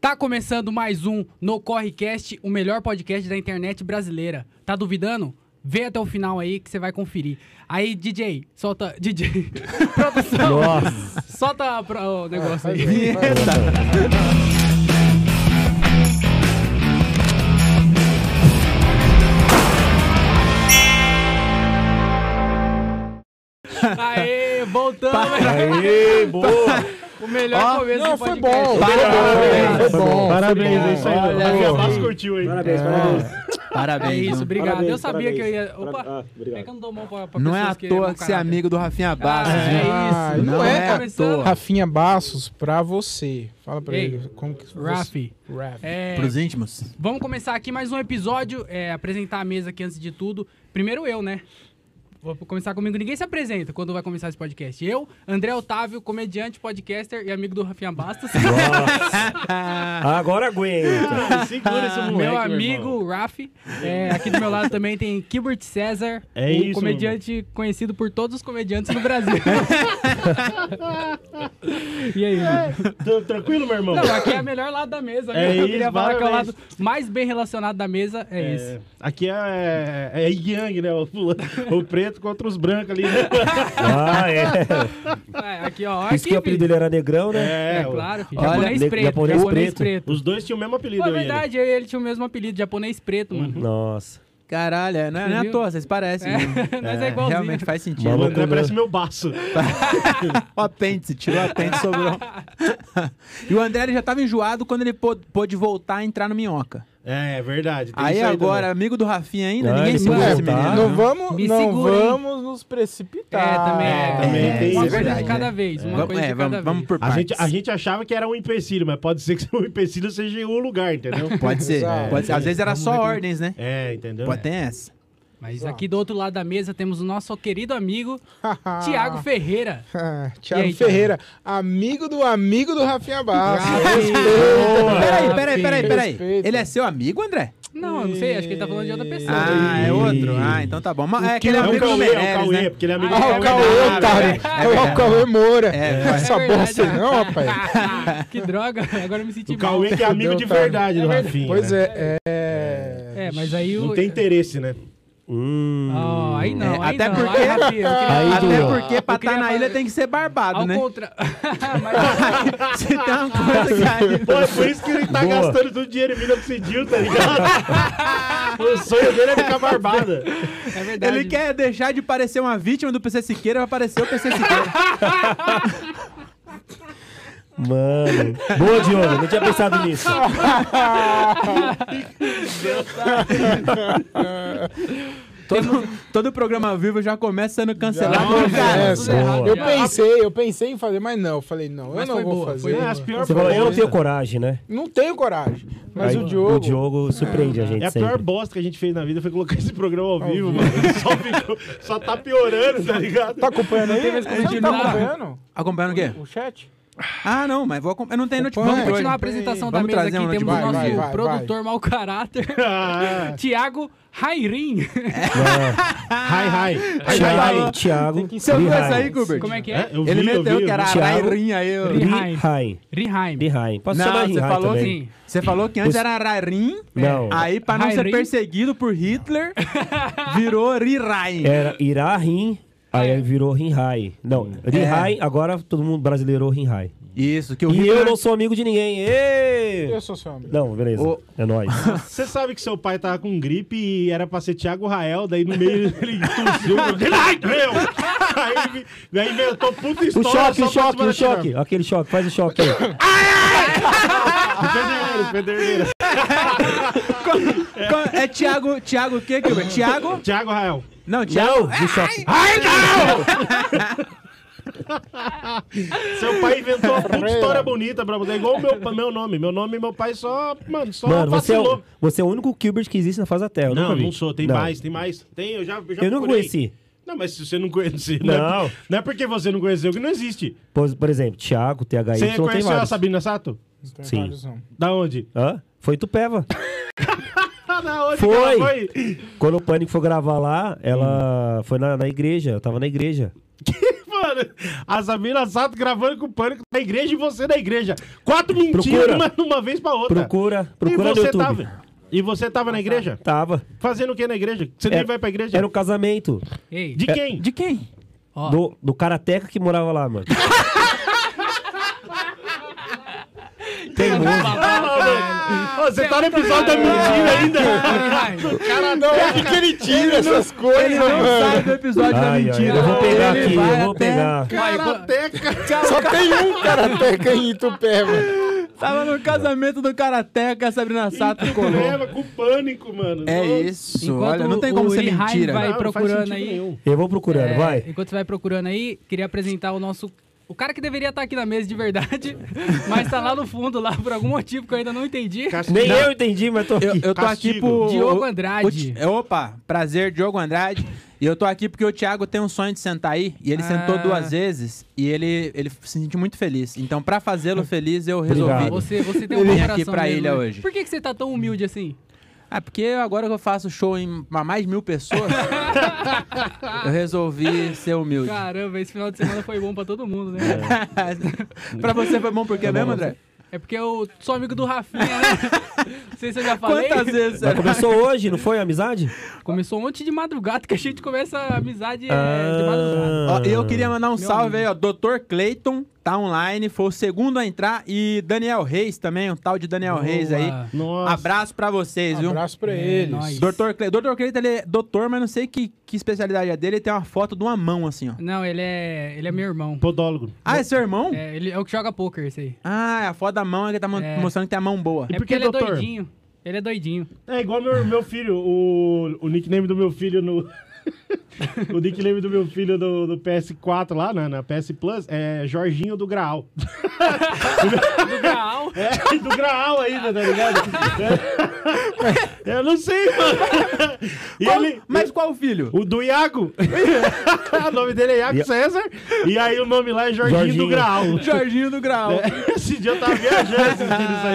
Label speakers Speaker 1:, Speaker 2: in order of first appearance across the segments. Speaker 1: Tá começando mais um No Correcast, o melhor podcast da internet brasileira. Tá duvidando? Vê até o final aí que você vai conferir. Aí, DJ, solta. DJ. Produção.
Speaker 2: Nossa.
Speaker 1: Solta a pro- o negócio aí. Aê, voltamos.
Speaker 3: Aê, boa!
Speaker 1: O melhor
Speaker 2: Ó,
Speaker 1: começo
Speaker 3: não,
Speaker 1: do
Speaker 3: foi
Speaker 1: podcast.
Speaker 3: bom.
Speaker 2: Parabéns,
Speaker 3: Foi bom,
Speaker 2: Parabéns, é isso aí.
Speaker 3: Olha,
Speaker 2: Lu.
Speaker 3: a Vasco curtiu aí.
Speaker 4: Parabéns, parabéns.
Speaker 1: É
Speaker 2: Parabéns.
Speaker 1: isso,
Speaker 2: mano.
Speaker 1: obrigado.
Speaker 4: Parabéns,
Speaker 1: eu sabia
Speaker 4: parabéns.
Speaker 1: que eu ia. Opa,
Speaker 4: Parabéns. Ah, obrigado.
Speaker 1: é que eu não dou mão pra, pra
Speaker 2: Não é à
Speaker 1: pessoas que
Speaker 2: toa
Speaker 1: mau
Speaker 2: que você é
Speaker 1: caráter.
Speaker 2: amigo do Rafinha Bastos.
Speaker 1: Ah, é
Speaker 2: gente.
Speaker 1: isso.
Speaker 2: Não,
Speaker 1: Não é
Speaker 2: é, à
Speaker 1: começando.
Speaker 2: toa.
Speaker 3: Rafinha Bassos, pra você. Fala pra
Speaker 1: Ei,
Speaker 3: ele. Como que você...
Speaker 1: Rafi,
Speaker 3: Raf.
Speaker 1: é,
Speaker 2: Pros íntimos.
Speaker 1: vamos começar aqui mais um episódio. é, apresentar a mesa aqui antes de tudo. Primeiro eu, né? Vou começar comigo. Ninguém se apresenta quando vai começar esse podcast. Eu, André Otávio, comediante, podcaster e amigo do Rafinha Bastos.
Speaker 4: Agora aguenta.
Speaker 3: Segura esse
Speaker 1: Ah, meu amigo Rafi. É, aqui do meu lado também tem Gilbert César,
Speaker 3: É
Speaker 1: um
Speaker 3: isso, meu
Speaker 1: comediante conhecido por todos os comediantes do Brasil. e aí, mano?
Speaker 4: Tran- Tranquilo, meu irmão?
Speaker 1: Não, aqui é o melhor lado da mesa.
Speaker 3: É
Speaker 1: viu? eu
Speaker 3: isso,
Speaker 1: queria falar que é o
Speaker 3: parabéns.
Speaker 1: lado mais bem relacionado da mesa é,
Speaker 3: É,
Speaker 1: esse.
Speaker 3: Aqui é, é Yang, né? O, o preto contra os brancos ali. né?
Speaker 4: Ah, é.
Speaker 1: É, aqui, ó.
Speaker 4: Por isso que
Speaker 1: Aqui,
Speaker 4: o apelido dele era negrão, né?
Speaker 1: É,
Speaker 3: É, o-
Speaker 1: claro, filho.
Speaker 2: Olha,
Speaker 1: japonês
Speaker 4: ne-
Speaker 1: preto.
Speaker 4: japonês
Speaker 1: japonês
Speaker 4: preto.
Speaker 1: preto.
Speaker 3: Os dois tinham o mesmo apelido. né?
Speaker 1: Pô, é
Speaker 3: eu e ele.
Speaker 1: verdade, eu e ele tinha o mesmo apelido, japonês preto, mano.
Speaker 4: Uhum. Nossa.
Speaker 2: Caralho, é, não é, não é à
Speaker 1: Viu?
Speaker 2: toa, vocês parecem. né?
Speaker 1: É, nós é, igualzinho.
Speaker 2: Realmente faz sentido.
Speaker 3: O
Speaker 4: Maluco.
Speaker 3: André parece meu baço.
Speaker 2: o apêndice, tirou o apêndice, sobrou. e o André ele já tava enjoado quando ele pô- pôde voltar a entrar no Minhoca.
Speaker 3: É, é verdade. tem
Speaker 2: aí
Speaker 3: isso
Speaker 2: agora,
Speaker 3: também.
Speaker 2: amigo do Rafinha ainda,
Speaker 4: Ah,
Speaker 2: ninguém
Speaker 4: ele
Speaker 2: segura
Speaker 4: pôde
Speaker 2: esse
Speaker 4: voltar.
Speaker 2: menino.
Speaker 5: Não
Speaker 2: né?
Speaker 5: vamos,
Speaker 1: Me
Speaker 5: não
Speaker 1: segura, hein?
Speaker 5: vamos nos precipitar.
Speaker 1: É, também
Speaker 3: É, também tem
Speaker 1: Uma
Speaker 3: isso,
Speaker 1: coisa
Speaker 2: verdade,
Speaker 1: de cada
Speaker 2: né?
Speaker 1: vez, uma
Speaker 2: Vamos,
Speaker 1: coisa
Speaker 2: é,
Speaker 1: de cada
Speaker 2: vamos,
Speaker 1: vez.
Speaker 2: vamos por
Speaker 3: A
Speaker 2: partes.
Speaker 3: gente, a gente achava que era um empecilho, mas pode ser que o empecilho seja o lugar, entendeu?
Speaker 2: Pode ser,
Speaker 5: Exato.
Speaker 2: pode ser. Às vezes era
Speaker 1: Vamos
Speaker 2: só
Speaker 1: ver como-
Speaker 2: ordens, né?
Speaker 3: É, entendeu?
Speaker 2: Pode ter essa.
Speaker 1: Mas aqui do outro lado da mesa temos o nosso querido amigo
Speaker 2: Ah.
Speaker 1: Tiago Ferreira.
Speaker 5: Ah,
Speaker 1: é. E
Speaker 5: Thiago
Speaker 1: aí,
Speaker 5: Ferreira, amigo do amigo do Rafinha Bastos.
Speaker 2: Ah,
Speaker 1: Ah, é
Speaker 2: Peraí, peraí, peraí, peraí.
Speaker 5: Respeita.
Speaker 2: Ele é seu amigo, André?
Speaker 1: Não, eu não sei, acho que ele tá falando de outra pessoa.
Speaker 2: Ah, é
Speaker 3: Ih.
Speaker 2: outro? Ah, então tá bom. Mas é aquele
Speaker 3: É o
Speaker 2: amigo do
Speaker 3: Cauê, é o
Speaker 2: Meirelles,
Speaker 3: Cauê, né?
Speaker 2: né?
Speaker 3: porque ele é amigo
Speaker 5: Ah, o
Speaker 3: do
Speaker 5: Cauê,
Speaker 3: Meirelles.
Speaker 5: otário.
Speaker 1: É
Speaker 5: Ah, o Cauê Moura.
Speaker 2: É,
Speaker 5: Essa
Speaker 1: verdade.
Speaker 5: bosta aí não, rapaz.
Speaker 1: que droga, agora eu me senti
Speaker 3: O Cauê que é amigo de
Speaker 5: Entendeu,
Speaker 3: verdade do
Speaker 1: É
Speaker 3: Rafinha.
Speaker 5: Pois
Speaker 3: né?
Speaker 5: é, é.
Speaker 1: mal. É, mas aí o...
Speaker 3: Não tem interesse, né?
Speaker 4: Hum,
Speaker 1: Ah, aí não,
Speaker 2: É,
Speaker 1: aí
Speaker 2: até
Speaker 1: não.
Speaker 2: porque-
Speaker 1: Aí, Rafinha, eu queria-
Speaker 4: Aí
Speaker 2: Até
Speaker 4: doeu.
Speaker 2: porque pra
Speaker 1: Eu queria
Speaker 2: estar na
Speaker 1: fazer-
Speaker 2: ilha tem que ser barbado,
Speaker 1: Ao
Speaker 2: né?
Speaker 1: contra... Mas-
Speaker 2: Se tem uma coisa que
Speaker 3: Pô, é
Speaker 2: aí-
Speaker 3: por isso que ele tá
Speaker 4: Boa.
Speaker 3: gastando todo o dinheiro em minoxidil, tá ligado? o sonho dele é ficar barbada.
Speaker 1: é verdade.
Speaker 2: Ele quer deixar de parecer uma vítima do PC Siqueira pra parecer o PC Siqueira.
Speaker 4: Mano. Boa, Diogo. Não tinha pensado nisso.
Speaker 2: Todo, todo programa vivo já começa sendo cancelado. né,
Speaker 1: Não,
Speaker 2: por causa-
Speaker 1: é,
Speaker 5: Essa.
Speaker 4: boa.
Speaker 5: Eu
Speaker 1: Já.
Speaker 5: pensei, eu pensei em fazer, mas não. Eu falei, não,
Speaker 1: Mas
Speaker 5: eu
Speaker 1: foi
Speaker 5: não vou
Speaker 1: boa, foi
Speaker 5: fazer. né?
Speaker 3: É, as pior
Speaker 4: Você falou, eu não
Speaker 3: bosta.
Speaker 4: tenho coragem, né?
Speaker 5: Não tenho coragem. Mas
Speaker 4: Aí
Speaker 5: o Diogo.
Speaker 4: O Diogo surpreende a gente
Speaker 3: É a pior
Speaker 4: sempre.
Speaker 3: bosta que a gente fez na vida foi colocar esse programa ao vivo, mano. Só, ficou- só tá piorando, tá ligado?
Speaker 5: Tá acompanhando aí?
Speaker 1: mais como
Speaker 5: Você não tá
Speaker 1: continuar.
Speaker 5: acompanhando
Speaker 2: Acompanhando o quê?
Speaker 5: o chat?
Speaker 2: Ah, não, mas vou acompanhar. Eu não tenho notebook.
Speaker 1: Vamos
Speaker 5: Vai,
Speaker 1: continuar a
Speaker 5: vai.
Speaker 1: apresentação da
Speaker 2: Vamos
Speaker 1: mesa
Speaker 2: trazer
Speaker 1: aqui.
Speaker 2: um
Speaker 1: Temos o
Speaker 2: notebook.
Speaker 1: nosso
Speaker 5: Vai, vai, vai.
Speaker 1: produtor mau caráter,
Speaker 3: Ah,
Speaker 1: Tiago
Speaker 2: É
Speaker 1: Rairin.
Speaker 3: Hi, hi. Hi, hi, hi.
Speaker 4: Thiago, Thiago.
Speaker 2: Você ouviu essa aí,
Speaker 4: Rihain.
Speaker 2: Gilbert?
Speaker 1: Como é que
Speaker 3: É,
Speaker 1: é?
Speaker 3: eu vi,
Speaker 2: Ele
Speaker 3: eu
Speaker 2: meteu
Speaker 3: vi,
Speaker 2: que era
Speaker 3: eu vi.
Speaker 4: Thiago.
Speaker 2: Rairin aí. eu-
Speaker 1: Ri-
Speaker 4: Rihain.
Speaker 1: Rihain.
Speaker 4: Rihain. Posso
Speaker 2: Não,
Speaker 4: chamar
Speaker 2: você
Speaker 4: Rihain
Speaker 2: falou É.
Speaker 4: também?
Speaker 1: Sim.
Speaker 2: Você falou que antes
Speaker 4: Os-
Speaker 2: era Rairin.
Speaker 4: Não.
Speaker 2: Aí, pra não ser
Speaker 1: Rairin?
Speaker 2: perseguido por Hitler, virou Rirain.
Speaker 4: Era irá rim, aí virou rinhai. Não, rinhai, agora todo mundo brasileirou rinhai.
Speaker 2: Isso, que o é-
Speaker 4: E
Speaker 2: Hitler... um
Speaker 4: eu não sou amigo de ninguém. Ê!
Speaker 5: Eu sou seu amigo.
Speaker 4: Não, beleza.
Speaker 2: Ô.
Speaker 4: É nóis.
Speaker 3: Você sabe que seu pai tava com gripe e era pra ser Thiago Rael, daí no meio ele tossiu. ele, Ai, meu! Aí, ele- daí inventou puta
Speaker 4: O
Speaker 3: história. só
Speaker 4: choque,
Speaker 3: pra
Speaker 4: o choque, o
Speaker 3: se matar.
Speaker 4: choque. Aquele choque, faz o choque aí.
Speaker 3: Pederneira, pederneira.
Speaker 2: Co- É Thiago... Thiago o quê, Gilbert? Thiago?
Speaker 3: Thiago Rael.
Speaker 2: Não, Thiago... É,
Speaker 4: Não, o choque.
Speaker 3: Seu pai inventou uma puta história bonita pra poder, igual o meu, meu nome. Meu nome e meu pai só, mano, só
Speaker 4: Mano, você é,
Speaker 3: vacilou.
Speaker 4: o, você é o único Gilbert que existe na face da Terra. Eu
Speaker 3: Não,
Speaker 4: nunca vi.
Speaker 3: não sou. Tem mais, tem mais. Tem, eu já, eu já
Speaker 4: Eu não
Speaker 3: procurei.
Speaker 4: conheci.
Speaker 3: Não, mas se você não conhece, Não, é,
Speaker 4: Não.
Speaker 3: não é porque você não conheceu que não existe.
Speaker 4: Por, por exemplo, Thiago, THY,
Speaker 3: Você
Speaker 4: não É, tem
Speaker 3: conheceu a
Speaker 4: mais.
Speaker 3: Sabrina Sato?
Speaker 5: Não tenho
Speaker 4: Sim.
Speaker 5: vários, não.
Speaker 3: Da onde?
Speaker 4: Hã? Foi Tupeva.
Speaker 3: Ah, da onde
Speaker 4: Foi.
Speaker 3: que ela foi? Hum.
Speaker 4: Quando o Pânico foi gravar lá, ela foi na, na igreja. Eu tava na igreja.
Speaker 3: Mano, A Samira Sato gravando com o pânico na igreja e você na igreja. Quatro mentiras
Speaker 4: Procura.
Speaker 3: uma, uma vez pra outra.
Speaker 4: Procura,
Speaker 3: e
Speaker 4: procura no
Speaker 3: você
Speaker 4: YouTube.
Speaker 3: Tava, e você tava na igreja?
Speaker 4: Tava.
Speaker 3: Fazendo o que na igreja? Você nem
Speaker 4: Era-
Speaker 3: vai pra igreja?
Speaker 4: Era um casamento
Speaker 1: Ei,
Speaker 3: é. De quem?
Speaker 2: De quem?
Speaker 1: ó,
Speaker 4: do, do karateca que morava lá, mano.
Speaker 2: Tem muito.
Speaker 3: Ah, mano. Ô, Você tá no episódio da mentira ainda.
Speaker 1: Caralho.
Speaker 5: Cara, não, é que ele tira essas coisas,
Speaker 2: Ele não sai
Speaker 5: mano.
Speaker 2: do episódio da
Speaker 4: Ai, ai,
Speaker 2: mentira.
Speaker 4: eu vou pegar
Speaker 2: Ele
Speaker 4: aqui,
Speaker 2: vai
Speaker 4: eu vou
Speaker 2: até-
Speaker 4: pegar.
Speaker 1: tá Vai, vai.
Speaker 3: Karateca.
Speaker 5: Só tem um karateca em Itupé, mano.
Speaker 2: Tava no casamento do Karateca, a Sabrina Sato colou.
Speaker 3: Leva com pânico, mano.
Speaker 2: É
Speaker 3: Nossa.
Speaker 2: isso.
Speaker 1: Enquanto
Speaker 2: Olha, não tem como
Speaker 1: o
Speaker 2: ser
Speaker 1: Eli Heim
Speaker 2: mentira. né?
Speaker 1: vai
Speaker 3: Não, não faz
Speaker 1: procurando
Speaker 3: sentido
Speaker 1: aí.
Speaker 3: nenhum.
Speaker 4: Eu vou procurando,
Speaker 1: É,
Speaker 4: vai.
Speaker 1: Enquanto você vai procurando aí, queria apresentar o nosso. O cara que deveria estar aqui na mesa de verdade, mas tá lá no fundo, lá por algum motivo que eu ainda não entendi.
Speaker 4: Nem
Speaker 3: Não.
Speaker 4: eu entendi, mas tô
Speaker 2: Eu,
Speaker 4: aqui.
Speaker 2: eu tô aqui
Speaker 3: Castigo.
Speaker 2: por.
Speaker 1: Diogo
Speaker 2: o-
Speaker 1: Andrade.
Speaker 2: o Ti- opa, prazer, Diogo Andrade. E eu tô aqui porque o Thiago tem um sonho de sentar aí. E ele
Speaker 1: Ah.
Speaker 2: sentou duas vezes. E ele, ele se sentiu muito feliz. Então, pra fazê-lo feliz, eu
Speaker 4: Obrigado.
Speaker 2: resolvi.
Speaker 1: Você, você tem
Speaker 2: Eu
Speaker 1: uma
Speaker 2: vim
Speaker 1: coração
Speaker 2: aqui pra
Speaker 1: mesmo,
Speaker 2: ilha
Speaker 1: né?
Speaker 2: hoje.
Speaker 1: Por que, que você tá tão humilde assim?
Speaker 2: Ah, porque agora que eu faço show em pra mais mil pessoas, eu resolvi ser humilde.
Speaker 1: Caramba, esse final de semana foi bom pra todo mundo, né?
Speaker 2: É. pra você foi bom porque é mesmo, André?
Speaker 1: É porque eu sou amigo do Rafinha, né? Não sei se eu já falei.
Speaker 2: Quantas vezes?
Speaker 4: Mas começou hoje, não foi a amizade?
Speaker 1: Começou ontem de madrugada, que a gente começa a amizade é, de madrugada.
Speaker 4: Ah,
Speaker 2: Ó, e eu queria mandar um
Speaker 1: Meu
Speaker 2: salve aí, ó. Dr. Clayton tá online, foi o segundo a entrar. E Daniel Reis também, um tal de Daniel Reis aí.
Speaker 1: Boa.
Speaker 3: Nossa.
Speaker 2: Abraço pra vocês, viu?
Speaker 5: Um Abraço pra
Speaker 1: É,
Speaker 5: eles.
Speaker 1: nóis.
Speaker 2: Dr. Clayton, Dr. Clayton, ele é doutor, mas não sei que, que especialidade é dele. Ele tem uma foto de uma mão, assim, ó.
Speaker 1: Não, ele é, ele é meu irmão.
Speaker 3: Podólogo.
Speaker 2: Ah, é seu irmão?
Speaker 1: É, ele é o que joga poker, esse aí.
Speaker 2: Ah, é a foto da mão é que tá mo-
Speaker 1: É.
Speaker 2: mostrando que tem a mão boa.
Speaker 1: é
Speaker 3: por
Speaker 1: porque
Speaker 3: que
Speaker 1: ele é
Speaker 3: doutor?
Speaker 1: doidinho. Ele é doidinho.
Speaker 3: É igual meu, meu filho, o, o nickname do meu filho no. o nickname do meu filho no, no PS4 lá, né, na, na PS Plus, é Jorginho do Graal.
Speaker 1: Do Graal.
Speaker 3: É, do Graal ainda, tá ligado? É. eu não sei, mano. E
Speaker 2: Qual-
Speaker 3: ele.
Speaker 2: Mas qual filho?
Speaker 3: O do Iago. o nome dele é Iago
Speaker 4: Ia-
Speaker 3: César. E aí o nome lá é Jorginho, do
Speaker 4: Jorginho.
Speaker 3: Graal. É,
Speaker 2: Jorginho do Grau.
Speaker 3: Esse dia eu tava viajando assistindo isso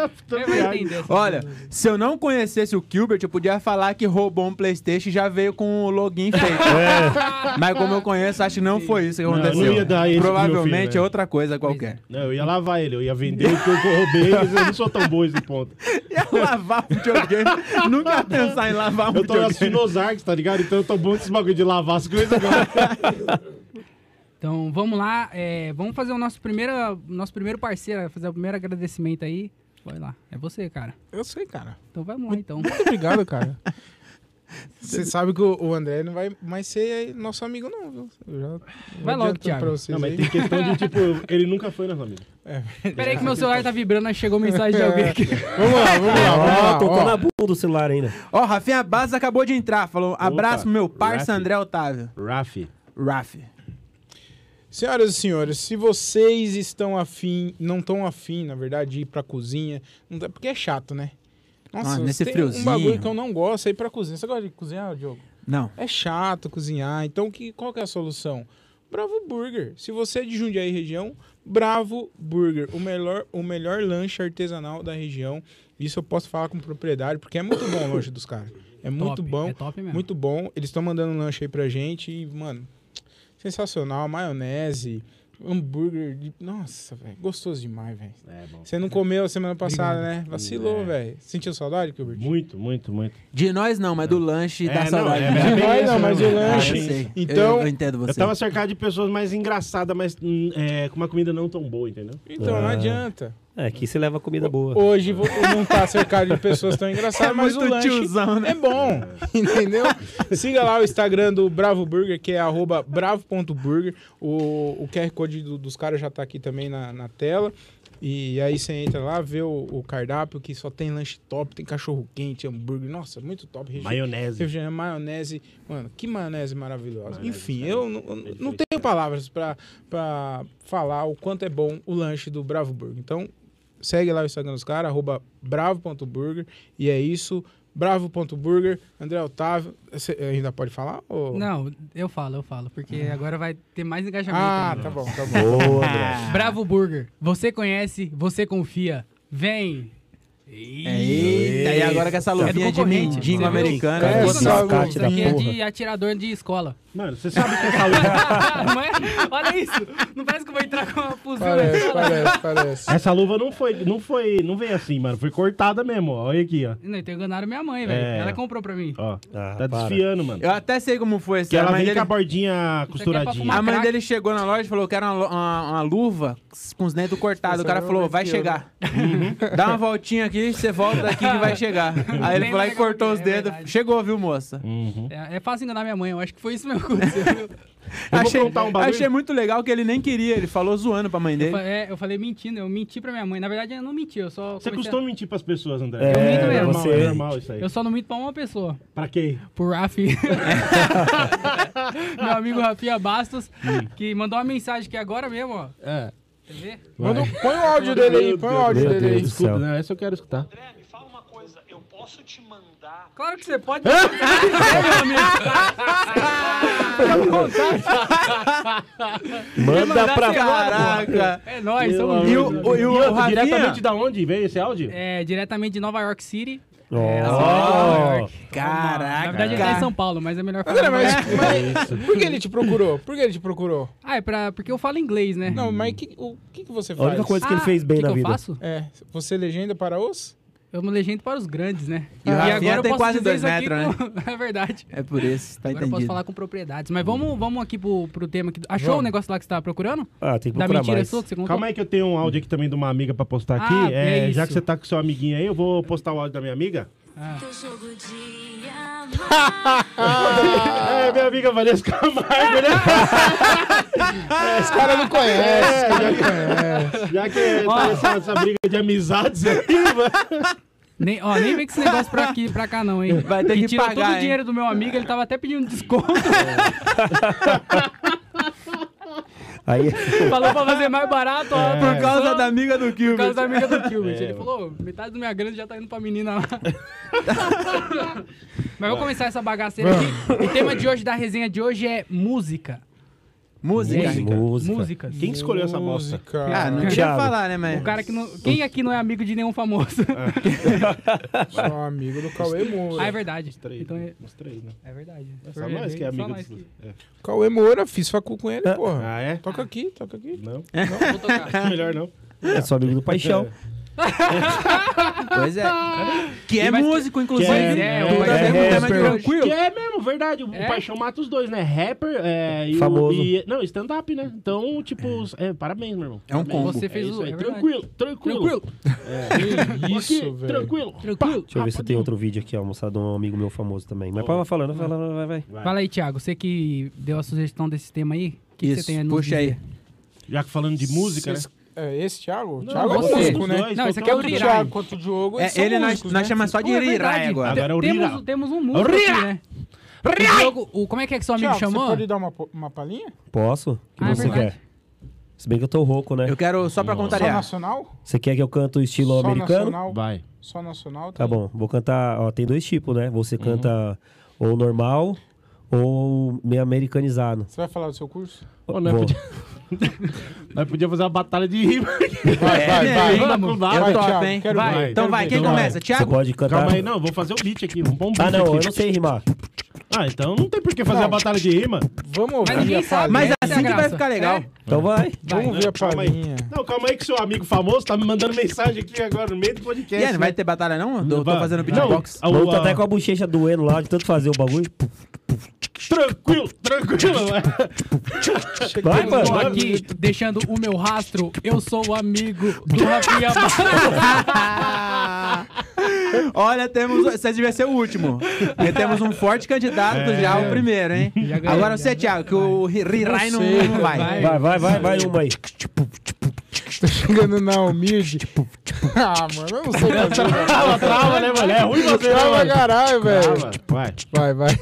Speaker 3: aí. Tô
Speaker 1: Ele vai
Speaker 3: viajando.
Speaker 1: entender. essa
Speaker 2: Olha,
Speaker 1: coisa.
Speaker 2: se eu não conhecesse o Gilbert, eu podia falar que roubou um Playstation e já veio com o login feito. Mas como eu conheço, acho que não foi isso que
Speaker 3: É. Não,
Speaker 2: aconteceu.
Speaker 3: não ia dar isso pro meu
Speaker 2: Provavelmente
Speaker 3: filho, velho.
Speaker 2: é outra coisa qualquer.
Speaker 3: Não, eu ia lavar ele, eu ia vender o que eu roubei, mas eu não sou tão bom esse ponto.
Speaker 2: Ia É lavar o videogame. Nunca ia pensar em lavar um
Speaker 3: Eu tô
Speaker 2: videogame.
Speaker 3: assistindo Ozarks, tá ligado? Então eu tô bom nesse bagulho de lavar as coisas agora.
Speaker 1: Então, vamos lá. é, vamos fazer o nosso primeiro, nosso primeiro parceiro, fazer o primeiro agradecimento aí. Vai lá. É você, cara.
Speaker 5: Eu sei, cara.
Speaker 1: Então vamos lá, então.
Speaker 5: Muito obrigado, cara. Você sabe que o o André não vai mais ser nosso amigo, não, viu? Eu já vou
Speaker 1: Vai logo,
Speaker 5: adiantando
Speaker 1: Thiago.
Speaker 5: pra vocês
Speaker 3: Não, mas
Speaker 5: aí.
Speaker 3: tem questão de, tipo, ele nunca foi nas amigas.
Speaker 1: Pera aí que meu celular tá vibrando, aí chegou mensagem de alguém
Speaker 5: É
Speaker 1: aqui.
Speaker 5: Vamos lá, vamos lá, vamos lá.
Speaker 4: Ah, tocou
Speaker 5: ó.
Speaker 4: na bunda do celular ainda.
Speaker 2: Ó, Rafinha Baza acabou de entrar. Falou: abraço, meu parça
Speaker 3: Raf.
Speaker 2: André Otávio.
Speaker 3: Rafi.
Speaker 2: Raf.
Speaker 5: Senhoras e senhores, se vocês estão afim, não estão afim, na verdade, de ir pra cozinha, não tá- porque é chato, né?
Speaker 2: Ah,
Speaker 5: você
Speaker 2: nesse
Speaker 5: tem
Speaker 2: friozinho.
Speaker 5: um bagulho que eu não gosto é ir pra cozinha. Você gosta de cozinhar, Diogo?
Speaker 2: Não.
Speaker 5: É chato cozinhar, então que, qual que é a solução? Bravo Burger. Se você é de Jundiaí região, Bravo Burger, o melhor, o melhor lanche artesanal da região. Isso eu posso falar com propriedade, porque é muito bom o lanche dos caras. É muito
Speaker 1: Top,
Speaker 5: bom.
Speaker 1: É top mesmo.
Speaker 5: Muito bom. Eles estão mandando um lanche aí pra gente e, mano, sensacional. Maionese, hambúrguer. de- Nossa, velho. Gostoso demais, velho.
Speaker 3: É, bom.
Speaker 5: Você não comeu semana passada, né? Vacilou,
Speaker 3: É.
Speaker 5: velho. Sentiu saudade, Gilbert?
Speaker 3: Muito, muito, muito.
Speaker 2: De nós não, mas do lanche
Speaker 3: É,
Speaker 2: da
Speaker 3: não,
Speaker 2: saudade.
Speaker 3: é verdade.
Speaker 5: De nós
Speaker 3: isso,
Speaker 5: não, mas
Speaker 3: né,
Speaker 5: o
Speaker 3: mano?
Speaker 2: Ah, eu
Speaker 5: lanche-
Speaker 2: sei. Eu-
Speaker 5: Então-
Speaker 2: eu, entendo você.
Speaker 3: Eu tava cercado de pessoas mais engraçadas, mas hum, é, com uma comida não tão boa, entendeu?
Speaker 5: Então, não
Speaker 4: Ah.
Speaker 5: adianta.
Speaker 4: É, aqui você leva comida boa.
Speaker 5: Hoje vou, não tá cercado de pessoas tão
Speaker 2: É
Speaker 5: engraçadas, mas o
Speaker 2: muito
Speaker 5: lanche
Speaker 2: tiozão, né?
Speaker 5: é bom, entendeu? Siga lá o Instagram do Bravo Burger, que é arroba bravo.burger. O, o QR Code do- dos caras já tá aqui também na, na tela. E aí você entra lá, vê o, o cardápio, que só tem lanche top, tem cachorro quente, hambúrguer. Nossa, muito top. Refe-
Speaker 3: Maionese.
Speaker 5: Refrigerante, maionese. Mano, que maionese maravilhosa.
Speaker 3: Maionese,
Speaker 5: Enfim,
Speaker 3: cara.
Speaker 4: né?
Speaker 5: eu não, eu não tenho palavras pra, pra falar o quanto é bom o lanche do Bravo Burger. Então, segue lá o Instagram dos caras, arroba bravo.burger. E é isso. Bravo.burger, André Otávio. Você ainda pode falar? ou-
Speaker 1: Não, é eu falo, eu falo, porque agora vai ter mais engajamento.
Speaker 5: Ah,
Speaker 1: ainda.
Speaker 5: tá bom, tá bom.
Speaker 4: Boa, André.
Speaker 1: Bravo Burger, você conhece, você confia. Vem!
Speaker 3: assim.
Speaker 5: É,
Speaker 2: É, Eita, e agora com essa luvinha
Speaker 3: é
Speaker 2: de
Speaker 1: concorrente.
Speaker 2: mendigo
Speaker 1: Você viu?
Speaker 2: americana.
Speaker 5: É,
Speaker 1: Isso
Speaker 5: só-
Speaker 1: aqui-
Speaker 4: descarte
Speaker 1: isso
Speaker 4: da
Speaker 1: aqui é
Speaker 4: porra.
Speaker 1: de atirador de escola.
Speaker 3: Mano, você sabe que essa luva,
Speaker 1: Não é? Olha isso. Não parece que eu vou entrar com uma fuzil. né?
Speaker 5: Parece, parece, parece.
Speaker 3: essa luva não foi, não foi, não veio assim, mano. Foi cortada mesmo, ó. Olha aqui, ó.
Speaker 1: Não, então enganaram minha mãe, velho.
Speaker 3: É.
Speaker 1: Ela comprou pra mim.
Speaker 3: Ó,
Speaker 4: Ah,
Speaker 3: tá
Speaker 4: para.
Speaker 3: desfiando, mano.
Speaker 2: Eu é até sei como foi essa.
Speaker 3: Que ela
Speaker 2: a mãe
Speaker 3: vem
Speaker 2: dele-
Speaker 3: com a bordinha
Speaker 1: aqui é pra
Speaker 3: costuradinha.
Speaker 1: fumar.
Speaker 2: a mãe
Speaker 1: crack.
Speaker 2: dele chegou na loja e falou que era uma, lo- uma- uma luva com os dentes cortados. O
Speaker 5: Essa
Speaker 2: cara
Speaker 5: não
Speaker 2: falou,
Speaker 5: é
Speaker 2: vai
Speaker 5: pior,
Speaker 2: chegar.
Speaker 3: Uhum.
Speaker 2: Dá uma voltinha aqui, você volta daqui que vai chegar. Aí ele
Speaker 1: Nem
Speaker 2: foi lá e
Speaker 1: lembra
Speaker 2: cortou
Speaker 1: que
Speaker 2: os
Speaker 1: é, é
Speaker 2: dedos.
Speaker 1: verdade.
Speaker 2: Chegou, viu, moça?
Speaker 3: Uhum.
Speaker 1: É, é fácil enganar minha mãe, eu acho que foi isso mesmo que aconteceu.
Speaker 3: Eu vou
Speaker 2: achei,
Speaker 3: contar um bagulho.
Speaker 2: achei muito legal que ele nem queria. Ele falou zoando pra mãe
Speaker 1: Eu,
Speaker 2: dele.
Speaker 1: fa- é, eu falei mentindo, eu menti pra minha mãe. Na verdade, eu não menti, eu só.
Speaker 3: Você
Speaker 1: comecei a-
Speaker 3: costuma mentir pras pessoas, André.
Speaker 4: É,
Speaker 1: Eu minto
Speaker 3: normal,
Speaker 1: mesmo.
Speaker 4: você-
Speaker 3: é normal isso aí.
Speaker 1: Eu só não minto pra uma pessoa.
Speaker 3: Pra quem?
Speaker 1: Pro Rafi. Meu amigo Rafinha Bastos, que mandou uma mensagem aqui agora mesmo, ó.
Speaker 3: É.
Speaker 1: Quer ver?
Speaker 5: Manda um- põe o áudio dele aí, põe o áudio
Speaker 4: Meu
Speaker 5: dele aí.
Speaker 4: Deus do
Speaker 3: Escuta, né?
Speaker 4: céu.
Speaker 3: não, essa eu quero escutar.
Speaker 6: André, me fala uma coisa, eu posso te mandar
Speaker 1: Claro que você pode. meu amigo.
Speaker 4: Manda pra
Speaker 2: assim, Caraca!
Speaker 1: É nóis,
Speaker 3: Meu
Speaker 1: tamo
Speaker 3: amigo.
Speaker 2: E
Speaker 1: junto.
Speaker 2: o, o, e o
Speaker 3: outro,
Speaker 2: Rafinha?
Speaker 3: diretamente da onde veio esse áudio?
Speaker 1: É, diretamente de Nova York City.
Speaker 4: Oh.
Speaker 1: É, a cidade de Nova York.
Speaker 2: Caraca.
Speaker 1: Na verdade, ele tá em São Paulo, mas é melhor falar.
Speaker 5: André, mas,
Speaker 1: Nova York.
Speaker 5: mas por que ele te procurou? Por que ele te procurou?
Speaker 1: Ah, é pra, porque eu falo inglês, né?
Speaker 5: Não, mas que- o que, que você
Speaker 4: A
Speaker 5: faz?
Speaker 4: única coisa que ele
Speaker 1: Ah,
Speaker 4: fez bem
Speaker 1: que
Speaker 4: na
Speaker 1: que
Speaker 4: vida.
Speaker 1: eu faço?
Speaker 5: É, você legenda para os?
Speaker 1: Eu me legendo para os grandes, né?
Speaker 2: E o Rafinha tem
Speaker 1: posso
Speaker 2: quase
Speaker 1: dizer
Speaker 2: dois
Speaker 1: isso aqui
Speaker 2: metros,
Speaker 1: com- É verdade.
Speaker 2: É por isso, tá
Speaker 1: Agora eu posso
Speaker 2: entendido.
Speaker 1: falar com propriedades. Mas vamos, vamos aqui pro, pro tema. Que... Achou
Speaker 5: Vamos.
Speaker 1: o negócio lá que você tava procurando?
Speaker 4: Ah, tem que
Speaker 1: Da
Speaker 4: procurar
Speaker 1: mentira
Speaker 4: mais.
Speaker 1: sua que você contou?
Speaker 3: Calma aí que eu tenho um áudio aqui também de uma amiga pra postar aqui.
Speaker 1: Ah,
Speaker 3: É,
Speaker 1: é
Speaker 3: já
Speaker 1: isso.
Speaker 3: que você tá com seu amiguinho aí, eu vou postar o áudio da minha amiga.
Speaker 7: Teu jogo de amar.
Speaker 3: É, minha amiga Vanessa Camargo, né?
Speaker 5: Esse cara não conhece.
Speaker 3: É, Já que tá nessa, essa briga de amizades aqui, mano.
Speaker 1: Nem, ó, nem vem com esse negócio pra, aqui, pra cá não, hein?
Speaker 2: Vai ter que
Speaker 1: tirou
Speaker 2: pagar,
Speaker 1: todo
Speaker 2: hein?
Speaker 1: o dinheiro do meu amigo, ele tava até pedindo desconto.
Speaker 4: Aí,
Speaker 1: falou pra fazer mais barato, ó.
Speaker 2: É. Por causa da amiga do
Speaker 1: Por causa
Speaker 2: Kilbert.
Speaker 1: da amiga
Speaker 3: É.
Speaker 1: do Kilbert. ele
Speaker 3: mano.
Speaker 1: falou, "Ô, metade da minha grana já tá indo pra menina lá. Mas vou começar essa bagaceira aqui. O tema de hoje, da resenha de hoje, é música.
Speaker 2: Música.
Speaker 4: música.
Speaker 1: Músicas.
Speaker 3: Quem escolheu essa bosta?
Speaker 2: Ah, não
Speaker 4: Thiago.
Speaker 2: tinha que falar, né, mas...
Speaker 1: é O cara que não... Quem aqui não é amigo de nenhum famoso?
Speaker 5: Sou amigo do Cauê Moura.
Speaker 1: ah, é verdade.
Speaker 3: Mostrei,
Speaker 1: Então é,
Speaker 3: mostrei, né?
Speaker 1: é verdade.
Speaker 3: É Só nós que é amigo
Speaker 1: nós
Speaker 3: dos...
Speaker 1: que-
Speaker 3: é.
Speaker 5: Cauê Moura, fiz facul com ele, porra.
Speaker 3: Ah, é?
Speaker 5: Toca aqui, toca aqui.
Speaker 3: Não,
Speaker 1: Vou tocar.
Speaker 3: melhor não.
Speaker 4: É só amigo do paixão.
Speaker 2: Pois é. Que é
Speaker 1: Mas-
Speaker 2: músico, inclusive.
Speaker 1: Pois é,
Speaker 2: Tudo
Speaker 1: mas-
Speaker 2: a ver com o tema de
Speaker 4: rapper.
Speaker 2: hoje.
Speaker 3: Que é mesmo, verdade. O
Speaker 1: É?
Speaker 3: Paixão mata os dois, né? Rapper é, e o-
Speaker 4: Famoso.
Speaker 3: e- não, stand-up, né? Então, tipo, os- é, parabéns, meu irmão.
Speaker 2: É um
Speaker 3: Parabéns.
Speaker 2: combo.
Speaker 1: Você fez
Speaker 3: isso
Speaker 1: o-
Speaker 3: aí.
Speaker 1: é verdade.
Speaker 3: tranquilo, tranquilo.
Speaker 1: Tranquilo.
Speaker 3: É,
Speaker 5: Isso,
Speaker 3: ok,
Speaker 5: velho.
Speaker 3: Tranquilo.
Speaker 1: Tranquilo.
Speaker 4: Deixa eu ver se tem outro vídeo aqui, ó, mostrado de um amigo meu famoso também. Mas pode falando, falando, vai, vai.
Speaker 1: Fala aí, Thiago. Você que deu a sugestão desse tema aí. O que, que você
Speaker 2: Isso,
Speaker 1: tem a nos
Speaker 2: puxa aí. né?
Speaker 1: dizer?
Speaker 3: Já que falando de música, né?
Speaker 5: Vocês- É esse Thiago?
Speaker 3: Não,
Speaker 5: Thiago é
Speaker 1: você.
Speaker 5: músico, né?
Speaker 1: Não, esse aqui é o
Speaker 5: Tanto o
Speaker 1: Rirai.
Speaker 5: Thiago quanto o Diogo, eles
Speaker 2: É,
Speaker 5: são
Speaker 2: ele nós,
Speaker 5: músicos,
Speaker 2: nós
Speaker 5: né?
Speaker 2: chamamos só
Speaker 1: Pô,
Speaker 2: de
Speaker 1: é
Speaker 2: Irirai
Speaker 1: verdade.
Speaker 2: agora.
Speaker 3: Agora é o
Speaker 1: temos,
Speaker 3: Rira.
Speaker 1: temos um músico aqui, né? O Diogo- o, como é que é que seu amigo
Speaker 5: Thiago, você
Speaker 1: chamou?
Speaker 5: pode dar uma, po- uma palhinha?
Speaker 4: Posso? O que
Speaker 1: Ah, é
Speaker 4: você
Speaker 1: verdade.
Speaker 4: quer? Se bem que eu tô rouco, né?
Speaker 2: Eu quero só pra
Speaker 5: Só
Speaker 2: contrariar.
Speaker 5: nacional?
Speaker 4: Você quer que eu canto estilo
Speaker 5: Só
Speaker 4: americano?
Speaker 5: nacional?
Speaker 3: Vai.
Speaker 5: Só nacional?
Speaker 4: Tá bom, vou cantar. Ó, tem dois tipos, né? Você canta ou normal ou meio americanizado.
Speaker 5: Você vai falar do seu curso?
Speaker 3: Pô, nós,
Speaker 4: Vou.
Speaker 3: podia... nós podia fazer uma batalha de rima.
Speaker 5: Vai, vai,
Speaker 2: né?
Speaker 5: vai.
Speaker 1: Vamos.
Speaker 3: Vai,
Speaker 2: Eu
Speaker 5: Vai,
Speaker 2: top,
Speaker 5: Thiago,
Speaker 2: hein?
Speaker 5: quero
Speaker 3: Vai.
Speaker 5: ver.
Speaker 2: Então
Speaker 5: Quero
Speaker 2: vai,
Speaker 5: ver.
Speaker 2: quem
Speaker 3: Então vai.
Speaker 2: começa?
Speaker 4: Você
Speaker 2: Thiago?
Speaker 4: pode cantar.
Speaker 3: Calma aí, não, vou fazer o beat aqui. Vamos pôr um beat
Speaker 4: Ah, não, eu
Speaker 3: aqui.
Speaker 4: não sei rimar.
Speaker 3: Ah, então não tem por que fazer
Speaker 5: Não.
Speaker 3: a batalha de rima.
Speaker 5: Vamos ouvir
Speaker 1: Mas ninguém
Speaker 5: a palhinha.
Speaker 1: sabe.
Speaker 2: Mas
Speaker 1: Essa é a
Speaker 2: assim que vai
Speaker 1: graça.
Speaker 2: ficar legal.
Speaker 4: Então vai.
Speaker 5: Vamos ver a
Speaker 3: Calma aí.
Speaker 5: palhinha.
Speaker 3: Não, calma aí que seu amigo famoso tá me mandando mensagem aqui agora no meio do
Speaker 2: E
Speaker 3: podcast.
Speaker 2: aí, não vai
Speaker 3: né?
Speaker 2: ter batalha não? Eu Tô, tô
Speaker 3: Vai.
Speaker 2: fazendo
Speaker 3: Não,
Speaker 2: beatbox.
Speaker 3: a-
Speaker 4: Ou tá
Speaker 3: a-
Speaker 4: até com a bochecha doendo lá de tanto fazer o bagulho.
Speaker 3: Tranquilo, tranquilo. vai.
Speaker 4: Vai,
Speaker 1: Eu Estou
Speaker 4: mano.
Speaker 1: aqui deixando o meu rastro. Eu sou o amigo do Rafinha Bastos.
Speaker 2: Olha, temos. Você devia ser o último. Porque temos um forte candidato já, o primeiro, hein?
Speaker 1: ganhou,
Speaker 2: Agora
Speaker 1: já
Speaker 2: você, Thiago, que o Ri- Rirai não,
Speaker 5: sei,
Speaker 2: não vai.
Speaker 1: vai.
Speaker 4: Vai, vai, vai, vai uma aí.
Speaker 5: Tá chegando na humilde.
Speaker 4: Tipo,
Speaker 5: Ah, mano, eu não sei fazer.
Speaker 3: Trava, trava, né, mano? É ruim você, né,
Speaker 5: Trava
Speaker 3: mano?
Speaker 5: caralho, velho.
Speaker 3: Vai.
Speaker 5: Vai, vai.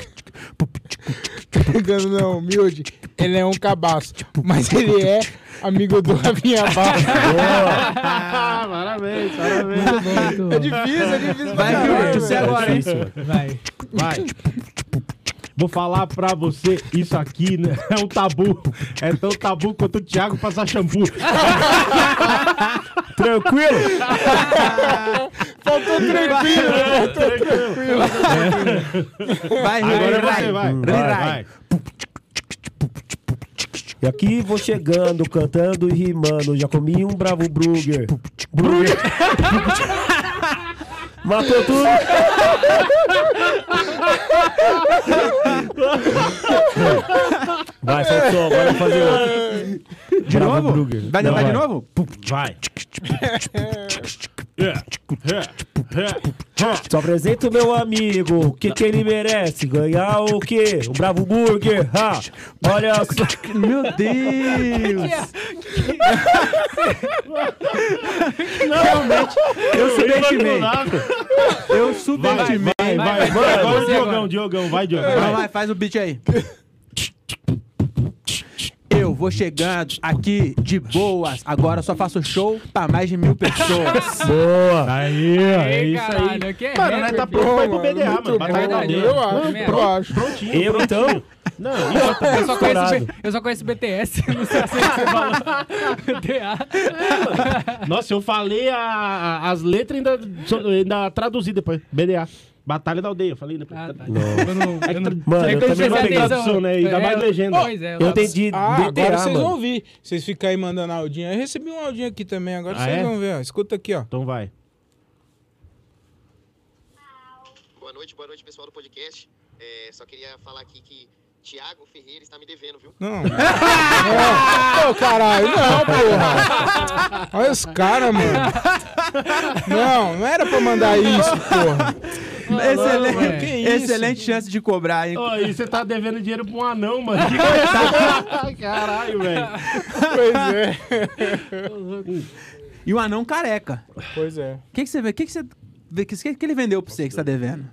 Speaker 5: Pegando não, humilde, ele é um cabaço. Mas ele é amigo do Rafinha Barra.
Speaker 3: Ah, parabéns, parabéns.
Speaker 5: É difícil, é difícil.
Speaker 2: Vai,
Speaker 5: pra
Speaker 2: Gilbert,
Speaker 5: caralho,
Speaker 2: você
Speaker 5: velho.
Speaker 2: é agora, hein?
Speaker 4: Difícil, mano.
Speaker 1: Vai.
Speaker 3: Vai. Vou falar pra você, isso aqui né, é um tabu. É tão tabu quanto o Thiago passar shampoo.
Speaker 4: Tranquilo?
Speaker 5: Foi tô tranquilo,
Speaker 2: né?
Speaker 5: eu tô tranquilo.
Speaker 2: Vai,
Speaker 3: Agora
Speaker 2: Rirai.
Speaker 3: você
Speaker 2: Rirai.
Speaker 3: vai. Vai, vai.
Speaker 4: E aqui vou chegando, cantando e rimando. Já comi um bravo burger. Burger. Matou tudo. Vai, solta o som, bora fazer outro.
Speaker 2: De
Speaker 4: Bravo
Speaker 2: novo?
Speaker 4: Burger.
Speaker 2: Vai
Speaker 4: Não,
Speaker 2: levar de
Speaker 4: vai.
Speaker 2: novo?
Speaker 4: Vai.
Speaker 3: Yeah, yeah, yeah.
Speaker 4: Só apresento meu amigo. O que, que ele merece? Ganhar o quê? O Bravo Burger. Ha. Olha só.
Speaker 2: Meu Deus! Realmente, eu subestimei. Eu subestimei.
Speaker 3: Vai, vai, vai, vai, vai, Diogão, Diogão, vai, Diogão.
Speaker 2: Vai,
Speaker 3: vai.
Speaker 2: vai, faz o beat aí. Eu vou chegando aqui de boas. Agora só faço show pra mais de mil pessoas.
Speaker 4: Boa.
Speaker 3: Aí, ó, é
Speaker 1: Ei,
Speaker 3: isso aí.
Speaker 1: caralho, que é
Speaker 3: Mano, nós
Speaker 1: rapper,
Speaker 3: tá
Speaker 1: filho.
Speaker 3: pronto pra ir pro BDA, mano.
Speaker 5: muito
Speaker 3: Pra
Speaker 5: bom.
Speaker 3: trabalhar
Speaker 1: Verdade,
Speaker 5: Eu
Speaker 3: dele.
Speaker 5: acho,
Speaker 1: Não,
Speaker 5: eu acho.
Speaker 3: Prontinho,
Speaker 4: Eu então.
Speaker 3: Não, e outra,
Speaker 1: Eu só, conheço,
Speaker 4: Estourado.
Speaker 1: B- eu só conheço BTS, não sei se você falou. BTA.
Speaker 3: Nossa, eu falei a- a- as letras ainda, ainda traduzi depois. BDA. Batalha da aldeia, eu falei né? depois.
Speaker 1: Ah, tá.
Speaker 4: Não.
Speaker 1: Eu não, eu não-
Speaker 4: Mano,
Speaker 1: É
Speaker 4: eu
Speaker 1: que eu não
Speaker 4: também não
Speaker 1: prestei
Speaker 4: peguei.
Speaker 1: atenção.
Speaker 3: tradução, né? Ainda mais
Speaker 1: eu-
Speaker 3: legenda.
Speaker 1: Pois é,
Speaker 4: Eu entendi
Speaker 5: Ah, agora
Speaker 4: DTA,
Speaker 5: vocês vão
Speaker 4: mano.
Speaker 5: ouvir. Vocês ficam aí mandando audinha. Eu recebi uma audinha aqui também, agora
Speaker 3: Ah,
Speaker 5: vocês
Speaker 3: é?
Speaker 5: vão ver, ó. Escuta aqui, ó.
Speaker 3: Então vai.
Speaker 8: Boa noite, boa noite, pessoal do podcast. É, só queria falar aqui que Tiago Ferreira está me devendo, viu?
Speaker 5: Não. Não. Ô, caralho, não, porra. Olha os caras, mano. Não, não era pra mandar isso, porra.
Speaker 2: Excelente,
Speaker 1: mano, que
Speaker 5: isso?
Speaker 2: excelente chance de cobrar, hein?
Speaker 3: Ô, e você tá devendo dinheiro pra um anão, mano. Que coisa. Caralho, velho.
Speaker 5: Pois é.
Speaker 2: E o anão careca.
Speaker 5: Pois é.
Speaker 2: O que, que você vê? O que, que você. vê? O que, que ele vendeu pra você que você tá devendo?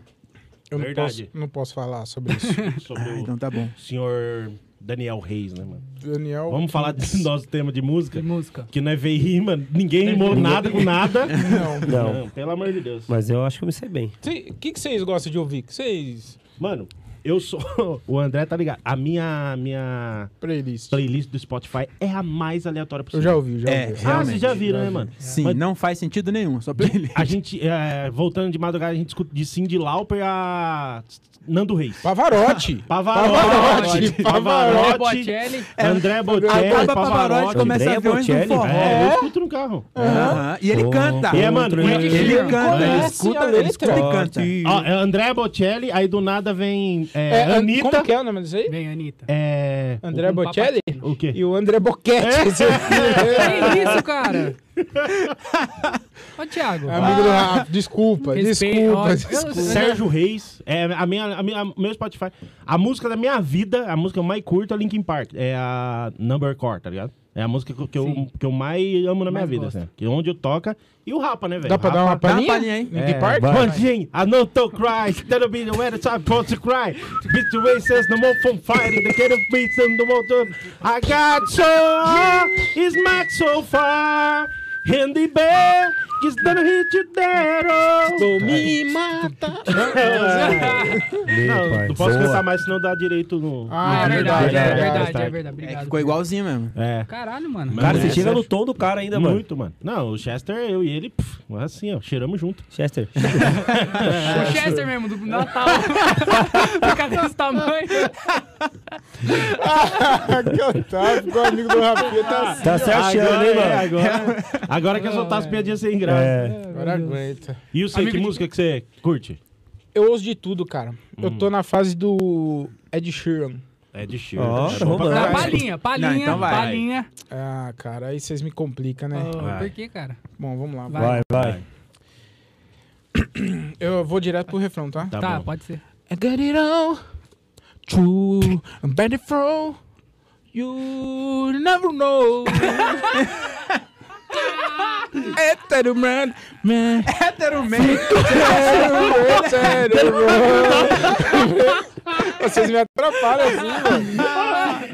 Speaker 5: Eu não
Speaker 3: Verdade.
Speaker 5: posso, não posso falar sobre isso.
Speaker 3: Sobre
Speaker 2: Ah,
Speaker 3: o
Speaker 2: então tá bom.
Speaker 3: senhor Daniel Reis, né, mano?
Speaker 5: Daniel.
Speaker 3: Vamos falar do nosso tema de música?
Speaker 1: De música.
Speaker 3: Que não é VI, mano. Ninguém rimou nada com nada.
Speaker 5: Não.
Speaker 4: Não.
Speaker 3: pelo amor de Deus.
Speaker 4: Mas eu acho que eu me sei bem.
Speaker 5: O que que vocês gostam de ouvir? Que vocês.
Speaker 3: Mano, eu sou. O André tá ligado. A minha, minha
Speaker 5: Playlist.
Speaker 3: playlist do Spotify é a mais aleatória
Speaker 5: Eu
Speaker 3: possível.
Speaker 5: já ouvi, já
Speaker 2: É,
Speaker 5: ouvi.
Speaker 3: Ah,
Speaker 2: realmente.
Speaker 3: vocês já viram, né, mano?
Speaker 2: Sim,
Speaker 3: Mas-
Speaker 2: não faz sentido nenhum, só pra ele.
Speaker 3: A gente, é, voltando de madrugada, a gente escuta de Cindy Lauper a Nando Reis.
Speaker 5: Pavarotti.
Speaker 3: Ah, Pavarotti,
Speaker 1: André
Speaker 3: Pavarotti,
Speaker 1: Bocelli.
Speaker 3: André Bocelli,
Speaker 2: Acaba É, Pavarotti,
Speaker 3: Pavarotti.
Speaker 2: começa a
Speaker 4: Andrea
Speaker 2: ver onde
Speaker 4: Bocelli,
Speaker 2: do forró.
Speaker 3: É, eu escuto no carro.
Speaker 2: Aham, E ele
Speaker 4: Pô,
Speaker 2: canta.
Speaker 3: E é, mano,
Speaker 4: Outro
Speaker 3: ele-
Speaker 2: ele canta,
Speaker 3: É.
Speaker 2: ele escuta,
Speaker 5: Conhece a
Speaker 2: ele escuta e
Speaker 5: letra.
Speaker 2: canta.
Speaker 3: Ó, é André Bocelli, aí do nada vem é,
Speaker 5: É, An-
Speaker 3: Anitta.
Speaker 5: Como que é o nome disso aí?
Speaker 1: Vem, Anitta.
Speaker 3: É,
Speaker 5: André Bocelli?
Speaker 3: o quê?
Speaker 5: E o André Boquete.
Speaker 1: Que isso, cara? Ô, Thiago.
Speaker 5: Amigo do Rafa, desculpa,
Speaker 1: Respeito, ó,
Speaker 5: desculpa,
Speaker 1: eu-
Speaker 5: desculpa.
Speaker 3: Sérgio Reis, é a minha, a minha, a meu Spotify. A música da minha vida, a música mais curta é Linkin Park. É a Number Core, tá ligado? É a música que, que eu,
Speaker 1: Sim.
Speaker 3: que eu mais amo na minha
Speaker 1: Mais
Speaker 3: vida,
Speaker 1: gosto.
Speaker 3: assim. Que onde eu toca. E o Rapa, né, velho?
Speaker 5: Dá pra dar
Speaker 2: Dá
Speaker 5: uma
Speaker 2: uma
Speaker 5: palhinha?
Speaker 2: palhinha aí.
Speaker 5: Linkin
Speaker 3: É,
Speaker 5: Park?
Speaker 3: vai. One thing, I know to cry, that'll be the way that I'm supposed to cry. Beat the way says no more from fighting, the kid of beats and the more to- I got so, is my so far, in the bed, it's gonna hit you there, oh.
Speaker 5: Vou me mata.
Speaker 4: Meu
Speaker 3: Não,
Speaker 4: pai.
Speaker 3: não posso
Speaker 4: Boa.
Speaker 3: cantar mais, senão dá direito no.
Speaker 5: Ah,
Speaker 1: é verdade, é
Speaker 4: Verdade,
Speaker 1: verdade, é
Speaker 3: verdade.
Speaker 1: verdade.
Speaker 2: É
Speaker 1: Obrigado.
Speaker 2: que ficou igualzinho mesmo.
Speaker 3: É.
Speaker 1: Caralho, mano.
Speaker 4: Cara, você
Speaker 3: Essa-
Speaker 4: chega no tom do cara ainda, mano.
Speaker 3: Muito, mano. Não, o Chester, eu e ele, pff, é assim, ó, cheiramos junto.
Speaker 4: Chester.
Speaker 1: O Chester mesmo, do Natal. Fica desse tamanho.
Speaker 5: que otário, ficou amigo do Rafinha, tá assim.
Speaker 4: Tá se achando, hein,
Speaker 3: é,
Speaker 4: mano?
Speaker 3: agora, agora que eu soltar as piadinhas sem graça.
Speaker 4: É.
Speaker 5: Agora aguenta.
Speaker 3: E eu sei
Speaker 1: Amigo
Speaker 3: que
Speaker 1: de-
Speaker 3: música que você curte?
Speaker 5: Eu ouço de tudo, cara. Eu tô na fase do Ed Sheeran.
Speaker 3: É de Sheeran.
Speaker 4: Ó,
Speaker 3: Show pra
Speaker 4: romance.
Speaker 1: Dá
Speaker 3: caralho.
Speaker 1: Palhinha, palhinha,
Speaker 2: Não, então vai.
Speaker 1: palhinha.
Speaker 5: Ah, cara, aí vocês me complicam, né?
Speaker 1: Ô,
Speaker 3: Vai.
Speaker 1: por que, cara?
Speaker 5: Bom, vamos lá.
Speaker 1: Ah. Vai.
Speaker 4: Vai, vai.
Speaker 5: Eu vou direto pro refrão, tá?
Speaker 3: Tá,
Speaker 1: Tá,
Speaker 3: bom.
Speaker 1: pode ser.
Speaker 5: I got it all true and better from you never know. Hétero, man, man.
Speaker 2: Hétero mesmo.
Speaker 5: Hétero, man. Vocês me atrapalham assim, mano.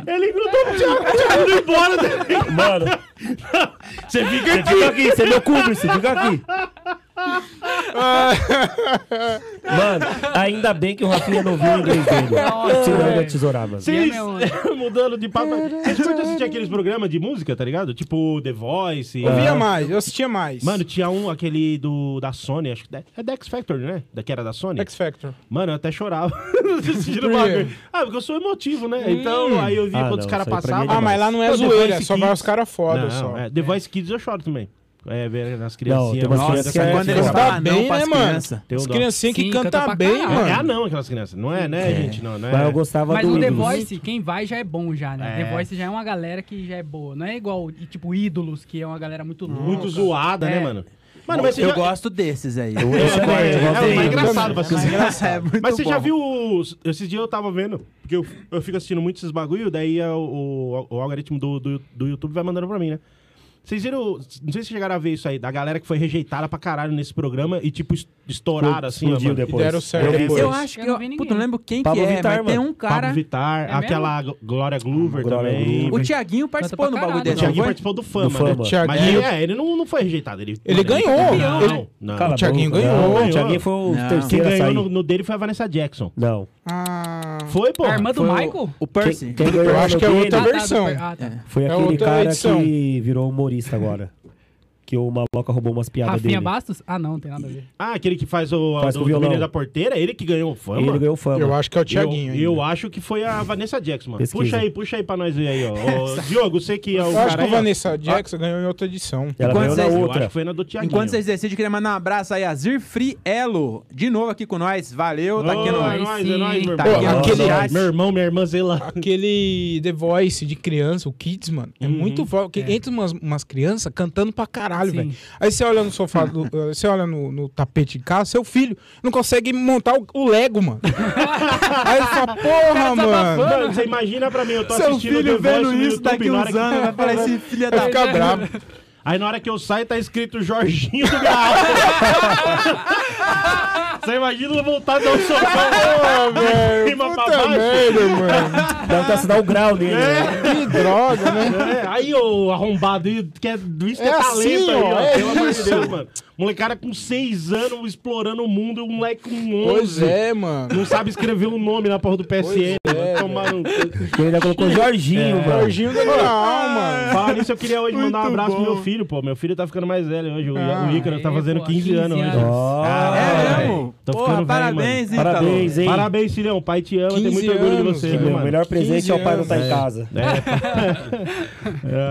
Speaker 3: Ele grudou pro Thiago, o Thiago indo embora. né?
Speaker 4: Mano,
Speaker 3: Você fica
Speaker 4: é você fica aqui, você não cubre, você fica aqui.
Speaker 3: Ah.
Speaker 4: Mano, ainda bem que o Rafinha não viu o inglês dele. Senão ele
Speaker 1: velho.
Speaker 4: tesourava.
Speaker 3: Vocês,
Speaker 1: mesmo.
Speaker 3: mudando de papo. Vocês curtem assistir aqueles programas de música, tá ligado? Tipo The Voice.
Speaker 5: Eu via
Speaker 3: ah.
Speaker 5: mais, eu assistia mais.
Speaker 3: Mano, tinha um, aquele do, da Sony, acho que da- é da X Factor, né? Da que era da Sony?
Speaker 5: X Factor.
Speaker 3: Mano, eu até chorava assistindo o
Speaker 5: Por quê? Hum.
Speaker 3: bagulho. Ah, porque eu sou emotivo, né? Então, aí eu via
Speaker 4: Ah,
Speaker 3: quando os
Speaker 4: não,
Speaker 3: caras
Speaker 4: isso aí pra mim é
Speaker 3: passavam.
Speaker 5: Ah, mas lá não é
Speaker 3: Pô, The
Speaker 5: zoeira,
Speaker 3: Voice
Speaker 5: só vai
Speaker 3: Kids.
Speaker 5: os caras foda
Speaker 3: não,
Speaker 5: só.
Speaker 3: É, The Voice Kids eu choro também. É, ver nas
Speaker 4: Não,
Speaker 3: criancinhas.
Speaker 4: tem umas
Speaker 3: Nossa,
Speaker 4: crianças que
Speaker 3: essa-
Speaker 4: é
Speaker 5: Quando eles
Speaker 4: Sim,
Speaker 5: dão
Speaker 2: dá
Speaker 5: bem,
Speaker 2: pra
Speaker 5: né,
Speaker 2: as
Speaker 5: mano?
Speaker 2: crianças.
Speaker 3: Tem um
Speaker 5: As
Speaker 3: dó.
Speaker 5: criancinhas que
Speaker 1: Sim, canta
Speaker 5: cantam
Speaker 1: pra
Speaker 5: bem,
Speaker 1: caralho.
Speaker 5: mano.
Speaker 3: É ah, não, aquelas crianças. Não é, né, gente? Não, não é.
Speaker 4: Mas eu gostava
Speaker 1: Mas
Speaker 4: do
Speaker 1: o The
Speaker 4: Ídolos.
Speaker 1: Voice, quem vai já é bom já, né?
Speaker 3: É.
Speaker 1: The Voice já é uma galera que já é boa. Não é igual, e, tipo, Ídolos, que é uma galera muito louca.
Speaker 3: Muito zoada,
Speaker 1: É.
Speaker 3: né, mano? Mano, mas você
Speaker 2: eu
Speaker 3: já...
Speaker 2: gosto desses aí.
Speaker 3: É,
Speaker 4: Eu também,
Speaker 3: é,
Speaker 4: eu gosto
Speaker 3: é,
Speaker 4: dele.
Speaker 3: mas é engraçado pra
Speaker 2: Mas
Speaker 3: assistir.
Speaker 2: é muito
Speaker 3: Mas você
Speaker 2: bom.
Speaker 3: já viu. os- Esses dias eu tava vendo, porque eu, eu fico assistindo muito esses bagulho, daí é o, o, o algoritmo do, do, do YouTube vai mandando pra mim, né? Vocês viram. Não sei se chegaram a ver isso aí, da galera que foi rejeitada pra caralho nesse programa e, tipo, es- estouraram assim, ó,
Speaker 4: Explodiu
Speaker 3: mano.
Speaker 5: E deram certo
Speaker 4: vi
Speaker 5: depois.
Speaker 2: Eu
Speaker 4: isso.
Speaker 2: acho
Speaker 1: Eu
Speaker 2: que.
Speaker 1: não
Speaker 2: Eu,
Speaker 1: vi ninguém.
Speaker 2: puta, não lembro quem
Speaker 4: Pablo
Speaker 2: que é,
Speaker 4: Vittar,
Speaker 2: mas tem
Speaker 4: mano.
Speaker 2: um cara.
Speaker 3: Pablo Vittar,
Speaker 1: mesmo?
Speaker 3: aquela Glória Gloover
Speaker 4: Glória
Speaker 3: também.
Speaker 4: Gloover.
Speaker 2: O Tiaguinho participou
Speaker 1: Canta
Speaker 2: no
Speaker 1: pra
Speaker 2: bagulho
Speaker 1: caralho.
Speaker 3: O
Speaker 2: desse, não
Speaker 3: Thiaguinho
Speaker 2: foi?
Speaker 3: participou do Fama.
Speaker 4: Do Fama.
Speaker 3: Né? Mas
Speaker 5: Thiaguinho-
Speaker 3: ele, é, ele não, não foi rejeitado. Ele,
Speaker 5: Ele
Speaker 3: mano,
Speaker 5: ganhou.
Speaker 3: Não,
Speaker 5: Ele-
Speaker 3: não.
Speaker 4: Cala a
Speaker 5: O Thiaguinho
Speaker 4: boca,
Speaker 5: ganhou.
Speaker 4: não. O
Speaker 3: Ganhou.
Speaker 4: Thiaguinho foi
Speaker 2: Não.
Speaker 4: o
Speaker 3: Quem
Speaker 4: terceiro a
Speaker 3: ganhou
Speaker 4: sair.
Speaker 3: no, no dele foi a Vanessa Jackson.
Speaker 4: Não.
Speaker 5: Ah,
Speaker 3: Foi, pô.
Speaker 1: A irmã do
Speaker 4: Foi o-
Speaker 1: Michael?
Speaker 2: O
Speaker 4: Quem,
Speaker 2: Percy.
Speaker 4: quem ganhou
Speaker 5: Eu acho
Speaker 4: no
Speaker 5: que é
Speaker 4: dele
Speaker 5: outra
Speaker 1: Ah, tá,
Speaker 5: versão.
Speaker 1: do Per- ah, tá.
Speaker 4: Foi
Speaker 5: É
Speaker 4: aquele
Speaker 5: outra
Speaker 4: cara
Speaker 5: edição.
Speaker 4: que virou humorista agora. Que o maloca roubou umas piadas
Speaker 1: Rafinha
Speaker 4: dele.
Speaker 1: Bastos? Ah, não, tem nada a ver.
Speaker 3: Ah, aquele que faz o,
Speaker 4: Faz
Speaker 3: do-
Speaker 4: com
Speaker 3: do
Speaker 4: violão.
Speaker 3: menino da porteira, ele que ganhou o fama.
Speaker 4: Ele ganhou fama.
Speaker 5: eu acho que é o
Speaker 3: Eu,
Speaker 5: Thiaguinho.
Speaker 3: eu
Speaker 5: ainda.
Speaker 3: acho que foi a Vanessa Jackson, mano.
Speaker 4: Pesquisa.
Speaker 3: Puxa aí, puxa aí pra nós ver aí, ó. Ô, Diogo, você que é o
Speaker 5: Eu
Speaker 3: cara
Speaker 5: acho que
Speaker 3: aí,
Speaker 5: o
Speaker 3: ó.
Speaker 5: Vanessa Jackson ganhou em outra edição.
Speaker 4: Ela
Speaker 2: Enquanto
Speaker 4: ganhou na
Speaker 5: é
Speaker 2: vocês-
Speaker 3: Eu
Speaker 4: outra.
Speaker 3: acho que foi na do Thiaguinho.
Speaker 2: Enquanto vocês decidem, queria mandar um abraço aí a Zirfri Elo, de novo aqui com nós. Valeu, tá aqui
Speaker 3: Ô, é
Speaker 2: no.
Speaker 3: nóis,
Speaker 1: sim,
Speaker 3: é nóis, meu
Speaker 2: tá
Speaker 3: irmão.
Speaker 5: aqui no
Speaker 3: Nossa,
Speaker 5: chat.
Speaker 3: nossa, Meu irmão, minha irmã, sei lá.
Speaker 5: Aquele The Voice de criança, o Kids, mano, é muito foda. Porque entra umas, umas crianças cantando pra caralho,
Speaker 1: Sim.
Speaker 5: velho. Aí você olha no sofá, do- eh, você olha no, no tapete de casa, seu filho não consegue montar o, o Lego, mano. Aí você fala, porra, mano.
Speaker 3: Mano, você imagina pra mim, eu tô
Speaker 2: Seu
Speaker 3: assistindo
Speaker 2: filho
Speaker 3: The Voice
Speaker 2: vendo
Speaker 3: no
Speaker 2: isso
Speaker 3: YouTube,
Speaker 2: daqui
Speaker 3: na hora
Speaker 2: uns
Speaker 3: que-
Speaker 2: anos, vai falar assim, esse filho
Speaker 5: Vai
Speaker 2: da.
Speaker 5: ficar bravo.
Speaker 3: Aí na hora que eu saio, tá escrito Jorginho do Garrafa. Você imagina eu voltar a dar um socão de cima Tá pra
Speaker 5: Puta
Speaker 3: baixo?
Speaker 5: merda, mano.
Speaker 4: Deve ter se dar o grau nele. né?
Speaker 5: Que droga, né?
Speaker 3: É, aí, ô arrombado, e quer, isso é,
Speaker 5: É
Speaker 3: talento
Speaker 5: assim,
Speaker 3: aí, ó.
Speaker 5: ó, é
Speaker 3: pelo amor de
Speaker 5: isso.
Speaker 3: Deus, mano. Molecada com 6 anos explorando o mundo, e um moleque com
Speaker 5: Pois
Speaker 3: 11.
Speaker 5: é, mano.
Speaker 3: Não sabe escrever o nome na porra do PSN. mano. Tomar no cu.
Speaker 4: Ele ainda colocou Jorginho,
Speaker 3: É.
Speaker 4: mano.
Speaker 5: é, Jorginho ganhou a alma.
Speaker 3: Fala nisso, eu queria hoje mandar um
Speaker 2: Muito
Speaker 3: abraço pro
Speaker 2: bom.
Speaker 3: meu filho, pô. Meu filho tá ficando mais velho hoje. O,
Speaker 5: Ah,
Speaker 3: o Ícaro tá
Speaker 1: é,
Speaker 3: fazendo
Speaker 1: pô,
Speaker 3: 15, anos
Speaker 1: 15
Speaker 3: hoje.
Speaker 1: anos.
Speaker 4: Ó,
Speaker 3: Ah,
Speaker 2: É
Speaker 3: velho.
Speaker 2: mesmo?
Speaker 3: Tô
Speaker 2: Porra,
Speaker 3: ficando velho,
Speaker 2: parabéns,
Speaker 3: mano.
Speaker 2: Ítalo.
Speaker 4: Parabéns, hein?
Speaker 3: Parabéns, filhão. Pai te ama, tem
Speaker 5: 15
Speaker 3: muito orgulho de
Speaker 5: anos,
Speaker 3: você,
Speaker 5: filho.
Speaker 3: viu,
Speaker 4: Meu
Speaker 3: mano?
Speaker 4: melhor presente é o pai não estar
Speaker 5: anos,
Speaker 4: em casa.
Speaker 3: É.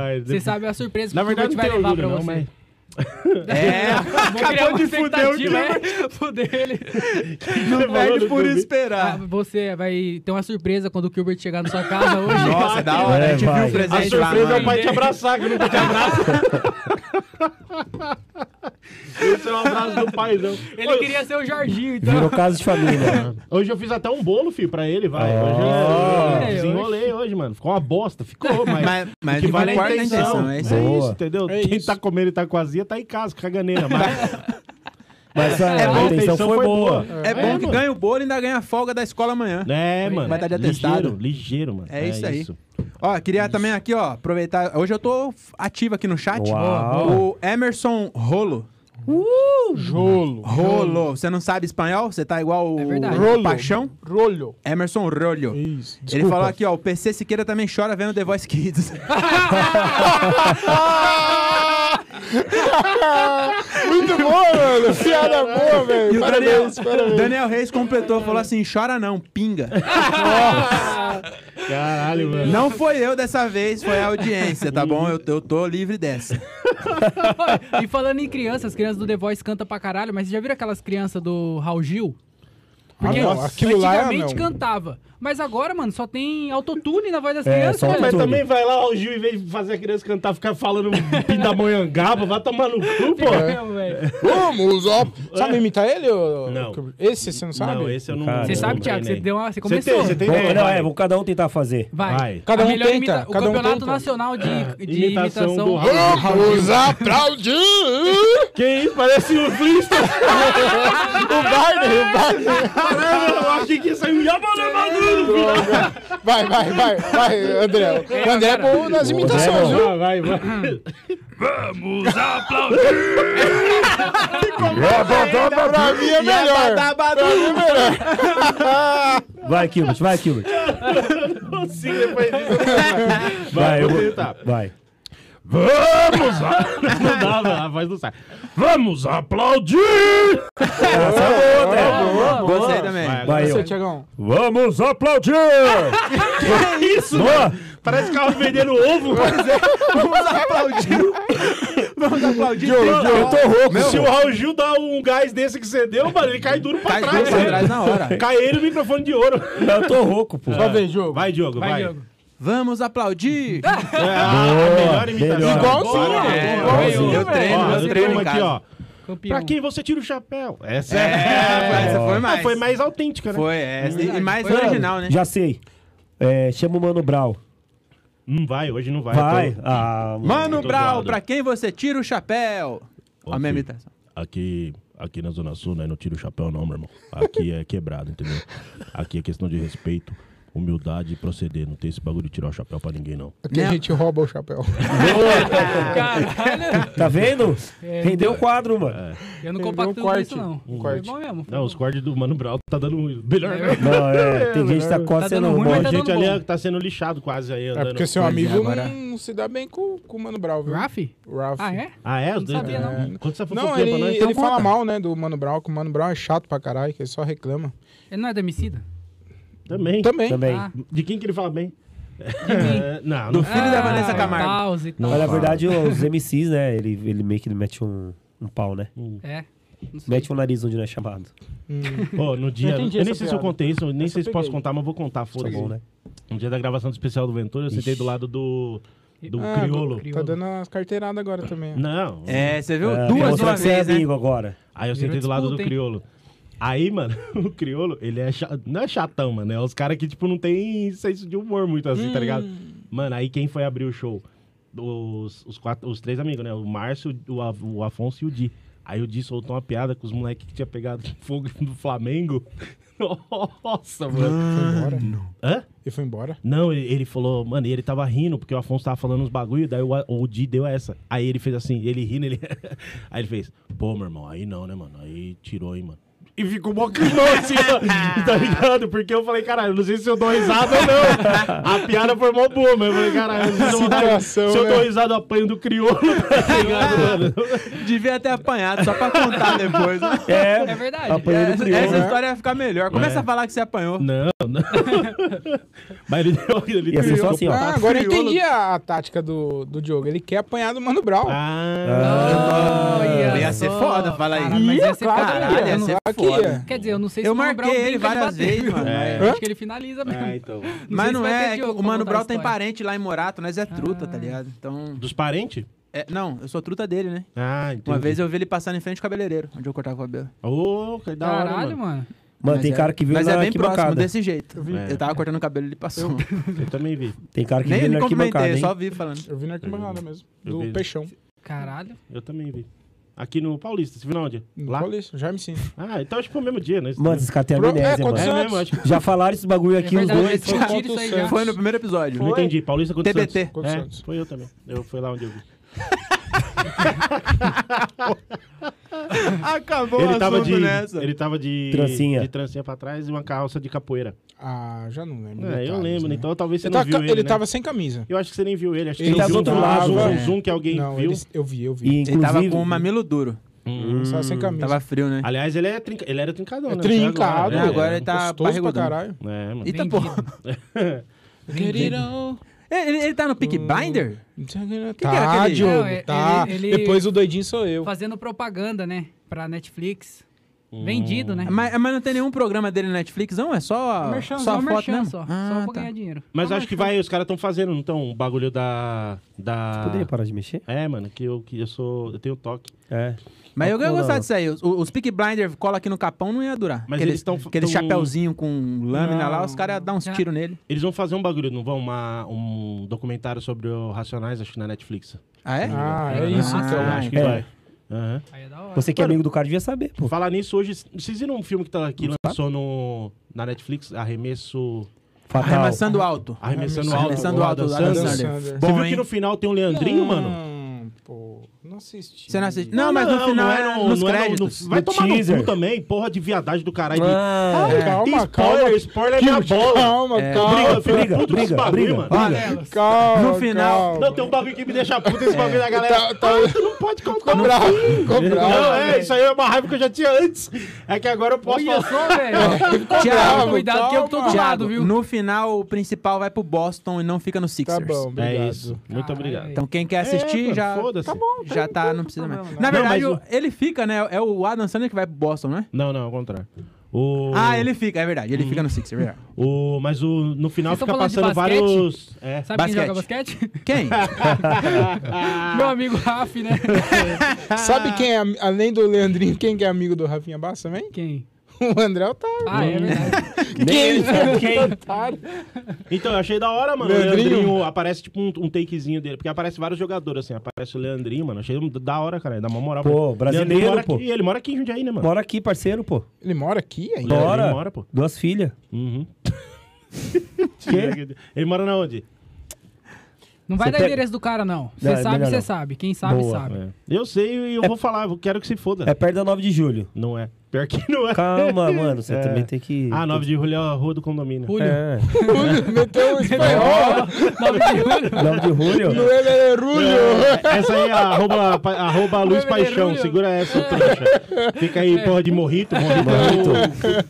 Speaker 3: Ai,
Speaker 1: Você sabe a surpresa
Speaker 3: Na
Speaker 1: que o Gilbert vai
Speaker 3: verdade, não tem
Speaker 1: levar pra
Speaker 3: orgulho, não,
Speaker 1: você.
Speaker 3: mas.
Speaker 2: É,
Speaker 1: Vou criar uma
Speaker 3: de fuder o
Speaker 1: expectativa, é. Fuder ele.
Speaker 2: não perde por
Speaker 1: Ah,
Speaker 2: esperar.
Speaker 1: Você vai ter uma surpresa quando o Gilbert chegar na sua casa hoje.
Speaker 2: Ah, Nossa, da hora.
Speaker 4: É,
Speaker 2: a gente viu
Speaker 4: vai.
Speaker 2: o
Speaker 3: A
Speaker 2: presente lá.
Speaker 3: surpresa é o
Speaker 2: mano.
Speaker 3: pai te abraçar, que nunca te abraça. Esse é um abraço do paizão.
Speaker 1: Ele queria ser o Jorginho, então.
Speaker 4: Virou casa de família.
Speaker 3: Hoje eu fiz até um bolo, filho, pra ele, vai. Hoje
Speaker 4: Ah.
Speaker 3: eu- eu desenrolei hoje, mano. Ficou uma bosta, ficou, mas...
Speaker 2: Mas, mas
Speaker 3: que
Speaker 2: que
Speaker 3: vale
Speaker 2: vale
Speaker 3: a
Speaker 2: quarta
Speaker 3: intenção.
Speaker 2: intenção, é isso.
Speaker 4: aí.
Speaker 2: aí.
Speaker 3: É
Speaker 4: Boa.
Speaker 3: isso, entendeu?
Speaker 5: É
Speaker 3: Quem
Speaker 5: isso.
Speaker 3: tá comendo e tá com azia, tá em casa, com caganeira. Mas
Speaker 4: É, Mas ah, a,
Speaker 3: a
Speaker 4: a intenção foi boa.
Speaker 2: É bom que
Speaker 3: mano.
Speaker 2: ganha o bolo e ainda ganha a folga da escola amanhã.
Speaker 3: É, mano.
Speaker 2: Vai dar de atestado.
Speaker 3: Ligeiro, ligeiro, mano.
Speaker 2: É isso aí. Ó, queria também aqui, ó, aproveitar. Hoje eu tô ativo aqui no chat.
Speaker 4: Uau.
Speaker 2: O Emerson Rolo.
Speaker 5: Rolo.
Speaker 2: Rolo. Você não sabe espanhol? Você tá igual o
Speaker 1: É verdade.
Speaker 2: Rolo. Paixão?
Speaker 5: Rolho.
Speaker 2: Emerson Rolho.
Speaker 5: Isso.
Speaker 2: Ele falou aqui, ó, o PC Siqueira também chora vendo The Voice Kids.
Speaker 5: Muito bom, mano. Piada boa, velho.
Speaker 2: E o Daniel,
Speaker 5: Parabéns, parabéns.
Speaker 2: Daniel Reis completou, falou assim, chora não, pinga.
Speaker 3: Caralho, mano.
Speaker 2: Não foi eu dessa vez, foi a audiência, tá bom? Eu, eu tô livre dessa.
Speaker 1: E falando em crianças, as crianças do The Voice cantam pra caralho, mas vocês já viram aquelas crianças do Raul Gil? Porque
Speaker 5: Ah, não, aquilo lá,
Speaker 1: antigamente
Speaker 5: não.
Speaker 1: cantava. Mas agora, mano, só tem autotune na voz das
Speaker 4: É,
Speaker 1: crianças,
Speaker 4: só
Speaker 1: velho.
Speaker 3: Mas
Speaker 4: Tudo.
Speaker 3: também vai lá, o Gil, em vez de fazer a criança cantar, ficar falando pindamonhangaba, vai tomar no cu, pô.
Speaker 1: Não, velho.
Speaker 5: Vamos, ó. É. Sabe imitar ele? Ou...
Speaker 3: Não.
Speaker 5: Esse você não sabe?
Speaker 3: Não, esse eu não...
Speaker 4: Cara,
Speaker 1: Você
Speaker 4: Eu
Speaker 1: sabe,
Speaker 3: não
Speaker 1: Thiago, você
Speaker 3: treinei.
Speaker 1: deu uma. Você
Speaker 3: Você
Speaker 1: começou.
Speaker 3: tem, você tem...
Speaker 4: Vamos,
Speaker 3: ideia,
Speaker 4: não,
Speaker 3: vai.
Speaker 4: é, vamos cada um tentar fazer.
Speaker 1: Vai.
Speaker 3: Vai.
Speaker 5: Cada
Speaker 1: A
Speaker 5: um
Speaker 1: melhor
Speaker 5: tenta,
Speaker 1: imita- O
Speaker 5: cada um
Speaker 1: campeonato
Speaker 5: tenta.
Speaker 1: nacional de, de
Speaker 3: Imitação
Speaker 1: imitação.
Speaker 3: do Raul
Speaker 5: Vamos aplaudir!
Speaker 9: um
Speaker 5: né?
Speaker 3: Que isso? Parece o Flintstone. o Barney, o Barney.
Speaker 9: Caramba, eu achei que isso aí me
Speaker 5: Vai, vai, vai, vai, André. O André é bom nas imitações,
Speaker 3: é
Speaker 5: viu?
Speaker 9: Vai, vai, vai.
Speaker 4: É,
Speaker 5: Pra mim é melhor.
Speaker 4: Vai, Kilbert, vai, Kilbert.
Speaker 9: Sim, depois disso.
Speaker 4: Vai, eu
Speaker 9: vou
Speaker 4: vou.
Speaker 9: tentar.
Speaker 4: Vai.
Speaker 9: Vamos! a- Não dava, a voz não sai. Vamos aplaudir!
Speaker 2: Gostei também.
Speaker 4: é né? Vai, eu.
Speaker 1: Você, Tiagão.
Speaker 4: Vamos aplaudir!
Speaker 9: Que isso,
Speaker 4: Boa!
Speaker 9: Parece que carro vendendo ovo.
Speaker 2: Vamos aplaudir. Vamos aplaudir.
Speaker 4: Eu tô rouco.
Speaker 9: Se o Raul Gil dá um gás desse que você deu, mano, ele cai duro pra
Speaker 2: Cai
Speaker 9: trás.
Speaker 2: duro pra
Speaker 9: né?
Speaker 2: trás na hora.
Speaker 9: Cai ele o microfone de ouro.
Speaker 4: Eu tô rouco, pô.
Speaker 5: Só vem, jogo.
Speaker 9: Vai, Diogo, vai.
Speaker 1: Vai, Diogo.
Speaker 2: Vamos aplaudir.
Speaker 9: É, a melhor imitação.
Speaker 4: melhor.
Speaker 9: Tá
Speaker 5: Igualzinho,
Speaker 9: Bora,
Speaker 5: é,
Speaker 9: bora.
Speaker 1: igualzinho,
Speaker 9: Ó,
Speaker 1: eu treino,
Speaker 2: eu
Speaker 9: tem
Speaker 2: treino
Speaker 9: uma
Speaker 2: em
Speaker 9: aqui,
Speaker 2: casa.
Speaker 9: ó.
Speaker 1: Campeão.
Speaker 9: Pra quem você tira o chapéu? Essa
Speaker 2: É, essa foi
Speaker 9: Ah,
Speaker 2: mais.
Speaker 9: Foi mais autêntica, né?
Speaker 2: Foi, é. E mais
Speaker 1: Foi
Speaker 2: original, né?
Speaker 4: Já sei. É, chama o Mano Brau.
Speaker 9: Não vai, hoje não vai.
Speaker 4: Vai.
Speaker 9: eu tô-
Speaker 4: Ah,
Speaker 2: Mano
Speaker 9: Tô
Speaker 2: Brau,
Speaker 9: zoado.
Speaker 2: pra quem você tira o chapéu? Ó, a minha imitação.
Speaker 3: Aqui, aqui na Zona Sul, né? Não tira o chapéu, não, meu irmão. Aqui é quebrado, entendeu? Aqui é questão de respeito, humildade e proceder. Não tem esse bagulho de tirar o chapéu pra ninguém, não.
Speaker 5: Aqui a gente rouba o chapéu.
Speaker 1: Caralho.
Speaker 4: Tá vendo?
Speaker 1: É.
Speaker 4: Rendeu o quadro, mano.
Speaker 1: Eu não compacto tudo isso, não.
Speaker 5: Um
Speaker 1: Foi
Speaker 5: corte.
Speaker 1: bom mesmo.
Speaker 3: Não, os cortes do Mano Brau tá dando melhor, né?
Speaker 4: Não, é. Tem gente que tá quase
Speaker 1: Tá
Speaker 4: sendo
Speaker 1: dando ruim, mas
Speaker 4: bom.
Speaker 1: tá
Speaker 9: A gente
Speaker 1: dando
Speaker 9: ali
Speaker 1: bom.
Speaker 9: é que tá sendo lixado quase aí.
Speaker 5: É
Speaker 9: Andando.
Speaker 5: porque seu amigo
Speaker 2: agora-
Speaker 5: não se dá bem com, com o Mano Brau, viu?
Speaker 1: Raf?
Speaker 5: O Ralph.
Speaker 1: Ah, é?
Speaker 9: Ah, é? Os
Speaker 1: Não
Speaker 9: dois?
Speaker 1: sabia,
Speaker 3: tá-
Speaker 9: É.
Speaker 1: não.
Speaker 9: Quando você for
Speaker 5: Não,
Speaker 9: fofoqueira
Speaker 5: ele,
Speaker 9: pra nós,
Speaker 5: ele
Speaker 9: então
Speaker 5: fala
Speaker 9: conta.
Speaker 5: mal, né, do Mano Brau, que o Mano Brau é chato pra caralho, que ele só reclama. Tá
Speaker 1: Ele não é demicida?
Speaker 9: Também.
Speaker 5: Também.
Speaker 4: Também.
Speaker 1: Ah.
Speaker 9: De quem que ele fala bem?
Speaker 1: mim.
Speaker 9: É, não,
Speaker 2: Do
Speaker 9: não.
Speaker 2: filho da Vanessa Camargo.
Speaker 1: Ah, Pause e tal.
Speaker 3: é
Speaker 4: Mas na verdade, os MCs, né? Ele, ele meio que mete um, um pau, né?
Speaker 1: É. Não sei.
Speaker 4: Mete um nariz onde não é chamado.
Speaker 3: Ó, no dia.
Speaker 5: Eu
Speaker 3: Eu,
Speaker 5: entendi
Speaker 3: nem
Speaker 5: essa
Speaker 3: sei se eu
Speaker 5: piada.
Speaker 3: contei isso, eu nem
Speaker 5: Essa
Speaker 3: sei se
Speaker 5: eu
Speaker 3: posso
Speaker 5: peguei.
Speaker 3: contar, mas vou contar,
Speaker 4: Tá
Speaker 3: foda-se.
Speaker 4: bom, né?
Speaker 3: No dia da gravação do especial do Ventura, eu sentei do lado do. do
Speaker 5: Ah,
Speaker 3: criolo.
Speaker 5: Tá dando as carteiradas agora também. ó.
Speaker 3: Não.
Speaker 2: É, você viu?
Speaker 4: É,
Speaker 2: Duas de
Speaker 4: mostrar
Speaker 2: uma
Speaker 4: que você é
Speaker 2: vez, né?
Speaker 4: amigo agora.
Speaker 3: Aí eu
Speaker 1: Virou
Speaker 3: sentei do lado do
Speaker 1: disputa, hein?
Speaker 3: criolo. Aí, mano, o criolo, ele é chato. Não é chatão, mano. É os caras que, tipo, não tem senso de humor muito assim, tá ligado? Mano, aí quem foi abrir o show? Os, os, quatro, os três amigos, né? O Márcio, o, Af- o Afonso e o Di. Aí o Di soltou uma piada com os moleques que tinha pegado fogo do Flamengo. Nossa, mano.
Speaker 5: Foi embora?
Speaker 3: Hã?
Speaker 5: E foi embora?
Speaker 3: Não, ele, ele falou, mano, e ele tava rindo, porque o Afonso tava falando uns bagulho, daí o, A- o Di deu essa. Aí ele fez assim, ele rindo, ele. aí ele fez, pô, meu irmão, aí não, né, mano? Aí tirou, hein, mano. E ficou mó climão assim, ó, tá ligado? Porque eu falei, caralho, eu não sei se eu dou risada ou não. A piada foi mó boa, mas eu falei, caralho, eu não sei se eu, dou-
Speaker 5: Situação,
Speaker 3: se eu dou
Speaker 5: né?
Speaker 3: risada, eu apanho do crioulo, tá ligado, mano?
Speaker 2: Devia ter apanhado, só pra contar depois. né?
Speaker 1: É
Speaker 3: Tá
Speaker 1: verdade.
Speaker 4: Apanhei do
Speaker 2: Essa, essa
Speaker 4: crioulo.
Speaker 2: história ia ficar melhor. Começa a falar que você apanhou.
Speaker 3: Não, não. mas ele deu.
Speaker 2: é
Speaker 3: Ele
Speaker 4: Ia ser só
Speaker 3: ficou-
Speaker 4: assim, ó.
Speaker 2: Tá
Speaker 5: ah, agora eu
Speaker 2: crioulo.
Speaker 5: entendi a, a tática do, do Diogo. Ele quer apanhar do Mano Brau.
Speaker 3: Ah,
Speaker 1: Olha
Speaker 2: ia ser
Speaker 1: só.
Speaker 2: foda, fala aí.
Speaker 1: Caralho, mas ia ser
Speaker 5: Claro,
Speaker 1: foda.
Speaker 2: Caralho,
Speaker 5: eu
Speaker 2: ia
Speaker 5: não
Speaker 2: ser
Speaker 5: aqui,
Speaker 2: foda.
Speaker 1: Quer dizer, eu não sei se
Speaker 2: Eu
Speaker 1: o Mano
Speaker 2: marquei
Speaker 1: Brown
Speaker 2: ele
Speaker 1: brinca de
Speaker 2: várias
Speaker 1: bater.
Speaker 2: vezes, mano.
Speaker 3: É.
Speaker 1: Acho que ele finaliza mesmo.
Speaker 3: ah, então.
Speaker 2: Mas
Speaker 1: sei
Speaker 2: não
Speaker 1: se vai ter
Speaker 2: é, que
Speaker 1: Diogo
Speaker 2: o
Speaker 1: pra
Speaker 2: Mano
Speaker 1: contar a
Speaker 2: Brau tem
Speaker 1: história.
Speaker 2: parente lá em Morato, nós é truta, tá ligado? Então.
Speaker 3: Dos parentes?
Speaker 2: é, não, eu sou truta dele, né?
Speaker 3: Ah, entendi.
Speaker 2: Uma vez eu vi ele passando em frente ao cabeleireiro, onde eu cortava o cabelo.
Speaker 3: Ô, que da hora,
Speaker 1: Caralho, mano.
Speaker 4: Mano,
Speaker 2: Mas
Speaker 4: tem
Speaker 2: é-
Speaker 4: cara que viu
Speaker 2: Mas
Speaker 4: na
Speaker 2: é bem próximo,
Speaker 4: arquibancada.
Speaker 2: desse jeito. Eu,
Speaker 3: É.
Speaker 2: tava cortando o cabelo e ele passou.
Speaker 3: Eu também vi.
Speaker 4: Tem cara que
Speaker 2: Nem
Speaker 4: viu
Speaker 2: me
Speaker 4: na arquibancada,
Speaker 2: cumprimentei, eu
Speaker 4: hein?
Speaker 2: só vi falando.
Speaker 5: Eu vi na arquibancada mesmo.
Speaker 3: Uhum. Eu
Speaker 5: Do
Speaker 3: vi.
Speaker 5: Peixão.
Speaker 1: Caralho.
Speaker 3: Eu também vi. Aqui no Paulista, você viu na onde?
Speaker 5: No
Speaker 3: Lá?
Speaker 5: Paulista, Jaime sim.
Speaker 3: Ah, então acho que foi o mesmo dia, né?
Speaker 4: Mano, esses caras têm amnésia,
Speaker 5: é,
Speaker 4: mano.
Speaker 5: aconteceu
Speaker 3: É mesmo,
Speaker 5: antes.
Speaker 3: acho que
Speaker 4: Já falaram esse bagulho aqui,
Speaker 1: é
Speaker 4: os
Speaker 1: verdade,
Speaker 4: dois.
Speaker 1: eu
Speaker 5: Foi
Speaker 1: tira isso aí já.
Speaker 2: Foi no primeiro episódio.
Speaker 3: não entendi. Paulista contra o
Speaker 2: TBT.
Speaker 3: Santos.
Speaker 5: Contra o
Speaker 3: é,
Speaker 5: Santos.
Speaker 3: Foi eu também. Eu fui lá onde eu vi.
Speaker 2: Acabou
Speaker 3: ele, tava
Speaker 2: assunto
Speaker 3: de,
Speaker 2: nessa.
Speaker 3: ele tava de
Speaker 4: Trancinha.
Speaker 3: de trancinha pra trás e uma calça de capoeira.
Speaker 5: Ah, já não lembro.
Speaker 3: É, eu
Speaker 5: detalhes,
Speaker 3: lembro,
Speaker 5: né?
Speaker 3: então talvez você
Speaker 5: Ele,
Speaker 3: não
Speaker 5: tava,
Speaker 3: viu ele.
Speaker 5: ele
Speaker 3: né?
Speaker 5: tava sem camisa.
Speaker 3: Eu acho que você nem viu ele. Acho que
Speaker 5: Ele
Speaker 3: você
Speaker 4: tava
Speaker 3: ouviu
Speaker 4: do
Speaker 3: um
Speaker 4: outro lado,
Speaker 3: zoom,
Speaker 5: é.
Speaker 3: zoom, zoom que alguém
Speaker 5: não,
Speaker 3: viu.
Speaker 5: ele- eu vi, eu vi.
Speaker 4: E,
Speaker 2: Ele tava
Speaker 4: inclusive,
Speaker 2: com o mamilo duro.
Speaker 5: Ele tava sem camisa.
Speaker 2: Tava frio, né?
Speaker 3: Aliás, ele, é trinca... ele era trincadão, né?
Speaker 5: Trincado.
Speaker 3: É,
Speaker 2: Não, agora ele tá
Speaker 5: Gostoso pra
Speaker 2: barrigudão.
Speaker 5: caralho.
Speaker 3: É, mano.
Speaker 2: Eita, porra. Ele, ele- ele tá no Pick Binder? era
Speaker 5: Tá,
Speaker 2: aquele?
Speaker 1: Não, é-
Speaker 5: Diogo, tá.
Speaker 1: ele- ele-
Speaker 5: Depois o doidinho sou eu.
Speaker 1: Fazendo propaganda, né? Pra Netflix. Vendido, né?
Speaker 2: Hum. Mas, mas não tem nenhum programa dele na Netflix, não? É só,
Speaker 1: Merchan,
Speaker 2: só a foto
Speaker 1: merchan
Speaker 2: mesmo?
Speaker 1: só.
Speaker 2: Ah,
Speaker 1: só pra
Speaker 2: tá.
Speaker 1: ganhar dinheiro.
Speaker 3: Mas
Speaker 1: Só
Speaker 3: acho que
Speaker 1: merchan.
Speaker 3: vai, os caras estão fazendo, não tão? O bagulho da. da...
Speaker 4: Poderia parar de mexer?
Speaker 3: É, mano, que eu, que eu sou. Eu tenho toque.
Speaker 4: É.
Speaker 2: Mas eu ia
Speaker 4: Não,
Speaker 2: gostar
Speaker 4: não.
Speaker 2: disso aí. Os, os Peaky Blinder cola aqui no capão não ia durar.
Speaker 3: Mas
Speaker 2: aqueles
Speaker 3: eles tão-
Speaker 2: Aquele
Speaker 3: tão-
Speaker 2: chapéuzinho com lâmina lá, os caras iam dar uns
Speaker 1: Já-
Speaker 2: tiros nele.
Speaker 3: Eles vão fazer um bagulho, não vão? Uma, um documentário sobre o Racionais, acho que na Netflix.
Speaker 2: Ah, é?
Speaker 5: Ah, é isso
Speaker 2: Ah,
Speaker 5: então.
Speaker 3: Eu acho que
Speaker 4: é.
Speaker 3: vai. Aham.
Speaker 1: Aí é da hora.
Speaker 4: Você que é amigo do cara devia saber, pô.
Speaker 3: Falar nisso hoje, vocês viram um filme que, tá, que lançou no, na Netflix? Arremesso.
Speaker 4: Fatal.
Speaker 2: Arremessando alto.
Speaker 3: Arremessando alto.
Speaker 2: Arremessando alto.
Speaker 3: Adam
Speaker 2: Adam
Speaker 3: Sandler.
Speaker 2: Sandler.
Speaker 5: Sandler.
Speaker 2: Bom,
Speaker 3: Você viu que no
Speaker 2: hein?
Speaker 3: final tem o Leandrinho, mano?
Speaker 5: Não, pô. Não assisti.
Speaker 2: Você não assiste? Não, mas no final é nos
Speaker 3: não é no-
Speaker 2: créditos.
Speaker 3: no- vai
Speaker 4: No
Speaker 3: tomar
Speaker 4: teaser.
Speaker 3: no cu também, porra de viadagem do caralho. de-
Speaker 4: Ah,
Speaker 5: Ai, calma,
Speaker 3: spoiler,
Speaker 5: calma.
Speaker 3: spoiler é minha bola.
Speaker 5: Calma, calma.
Speaker 3: eu fico
Speaker 4: briga,
Speaker 3: puto com esse
Speaker 4: briga,
Speaker 3: bagulho,
Speaker 4: briga,
Speaker 3: mano.
Speaker 2: Olha,
Speaker 5: Calma,
Speaker 2: No final-
Speaker 3: Não, tem um bagulho que me deixa puto esse bagulho da
Speaker 2: É, tá,
Speaker 3: galera. Ah, tu não pode contar. no
Speaker 5: bravo,
Speaker 3: fim.
Speaker 5: ficou
Speaker 3: Não,
Speaker 5: bravo,
Speaker 3: é, isso aí é uma raiva que eu já tinha antes. É que agora eu posso
Speaker 1: Olha
Speaker 3: falar.
Speaker 1: só, velho. Tiago,
Speaker 2: Thiago,
Speaker 1: cuidado que eu tô do lado,
Speaker 2: Thiago,
Speaker 1: viu?
Speaker 2: no final o principal vai pro Boston e não fica no Sixers.
Speaker 5: Tá bom, obrigado.
Speaker 3: É isso. Muito
Speaker 1: Caralho.
Speaker 3: obrigado.
Speaker 2: Então quem quer assistir
Speaker 3: É,
Speaker 2: já,
Speaker 3: Foda-se.
Speaker 2: já tá, não precisa mais.
Speaker 1: problema,
Speaker 2: Na
Speaker 3: não.
Speaker 2: verdade,
Speaker 3: Não, mas
Speaker 2: o- ele fica, né? É o Adam Sandler que vai pro Boston, né?
Speaker 3: Não, não, ao contrário. O...
Speaker 2: Ah, ele fica, é verdade.
Speaker 3: Uhum.
Speaker 2: Ele fica no Sixers, é verdade.
Speaker 3: O... Mas o... no final
Speaker 1: Vocês tão
Speaker 3: fica
Speaker 1: falando de
Speaker 3: passando
Speaker 1: basquete?
Speaker 3: vários. É.
Speaker 1: Sabe quem joga basquete?
Speaker 2: Quem? Ah.
Speaker 1: Meu amigo Raf, né?
Speaker 3: Ah.
Speaker 5: Sabe quem é, am- além do Leandrinho, quem que é amigo do Rafinha Bassa também?
Speaker 1: Quem?
Speaker 5: O André Otávio.
Speaker 1: Ah,
Speaker 2: Hum.
Speaker 1: é verdade.
Speaker 3: Quem? Quem?
Speaker 5: Otário.
Speaker 3: Então, eu achei da hora, mano. O
Speaker 5: Leandrinho.
Speaker 3: Leandrinho, aparece tipo um, um takezinho dele. Porque aparece vários jogadores, assim. Aparece o Leandrinho, mano. Achei da hora, cara. Dá uma moral.
Speaker 4: Pô,
Speaker 3: Leandrinho
Speaker 4: brasileiro,
Speaker 3: mora
Speaker 4: pô.
Speaker 3: Aqui, ele mora aqui em Jundiaí, né, mano?
Speaker 4: Mora aqui, parceiro, pô.
Speaker 5: Ele mora aqui ainda?
Speaker 3: Leandrinho
Speaker 4: Mora.
Speaker 3: mora, pô.
Speaker 4: Duas filhas.
Speaker 3: Uhum. Que? Ele mora na onde?
Speaker 1: Não vai
Speaker 4: Você
Speaker 1: dar
Speaker 4: pega-
Speaker 1: endereço do cara, não.
Speaker 4: Não,
Speaker 1: Você
Speaker 4: é
Speaker 1: sabe,
Speaker 4: melhor
Speaker 1: você
Speaker 4: não.
Speaker 1: sabe. Quem sabe,
Speaker 4: Boa,
Speaker 1: sabe.
Speaker 3: É. Eu sei e eu vou falar. Eu quero que se foda.
Speaker 4: É perto da 9 de julho.
Speaker 3: Não é. Pior que não é.
Speaker 4: Calma, mano. Você
Speaker 3: É.
Speaker 4: também tem que.
Speaker 3: Ah, 9 de julho é a rua do condomínio.
Speaker 1: Julho.
Speaker 4: É.
Speaker 5: Meteu um espanhol. é
Speaker 1: 9 de julho.
Speaker 4: 9 de
Speaker 5: no
Speaker 4: julho.
Speaker 5: Elerulho.
Speaker 3: Essa aí é a arroba, pa- arroba Luiz Paixão. Segura essa, ô trouxa. Fica aí, porra de morrito. morrito.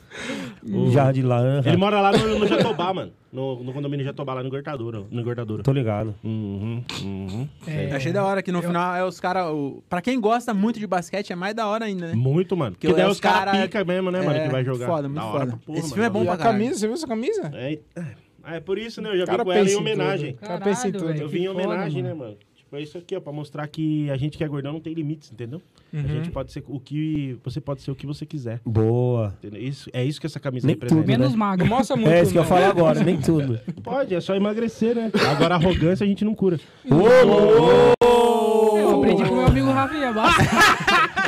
Speaker 4: Jardim de laranja.
Speaker 3: Ele mora lá no, no Jatobá, mano. No, no condomínio Jatobá, lá no Gortadura. No Gortadura.
Speaker 4: Tô ligado.
Speaker 3: Uhum, uhum.
Speaker 1: É.
Speaker 2: Achei da hora que no final é os caras. Pra quem gosta muito de basquete, é mais da hora ainda, né?
Speaker 3: Muito, mano. Porque
Speaker 2: Porque
Speaker 3: daí
Speaker 2: é
Speaker 3: os caras
Speaker 2: cara-
Speaker 3: pica mesmo, né, mano,
Speaker 2: É,
Speaker 3: que vai jogar.
Speaker 2: Foda, muito
Speaker 3: Da hora
Speaker 2: foda.
Speaker 3: pra porra,
Speaker 2: Esse
Speaker 3: mano,
Speaker 2: filme é
Speaker 3: da
Speaker 2: bom
Speaker 3: hora.
Speaker 2: pra
Speaker 5: A
Speaker 2: caralho.
Speaker 5: camisa, você viu essa camisa?
Speaker 3: É, ah, é por isso, né? Eu
Speaker 5: O
Speaker 3: já vim
Speaker 5: cara
Speaker 3: com ela
Speaker 5: pensa
Speaker 3: em
Speaker 5: em
Speaker 3: homenagem.
Speaker 2: né?
Speaker 5: tudo. O cara pensa
Speaker 1: Caralho,
Speaker 5: em tudo.
Speaker 1: velho.
Speaker 3: Eu vim em
Speaker 1: Que foda,
Speaker 3: homenagem,
Speaker 1: mano.
Speaker 3: né, mano? Tipo, é isso aqui, ó, pra mostrar que a gente que é gordão não tem limites, entendeu?
Speaker 1: Uhum.
Speaker 3: A gente pode ser o que. Você pode ser o que você quiser.
Speaker 4: Boa.
Speaker 3: entendeu? Isso, é isso que essa camisa
Speaker 4: Nem
Speaker 3: representa.
Speaker 4: tudo, né?
Speaker 1: Menos magro.
Speaker 5: Não mostra muito.
Speaker 4: É isso que eu
Speaker 5: não.
Speaker 4: falo agora, nem tudo.
Speaker 3: Pode, é só emagrecer, né? Agora arrogância a gente não cura.
Speaker 1: Eu aprendi com meu amigo Rafinha Basta.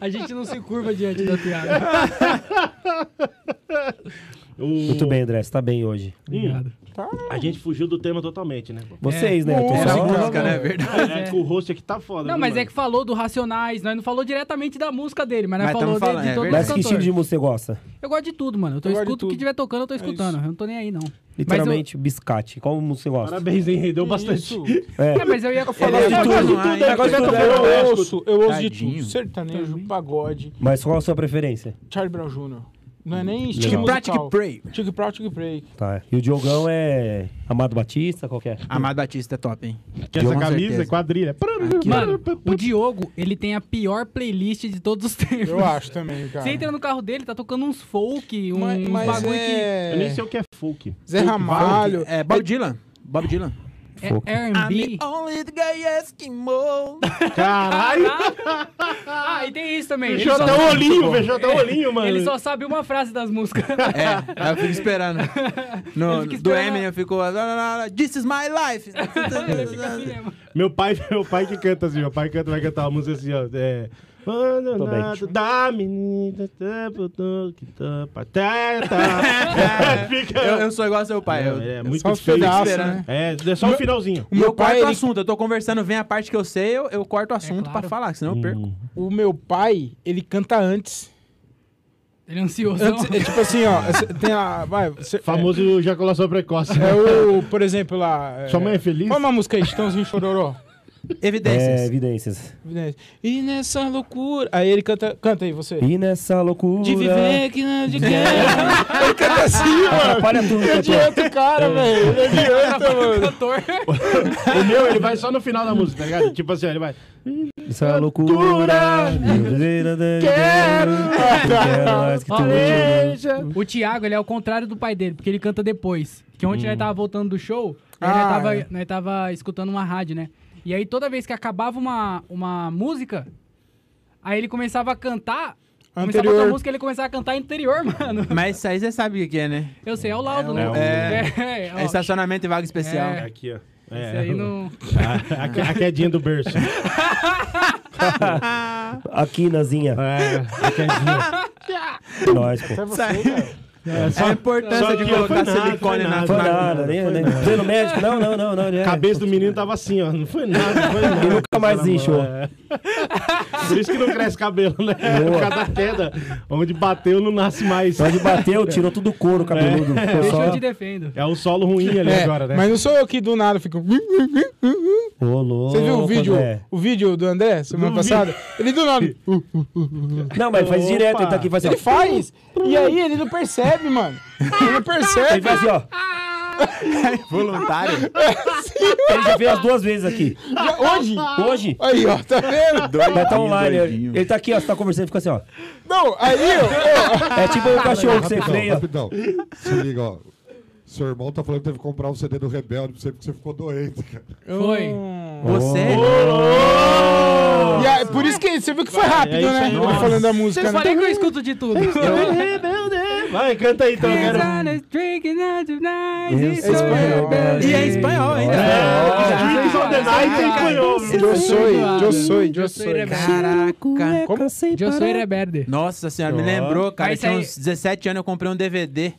Speaker 1: A gente não se curva diante da piada.
Speaker 3: O- tá.
Speaker 4: Muito bem, André. Você tá bem hoje.
Speaker 1: Obrigado.
Speaker 3: A gente fugiu do tema totalmente, né? pô?
Speaker 4: Vocês, né? Eu tô
Speaker 5: Nossa,
Speaker 2: Era
Speaker 4: só-
Speaker 5: cara.
Speaker 2: música, né? Verdade.
Speaker 3: É, que o rosto aqui tá foda.
Speaker 1: Não,
Speaker 3: viu,
Speaker 1: mas
Speaker 3: mano?
Speaker 1: é que falou do Racionais, nós não falou diretamente da música dele, mas nós
Speaker 2: Mas
Speaker 1: falou
Speaker 2: tamo falando,
Speaker 1: de, de
Speaker 2: é
Speaker 1: todos os
Speaker 4: Mas que
Speaker 1: cantores.
Speaker 4: estilo de música você gosta?
Speaker 1: Eu gosto de tudo, mano. Eu, tô
Speaker 5: Eu gosto de
Speaker 1: escuto o que
Speaker 5: tudo. É
Speaker 1: tiver tocando, eu tô escutando. eu não tô nem aí, não.
Speaker 4: Literalmente, biscate. Qual música você gosta?
Speaker 3: Parabéns, hein? Rendeu bastante.
Speaker 5: Isso.
Speaker 1: Mas eu, é, mas eu ia falar.
Speaker 2: Ele é
Speaker 5: Eu
Speaker 2: de tudo,
Speaker 5: gosto de
Speaker 2: mas-
Speaker 5: tudo,
Speaker 3: né,
Speaker 5: é,
Speaker 4: Agora
Speaker 5: eu
Speaker 4: você
Speaker 5: gosto de
Speaker 4: tá
Speaker 5: tudo. Eu
Speaker 3: vendo?
Speaker 5: ouço, eu ouço de
Speaker 2: Tadinho.
Speaker 5: tudo. Sertanejo, pagode,
Speaker 4: Mas qual a sua preferência?
Speaker 5: Charlie Brown Jr. Não é nem
Speaker 2: Que
Speaker 5: estilo
Speaker 2: Pratic
Speaker 5: musical.
Speaker 2: Pray.
Speaker 5: Tic Prau, Tic Pray.
Speaker 4: Tá. E o Diogão é Amado Batista, qual que é?
Speaker 2: Amado Batista é top, hein?
Speaker 3: Que essa
Speaker 2: Com
Speaker 3: camisa
Speaker 2: certeza.
Speaker 3: é quadrilha.
Speaker 1: Mano, o Diogo, ele tem a pior playlist de todos os tempos.
Speaker 5: Eu acho também, cara.
Speaker 1: Você entra no carro dele, tá tocando uns folk, um,
Speaker 5: Mas,
Speaker 1: uns
Speaker 5: mas
Speaker 1: bagulho
Speaker 3: Eu nem
Speaker 5: é...
Speaker 3: sei o que é folk.
Speaker 5: Zé Ramalho.
Speaker 2: É, Bob Dylan. Bob Dylan.
Speaker 1: que é- é R&B.
Speaker 2: only the gay Eskimo.
Speaker 3: Caralho!
Speaker 1: Ah, e tem isso também. Ele
Speaker 3: Fechou
Speaker 1: só,
Speaker 3: até o um olhinho, fechou até o olhinho, mano.
Speaker 1: ele só sabe uma frase das músicas.
Speaker 2: É, aí eu fico esperando. No,
Speaker 1: Ele fica
Speaker 2: Do
Speaker 1: esperando.
Speaker 2: Eminem eu fico. "La, la, la, la, This is my life.
Speaker 1: Ele fica assim mesmo.
Speaker 3: Meu pai, meu pai que canta assim, meu pai canta, vai cantar uma música assim, ó. É. Mano,
Speaker 4: Tô bem.
Speaker 3: nada da menina, tempo todo que tá pateta. Fica.
Speaker 2: eu, eu sou igual ao seu pai. eu-
Speaker 3: é, é
Speaker 2: eu
Speaker 3: muito
Speaker 5: Só os
Speaker 3: feio.
Speaker 5: pedaços,
Speaker 2: esperando.
Speaker 5: né?
Speaker 3: É, é só o finalzinho.
Speaker 5: O
Speaker 2: E eu
Speaker 5: meu pai,
Speaker 2: corto o
Speaker 5: ele
Speaker 2: assunto. Eu tô conversando, vem a parte que eu sei, eu, eu corto o assunto
Speaker 1: É claro.
Speaker 2: pra falar, senão eu perco.
Speaker 3: Hum.
Speaker 5: O meu pai, ele canta antes.
Speaker 1: Ele é ansioso.
Speaker 5: Antes, é tipo assim, ó. essa- Tem a. Vai, você-
Speaker 3: Famoso ejaculação precoce.
Speaker 5: É o, por exemplo, lá. é-
Speaker 3: Sua mãe é feliz?
Speaker 5: Qual é uma música aí, Chitãozinho e Chororó?
Speaker 4: É,
Speaker 3: É,
Speaker 2: Evidências.
Speaker 4: evidências.
Speaker 5: E nessa loucura. Aí ele canta. Canta aí, você.
Speaker 4: E nessa loucura.
Speaker 5: De viver que não de
Speaker 1: É,
Speaker 5: guerra. ele canta assim, mano.
Speaker 4: Olha tudo,
Speaker 5: Não
Speaker 4: é cantor.
Speaker 5: adianta o cara, velho. Não adianta, mano.
Speaker 1: é cantor.
Speaker 3: O meu, ele vai só no final da música, tá ligado? Tipo assim, ó, ele vai.
Speaker 4: Essa loucura. Quero mais que tudo.
Speaker 1: O Thiago, ele é o contrário do pai dele, porque ele canta depois. Que ontem nós tava voltando do show, e nós,
Speaker 5: Ah,
Speaker 1: tava,
Speaker 5: é.
Speaker 1: nós tava escutando uma rádio, né? E aí toda vez que acabava uma, uma música, aí ele começava a cantar. Começava outra
Speaker 5: Anterior.
Speaker 1: música, ele começava a cantar interior, mano.
Speaker 2: Mas isso aí você sabe o que que é, né?
Speaker 1: Eu sei, é o laudo,
Speaker 3: É
Speaker 1: né?
Speaker 3: o-
Speaker 1: É, ó,
Speaker 2: É estacionamento e vaga especial.
Speaker 1: É.
Speaker 3: Aqui, ó.
Speaker 1: Isso
Speaker 3: É,
Speaker 1: aí não.
Speaker 3: a, a- a quedinha do berço.
Speaker 4: Aqui, Nazinha.
Speaker 3: É, aqui
Speaker 4: Nós, pô.
Speaker 3: é
Speaker 2: É a
Speaker 3: só
Speaker 2: importância
Speaker 3: só
Speaker 2: de
Speaker 3: que eu
Speaker 2: colocar
Speaker 3: fui nada,
Speaker 2: silicone
Speaker 3: fui
Speaker 2: na
Speaker 3: nada.
Speaker 4: Foi
Speaker 3: Não,
Speaker 4: nada,
Speaker 3: não,
Speaker 4: né?
Speaker 3: foi
Speaker 4: né?
Speaker 3: nada.
Speaker 4: Veio no médico? Não, não, não, não.
Speaker 3: a
Speaker 4: é.
Speaker 3: cabeça do menino tava assim, ó. Não foi nada, não foi nada.
Speaker 4: E nunca mais inchou.
Speaker 3: Por isso É. que não cresce cabelo, né? Por causa da queda. Onde bateu, não nasce mais.
Speaker 4: Onde bateu, tirou tudo o couro cabeludo. Ficou
Speaker 1: Deixa
Speaker 4: só...
Speaker 1: eu te defendo.
Speaker 3: É um solo ruim ali
Speaker 5: É,
Speaker 3: agora, né?
Speaker 5: Mas não sou eu que do nada fico.
Speaker 4: Ô, louco, né?
Speaker 5: Você viu o vídeo,
Speaker 3: né?
Speaker 4: André.
Speaker 5: o vídeo do André semana
Speaker 3: Não vi.
Speaker 5: passada? Ele do nada.
Speaker 4: Não, mas faz
Speaker 3: Opa.
Speaker 4: direto, ele tá aqui e faz assim,
Speaker 5: Ele
Speaker 4: ó.
Speaker 5: faz. E aí ele não percebe, mano. Ele não
Speaker 4: Ele
Speaker 5: percebe.
Speaker 4: faz assim, ó.
Speaker 2: Voluntário?
Speaker 4: Ele já veio as duas vezes aqui.
Speaker 5: Já- Hoje.
Speaker 4: Hoje,
Speaker 5: Aí, ó, tá vendo?
Speaker 4: vai tá online.
Speaker 2: doidinho.
Speaker 4: Ele tá aqui, ó. Você tá conversando, fica assim, ó.
Speaker 5: Não, aí, ó,
Speaker 4: É tipo o cachorro que você
Speaker 10: Rapidão,
Speaker 4: freia.
Speaker 10: rapidão. Se liga, ó. Seu irmão tá falando que teve que comprar um CD do Rebelde pra você porque você ficou doente, cara.
Speaker 1: Foi.
Speaker 2: Você? é
Speaker 5: ó. E aí, por isso que você viu que foi rápido,
Speaker 3: é isso
Speaker 5: né?
Speaker 3: aí,
Speaker 5: Tô falando da música,
Speaker 1: Vocês
Speaker 5: né?
Speaker 1: falem que eu escuto de tudo.
Speaker 3: Vai, canta aí então, eu quero.
Speaker 1: Eu
Speaker 5: sou rebelde.
Speaker 2: E é em espanhol ainda.
Speaker 3: É, Jesus on the night em
Speaker 5: Eu
Speaker 3: espanhol.
Speaker 5: sou, eu sou, eu sou.
Speaker 4: né?
Speaker 2: Caraca.
Speaker 5: Como?
Speaker 1: Eu sou rebelde.
Speaker 2: Nossa senhora, me lembrou, cara.
Speaker 1: Mas
Speaker 2: tinha
Speaker 1: aí-
Speaker 2: uns 17 anos eu comprei um DVD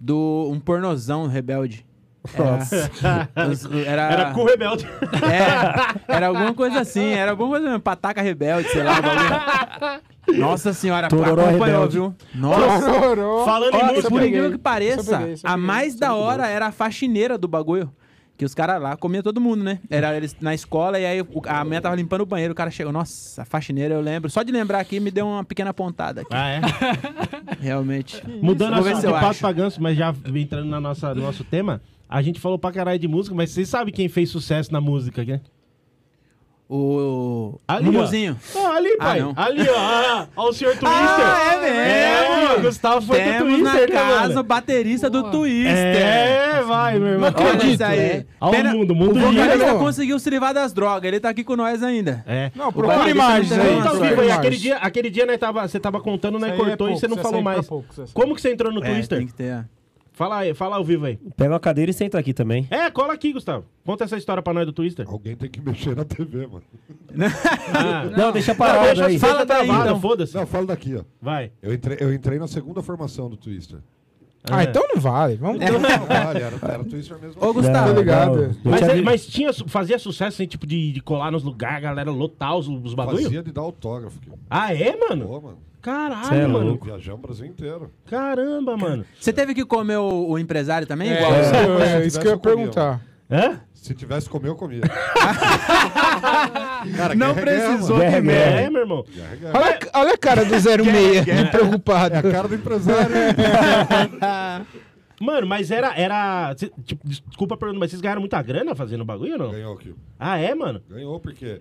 Speaker 2: do um pornozão rebelde. Era, os- era,
Speaker 3: Era com o rebelde.
Speaker 2: é, era alguma coisa assim, era alguma coisa mesmo, pataca rebelde, sei lá. o bagulho. Nossa senhora,
Speaker 4: Tororó
Speaker 2: acompanhou,
Speaker 4: rebelde.
Speaker 2: viu? Nossa,
Speaker 3: Falando em
Speaker 2: Ó,
Speaker 3: música.
Speaker 2: por incrível que
Speaker 5: peguei.
Speaker 2: pareça,
Speaker 5: peguei, só
Speaker 2: a
Speaker 5: peguei,
Speaker 2: mais da hora era a faxineira do bagulho. Que os caras lá comiam todo mundo, né? Era eles na escola e aí o- a mulher tava limpando o banheiro, o cara chegou. Nossa, a faxineira, eu lembro. Só de lembrar aqui me deu uma pequena pontada aqui.
Speaker 3: Ah, é?
Speaker 2: Realmente.
Speaker 3: Mudando
Speaker 2: Vou ver
Speaker 3: a
Speaker 2: se
Speaker 3: assunto
Speaker 2: eu
Speaker 3: de
Speaker 2: acho.
Speaker 3: Pato pra Ganso, mas já entrando na nossa, no nosso tema, a gente falou pra caralho de música, mas vocês sabem quem fez sucesso na música, né?
Speaker 2: O.
Speaker 3: Ali, ó.
Speaker 2: Mumuzinho.
Speaker 3: Ah, ali, pai.
Speaker 2: não.
Speaker 3: ali, ó. Olha o senhor Twister.
Speaker 2: Ah, é
Speaker 3: É,
Speaker 2: mesmo.
Speaker 3: mano, Gustavo foi do
Speaker 2: Temos na
Speaker 3: Twister, né,
Speaker 2: casa o
Speaker 3: mano?
Speaker 2: baterista do Twister.
Speaker 3: É, vai, meu irmão.
Speaker 2: Olha isso aí.
Speaker 3: Olha o mundo, o mundo
Speaker 2: é. o
Speaker 3: gira,
Speaker 2: vocalista
Speaker 5: irmão.
Speaker 2: conseguiu se livrar das drogas. Ele tá aqui com nós ainda.
Speaker 3: É.
Speaker 5: Não,
Speaker 2: O
Speaker 5: procura
Speaker 2: baterista
Speaker 5: imagens
Speaker 2: não tem
Speaker 5: aí.
Speaker 3: Não, tá
Speaker 2: Isso,
Speaker 3: vivo aí.
Speaker 5: procura
Speaker 3: Aquele
Speaker 5: imagens.
Speaker 3: dia, aquele dia né, tava, você tava contando, né,
Speaker 5: Isso aí é
Speaker 3: cortou e
Speaker 5: pouco,
Speaker 3: você não
Speaker 5: isso
Speaker 3: falou
Speaker 5: aí pra
Speaker 3: mais.
Speaker 5: pouco, isso aí.
Speaker 3: Como que você entrou no
Speaker 2: É,
Speaker 3: Twister?
Speaker 2: tem que ter.
Speaker 3: Fala aí, fala ao vivo aí.
Speaker 4: Pega uma cadeira e senta aqui também.
Speaker 3: É, cola aqui, Gustavo. Conta essa história pra nós do Twister.
Speaker 10: Alguém tem que mexer na TV, mano.
Speaker 3: Ah,
Speaker 4: Não, deixa
Speaker 3: não,
Speaker 4: parado
Speaker 3: deixa
Speaker 4: aí.
Speaker 3: as fala
Speaker 2: daí,
Speaker 3: travada,
Speaker 2: então.
Speaker 3: foda-se.
Speaker 10: Não, fala daqui, ó.
Speaker 3: Vai.
Speaker 10: Eu entrei, eu entrei na segunda formação do Twister.
Speaker 5: Ah, então não vale.
Speaker 3: É.
Speaker 5: Vamos
Speaker 10: Não, não, vale, era, era Twister mesmo.
Speaker 2: Ô,
Speaker 4: Não,
Speaker 3: Tá
Speaker 2: Gustavo.
Speaker 4: não,
Speaker 5: ligado.
Speaker 4: não
Speaker 3: Mas,
Speaker 4: te
Speaker 3: é,
Speaker 4: avi-
Speaker 3: mas tinha, su- fazia sucesso, assim, tipo, de, de colar nos lugares, galera lotar os, os bagulho?
Speaker 10: Fazia de dar autógrafo. Que
Speaker 3: Ah, é, mano?
Speaker 10: boa, mano.
Speaker 3: Caralho,
Speaker 4: Cê é
Speaker 3: mano.
Speaker 4: louco.
Speaker 10: Viajamos o Brasil inteiro.
Speaker 3: Caramba, mano.
Speaker 2: Você teve que comer o, o empresário também?
Speaker 5: É,
Speaker 2: Igual
Speaker 5: isso,
Speaker 2: você?
Speaker 5: eu- é
Speaker 10: Se
Speaker 5: isso que eu ia
Speaker 10: tivesse, eu comia,
Speaker 5: perguntar.
Speaker 3: Hã?
Speaker 10: Se tivesse comer, eu comia. Cara,
Speaker 2: Não
Speaker 10: guerra é guerra,
Speaker 2: precisou
Speaker 10: mano.
Speaker 4: de
Speaker 3: É,
Speaker 4: merda.
Speaker 3: é, meu irmão.
Speaker 10: Guerra é guerra.
Speaker 5: Olha, a- olha a cara do 06, de preocupado.
Speaker 10: É a cara do empresário. hein?
Speaker 3: Mano, mas era. era cê- tipo, des- desculpa a pergunta, mas vocês ganharam muita grana fazendo o bagulho ou não?
Speaker 10: Ganhou aqui.
Speaker 3: Ah, é, mano?
Speaker 10: Ganhou porque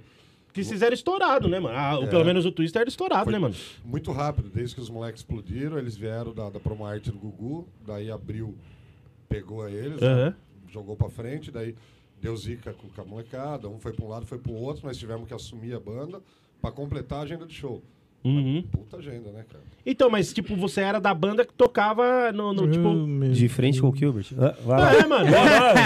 Speaker 3: Que vocês eram estourado, né, mano? Ah, o- Pelo menos o Twister era estourado, né, mano?
Speaker 10: muito rápido, desde que os moleques explodiram, eles vieram da, da Promoarte do Gugu, daí abriu, pegou eles, né?
Speaker 3: Aham.
Speaker 10: jogou pra frente, daí deu zica com com a molecada, um foi pra um lado, foi pro outro, nós tivemos que assumir a banda pra completar a agenda de show.
Speaker 3: Uhum.
Speaker 10: Puta agenda, né, cara?
Speaker 3: Então, mas, tipo, você era da banda que tocava no.
Speaker 2: Hum.
Speaker 3: no, tipo.
Speaker 4: De frente com o Gilbert. Ah, Vai lá.
Speaker 3: É, mano.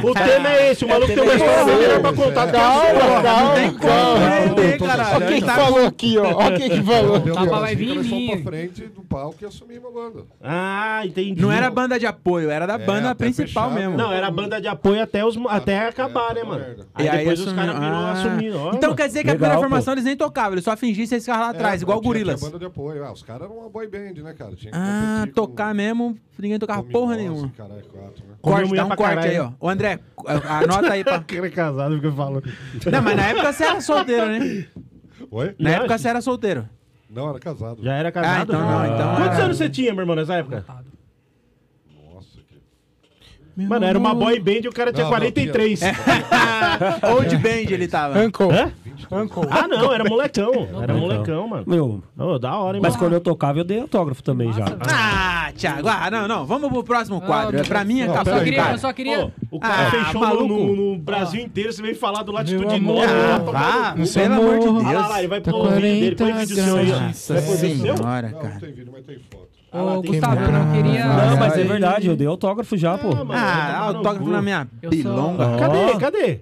Speaker 3: o tema é esse. O maluco tem uma história melhor pra contar
Speaker 2: É.
Speaker 3: do que a sua.
Speaker 5: Calma, calma,
Speaker 3: né?
Speaker 5: calma.
Speaker 2: Vai ter,
Speaker 10: Todas
Speaker 2: né? caralho. tá
Speaker 5: Olha
Speaker 10: as
Speaker 5: quem que
Speaker 3: tá-
Speaker 10: agenda-
Speaker 5: falou aqui, ó. Olha quem que falou.
Speaker 10: Deu
Speaker 1: Tapa
Speaker 10: todas
Speaker 1: vai
Speaker 10: as
Speaker 1: vir
Speaker 10: dicas, nós
Speaker 1: em
Speaker 10: fomos
Speaker 1: mim.
Speaker 10: pra frente do palco e assumimos a banda.
Speaker 3: Ah, entendi.
Speaker 2: Não era banda de apoio, era da
Speaker 10: É,
Speaker 2: banda
Speaker 10: até
Speaker 2: principal
Speaker 10: fechar,
Speaker 2: mesmo.
Speaker 3: tá Não, era banda de apoio até, os, até acabar, né,
Speaker 10: tá
Speaker 3: mano?
Speaker 10: merda.
Speaker 3: Aí
Speaker 2: E aí
Speaker 3: depois os
Speaker 2: assumiu-
Speaker 3: caras viram
Speaker 2: Ah.
Speaker 3: assumindo. ó,
Speaker 2: Então
Speaker 3: mano.
Speaker 2: quer dizer que a primeira
Speaker 4: Legal, pô.
Speaker 2: formação eles nem tocavam, eles só fingiam esses caras lá atrás,
Speaker 10: É,
Speaker 2: igual
Speaker 10: tinha-
Speaker 2: gorilas.
Speaker 10: Tinha banda de apoio. Ah, os caras eram uma boy band, né, cara? Tinha que
Speaker 2: Ah,
Speaker 10: competir com-
Speaker 2: tocar mesmo, ninguém tocava
Speaker 10: com
Speaker 2: porra
Speaker 10: Mimosa,
Speaker 2: nenhuma.
Speaker 10: Caralho, quatro, né?
Speaker 3: Comeu
Speaker 2: Corte,
Speaker 3: mulher
Speaker 2: dá um
Speaker 3: pra
Speaker 2: corte aí,
Speaker 3: caralho.
Speaker 2: ó. Ô, André, a- anota aí pra.
Speaker 3: Aquele casado que eu falo.
Speaker 2: Não, mas na época você era solteiro, né?
Speaker 10: Oi?
Speaker 2: Na
Speaker 3: Não,
Speaker 2: época
Speaker 3: gente.
Speaker 2: você era solteiro.
Speaker 10: Não, era casado.
Speaker 3: Já era casado?
Speaker 2: Ah, então não, então
Speaker 3: Quantos
Speaker 2: era-
Speaker 3: anos você tinha, meu irmão, nessa época?
Speaker 10: Nossa, que...
Speaker 3: Mano, era uma boy band e o cara tinha
Speaker 10: Não, não,
Speaker 3: 43.
Speaker 2: Old Band ele tava.
Speaker 5: Uncle.
Speaker 3: Hã?
Speaker 5: Uncle.
Speaker 3: Ah, não, era molecão. Era
Speaker 4: Não.
Speaker 3: molecão, mano.
Speaker 4: Meu,
Speaker 3: Ô, da hora, hein,
Speaker 4: mas
Speaker 3: mano.
Speaker 4: quando eu tocava, eu dei autógrafo também já.
Speaker 2: Ah, Thiago, ah, não, não, vamos pro próximo quadro. É pra mim
Speaker 10: Não,
Speaker 2: acabou.
Speaker 1: Eu só
Speaker 10: peraí,
Speaker 1: queria,
Speaker 10: cara.
Speaker 1: eu só queria.
Speaker 3: Ô, o cara
Speaker 2: Ah,
Speaker 3: fechou
Speaker 2: maluco.
Speaker 3: no, no Brasil inteiro, você veio falar do tipo, Latitude
Speaker 5: amor.
Speaker 3: Nova.
Speaker 2: Ah,
Speaker 3: lá tá pra
Speaker 2: vá,
Speaker 5: Não sei,
Speaker 2: pelo amor de
Speaker 5: amor.
Speaker 3: Olha lá,
Speaker 2: Deus.
Speaker 3: lá, ele vai pôr o vídeo dele, põe o vídeo seu aí, ó.
Speaker 2: Nossa
Speaker 3: Vai pôr o vídeo seu?
Speaker 2: senhora,
Speaker 10: Não, não
Speaker 2: cara.
Speaker 10: tem vídeo, mas tem foto.
Speaker 1: Ô,
Speaker 3: lá tem
Speaker 1: Gustavo, eu não queria.
Speaker 4: Não, mas é
Speaker 5: Ai.
Speaker 4: verdade, eu dei autógrafo já, pô.
Speaker 3: Ah, mano.
Speaker 2: Ah,
Speaker 3: vai tomar no
Speaker 2: autógrafo
Speaker 3: cu.
Speaker 2: na minha
Speaker 1: Eu sou-
Speaker 2: pilonga.
Speaker 3: Cadê? Cadê?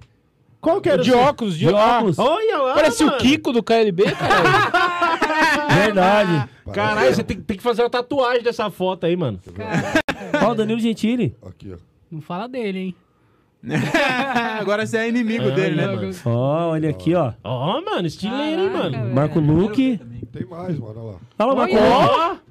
Speaker 3: Qual que era? o
Speaker 5: De
Speaker 3: seu-
Speaker 5: óculos, de, óculos.
Speaker 3: Olha lá,
Speaker 5: Parece
Speaker 3: mano.
Speaker 5: o Kiko do KLB, cara.
Speaker 4: Verdade.
Speaker 3: Caralho, você tem, tem que fazer uma tatuagem dessa foto aí, mano.
Speaker 4: Ó, o Danilo Gentili.
Speaker 10: Aqui, ó.
Speaker 1: Não fala dele, hein?
Speaker 2: Agora você é inimigo dele, né?
Speaker 3: mano.
Speaker 4: Ó, olha aqui, ó.
Speaker 3: Ó, mano, estileiro, hein,
Speaker 1: Caraca,
Speaker 3: mano.
Speaker 1: velho.
Speaker 4: Marco Luque.
Speaker 10: Tem mais, mano, olha lá.
Speaker 4: Olha lá, Marco
Speaker 1: Olha.
Speaker 4: Luque.
Speaker 3: Ó,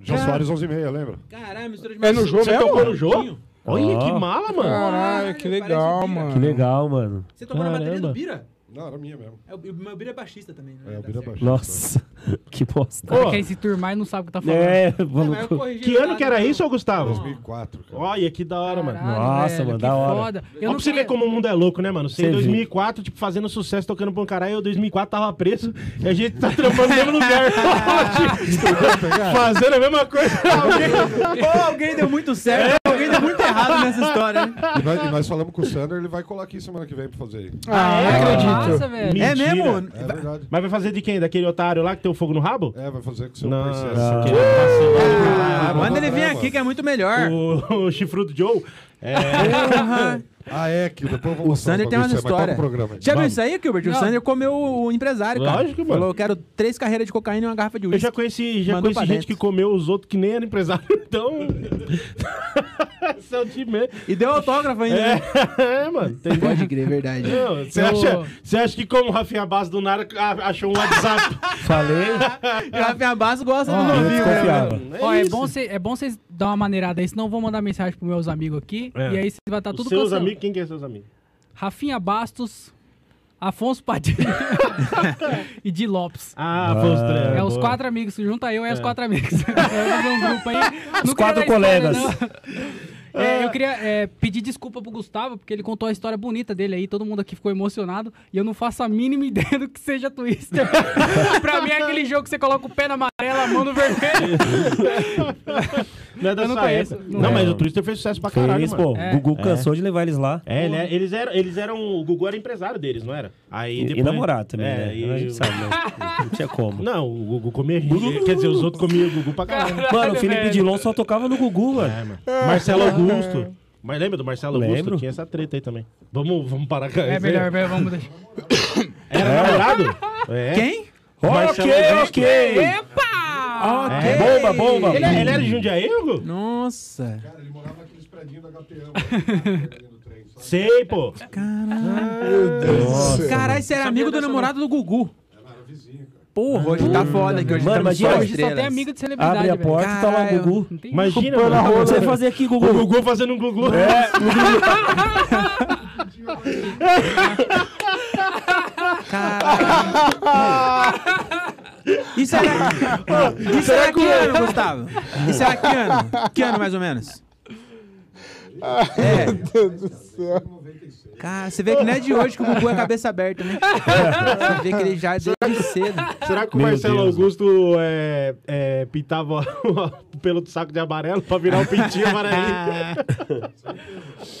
Speaker 10: João
Speaker 5: Ah.
Speaker 10: Soares 11 e meia, lembra?
Speaker 2: Caralho, mistura de
Speaker 5: É no jogo
Speaker 3: você
Speaker 5: mesmo?
Speaker 3: tocou no jogo? Olha
Speaker 4: Ó.
Speaker 3: que mala, mano.
Speaker 5: Caralho, que legal, mano.
Speaker 4: Que legal, mano.
Speaker 2: Você tocou na bateria do
Speaker 4: Caramba.
Speaker 2: Bira?
Speaker 10: Não, era minha mesmo.
Speaker 2: É, o meu Bira é baixista também.
Speaker 10: É, o Bira Baixista.
Speaker 4: Nossa, que bosta.
Speaker 1: Cara
Speaker 3: Ô.
Speaker 1: quer se turmar e não sabe o que tá falando.
Speaker 4: É, maluco.
Speaker 3: Que ano que era isso, ô Gustavo?
Speaker 10: 2004, cara.
Speaker 3: Olha, que da hora, mano.
Speaker 4: Nossa,
Speaker 1: velho,
Speaker 4: mano,
Speaker 1: que
Speaker 4: da hora.
Speaker 1: Foda. Eu
Speaker 3: Olha
Speaker 1: não
Speaker 3: pra você
Speaker 1: queria-
Speaker 3: ver como o mundo é louco, né, mano? Você em
Speaker 4: Você vê.
Speaker 3: 2004, tipo, fazendo sucesso, tocando pra um caralho, eu em 2004 tava preso e a gente tá trampando no mesmo lugar. fazendo a mesma coisa.
Speaker 2: Pô, alguém deu muito certo,
Speaker 3: É.
Speaker 2: alguém deu muito errado nessa história, né?
Speaker 10: E nós, e nós falamos com o Sander, ele vai colar aqui semana que vem pra fazer aí.
Speaker 5: Ah,
Speaker 1: É,
Speaker 5: acredito.
Speaker 1: Massa, velho.
Speaker 3: Mentira.
Speaker 2: É mesmo?
Speaker 10: É verdade.
Speaker 3: Mas vai fazer de quem? Daquele otário lá que tem o fogo no rabo?
Speaker 10: É, vai fazer com o seu
Speaker 3: Não,
Speaker 10: parceiro.
Speaker 3: não.
Speaker 2: é.
Speaker 10: Seu-
Speaker 2: Ah, manda ele vir aqui que é muito melhor.
Speaker 3: O, o chifrudo Joe? É,
Speaker 2: Porra.
Speaker 10: Ah, é, que depois eu vou
Speaker 2: O
Speaker 10: mostrar
Speaker 2: Sander
Speaker 10: pra
Speaker 2: tem
Speaker 3: um
Speaker 2: umas
Speaker 10: você, mas toca
Speaker 2: histórias.
Speaker 10: o programa aí.
Speaker 2: Já viu
Speaker 10: Vamos.
Speaker 2: isso aí, Gilbert? O
Speaker 1: Não.
Speaker 2: Sander comeu o empresário, cara.
Speaker 3: Lógico, mano.
Speaker 2: Falou, eu quero três carreiras de cocaína e uma garrafa de
Speaker 3: Eu
Speaker 2: uísque.
Speaker 3: já conheci, já
Speaker 2: Mandou
Speaker 3: conheci
Speaker 2: pra dentro.
Speaker 3: gente que comeu os outros que nem era empresário, então. São de mesmo.
Speaker 2: E deu autógrafo ainda. né?
Speaker 3: É, mano. Tem...
Speaker 2: Pode crer, verdade.
Speaker 3: Não, Você
Speaker 1: Eu-
Speaker 3: acha, você acha que como o Rafinha Basso do nada a- achou um WhatsApp?
Speaker 4: Falei.
Speaker 2: E o Rafinha Basso gosta do
Speaker 3: Ah,
Speaker 4: Eu
Speaker 2: novinho, né?
Speaker 4: desconfiava.
Speaker 1: Ó, é bom cê- é bom vocês dar uma maneirada aí, senão eu vou mandar mensagem pros meus amigos aqui.
Speaker 3: É.
Speaker 1: E aí vocês vai estar
Speaker 3: Os
Speaker 1: tudo
Speaker 3: seus
Speaker 1: cancelado.
Speaker 3: amigos, quem que é seus amigos?
Speaker 1: Rafinha Bastos, Afonso Padilha e Di Lopes.
Speaker 3: Ah, foi os três.
Speaker 1: É,
Speaker 3: boa.
Speaker 1: os quatro amigos, se junta eu e os quatro amigos. Eu vou fazer um grupo aí. Não quero
Speaker 4: É. quatro
Speaker 1: dar spoiler,
Speaker 4: colegas.
Speaker 1: não. É, eu queria é, pedir desculpa pro Gustavo, porque ele contou a história bonita dele aí, todo mundo aqui ficou emocionado, e eu não faço a mínima ideia do que seja Twister. pra mim é aquele jogo que você coloca o pé na amarela, a mão no vermelho.
Speaker 3: Não é da
Speaker 1: Eu não
Speaker 3: sua
Speaker 1: conheço,
Speaker 3: época.
Speaker 1: não
Speaker 3: Não,
Speaker 1: é.
Speaker 3: mas o Twister fez sucesso pra caralho,
Speaker 4: Fez,
Speaker 3: mano.
Speaker 4: pô.
Speaker 1: É.
Speaker 4: O Gugu cansou de levar eles lá.
Speaker 3: É, ele é- eles, eram, eles eram. O Gugu era empresário deles, não era? Aí
Speaker 4: E,
Speaker 3: depois...
Speaker 4: e namorado também,
Speaker 3: É,
Speaker 4: né?
Speaker 3: e-
Speaker 4: A gente sabe, né? Não tinha como.
Speaker 3: Não, o Gugu comia gente. Quer dizer, os outros comiam o Gugu pra caralho.
Speaker 4: Mano, o Felipe
Speaker 1: velho.
Speaker 4: Dilon só tocava no Gugu, mano.
Speaker 3: É, mano. Marcelo Augusto. Mas lembra do Marcelo Augusto?
Speaker 4: Lembro.
Speaker 3: Tinha essa treta aí também. Vamos, vamos parar com
Speaker 1: É
Speaker 3: isso aí.
Speaker 1: melhor, melhor, vamos deixar.
Speaker 3: Era namorado? É.
Speaker 2: Quem?
Speaker 3: Marcelo Augusto.
Speaker 1: Epa!
Speaker 3: É. Bomba, bomba. Ele, é- ele era de Jundiaí, Hugo?
Speaker 2: Nossa.
Speaker 10: Cara, ele morava naqueles prédios da HPM. né? Do trem, sabe?
Speaker 3: Sei, pô.
Speaker 2: Caralho, você era amigo do namorado do Gugu. Porra, hoje tá foda aqui. Hoje
Speaker 4: Mano,
Speaker 2: tá
Speaker 4: imagina,
Speaker 2: só
Speaker 1: Hoje só
Speaker 2: estrelas.
Speaker 1: tem amigo de celebridade,
Speaker 4: Abre a
Speaker 1: velho.
Speaker 4: porta e tá lá
Speaker 2: Caralho.
Speaker 4: o Gugu.
Speaker 1: Não tem
Speaker 3: Imagina, mano.
Speaker 4: O que você
Speaker 2: né?
Speaker 4: vai fazer aqui,
Speaker 3: O
Speaker 4: Gugu?
Speaker 3: Gugu fazendo um glu-glu. É.
Speaker 2: Isso era... Isso era que é? ano, Gustavo? Isso era que ano? Que ano, mais ou menos? É. Cara, você vê que não é de hoje que o Gugu é cabeça aberta, né? Você vê que ele já é desde cedo.
Speaker 3: Será que o
Speaker 4: Meu
Speaker 3: Marcelo
Speaker 4: Deus,
Speaker 3: Augusto é, é, pintava o pelo do saco de amarelo pra virar um pintinho
Speaker 1: Ah.
Speaker 3: amarelinho?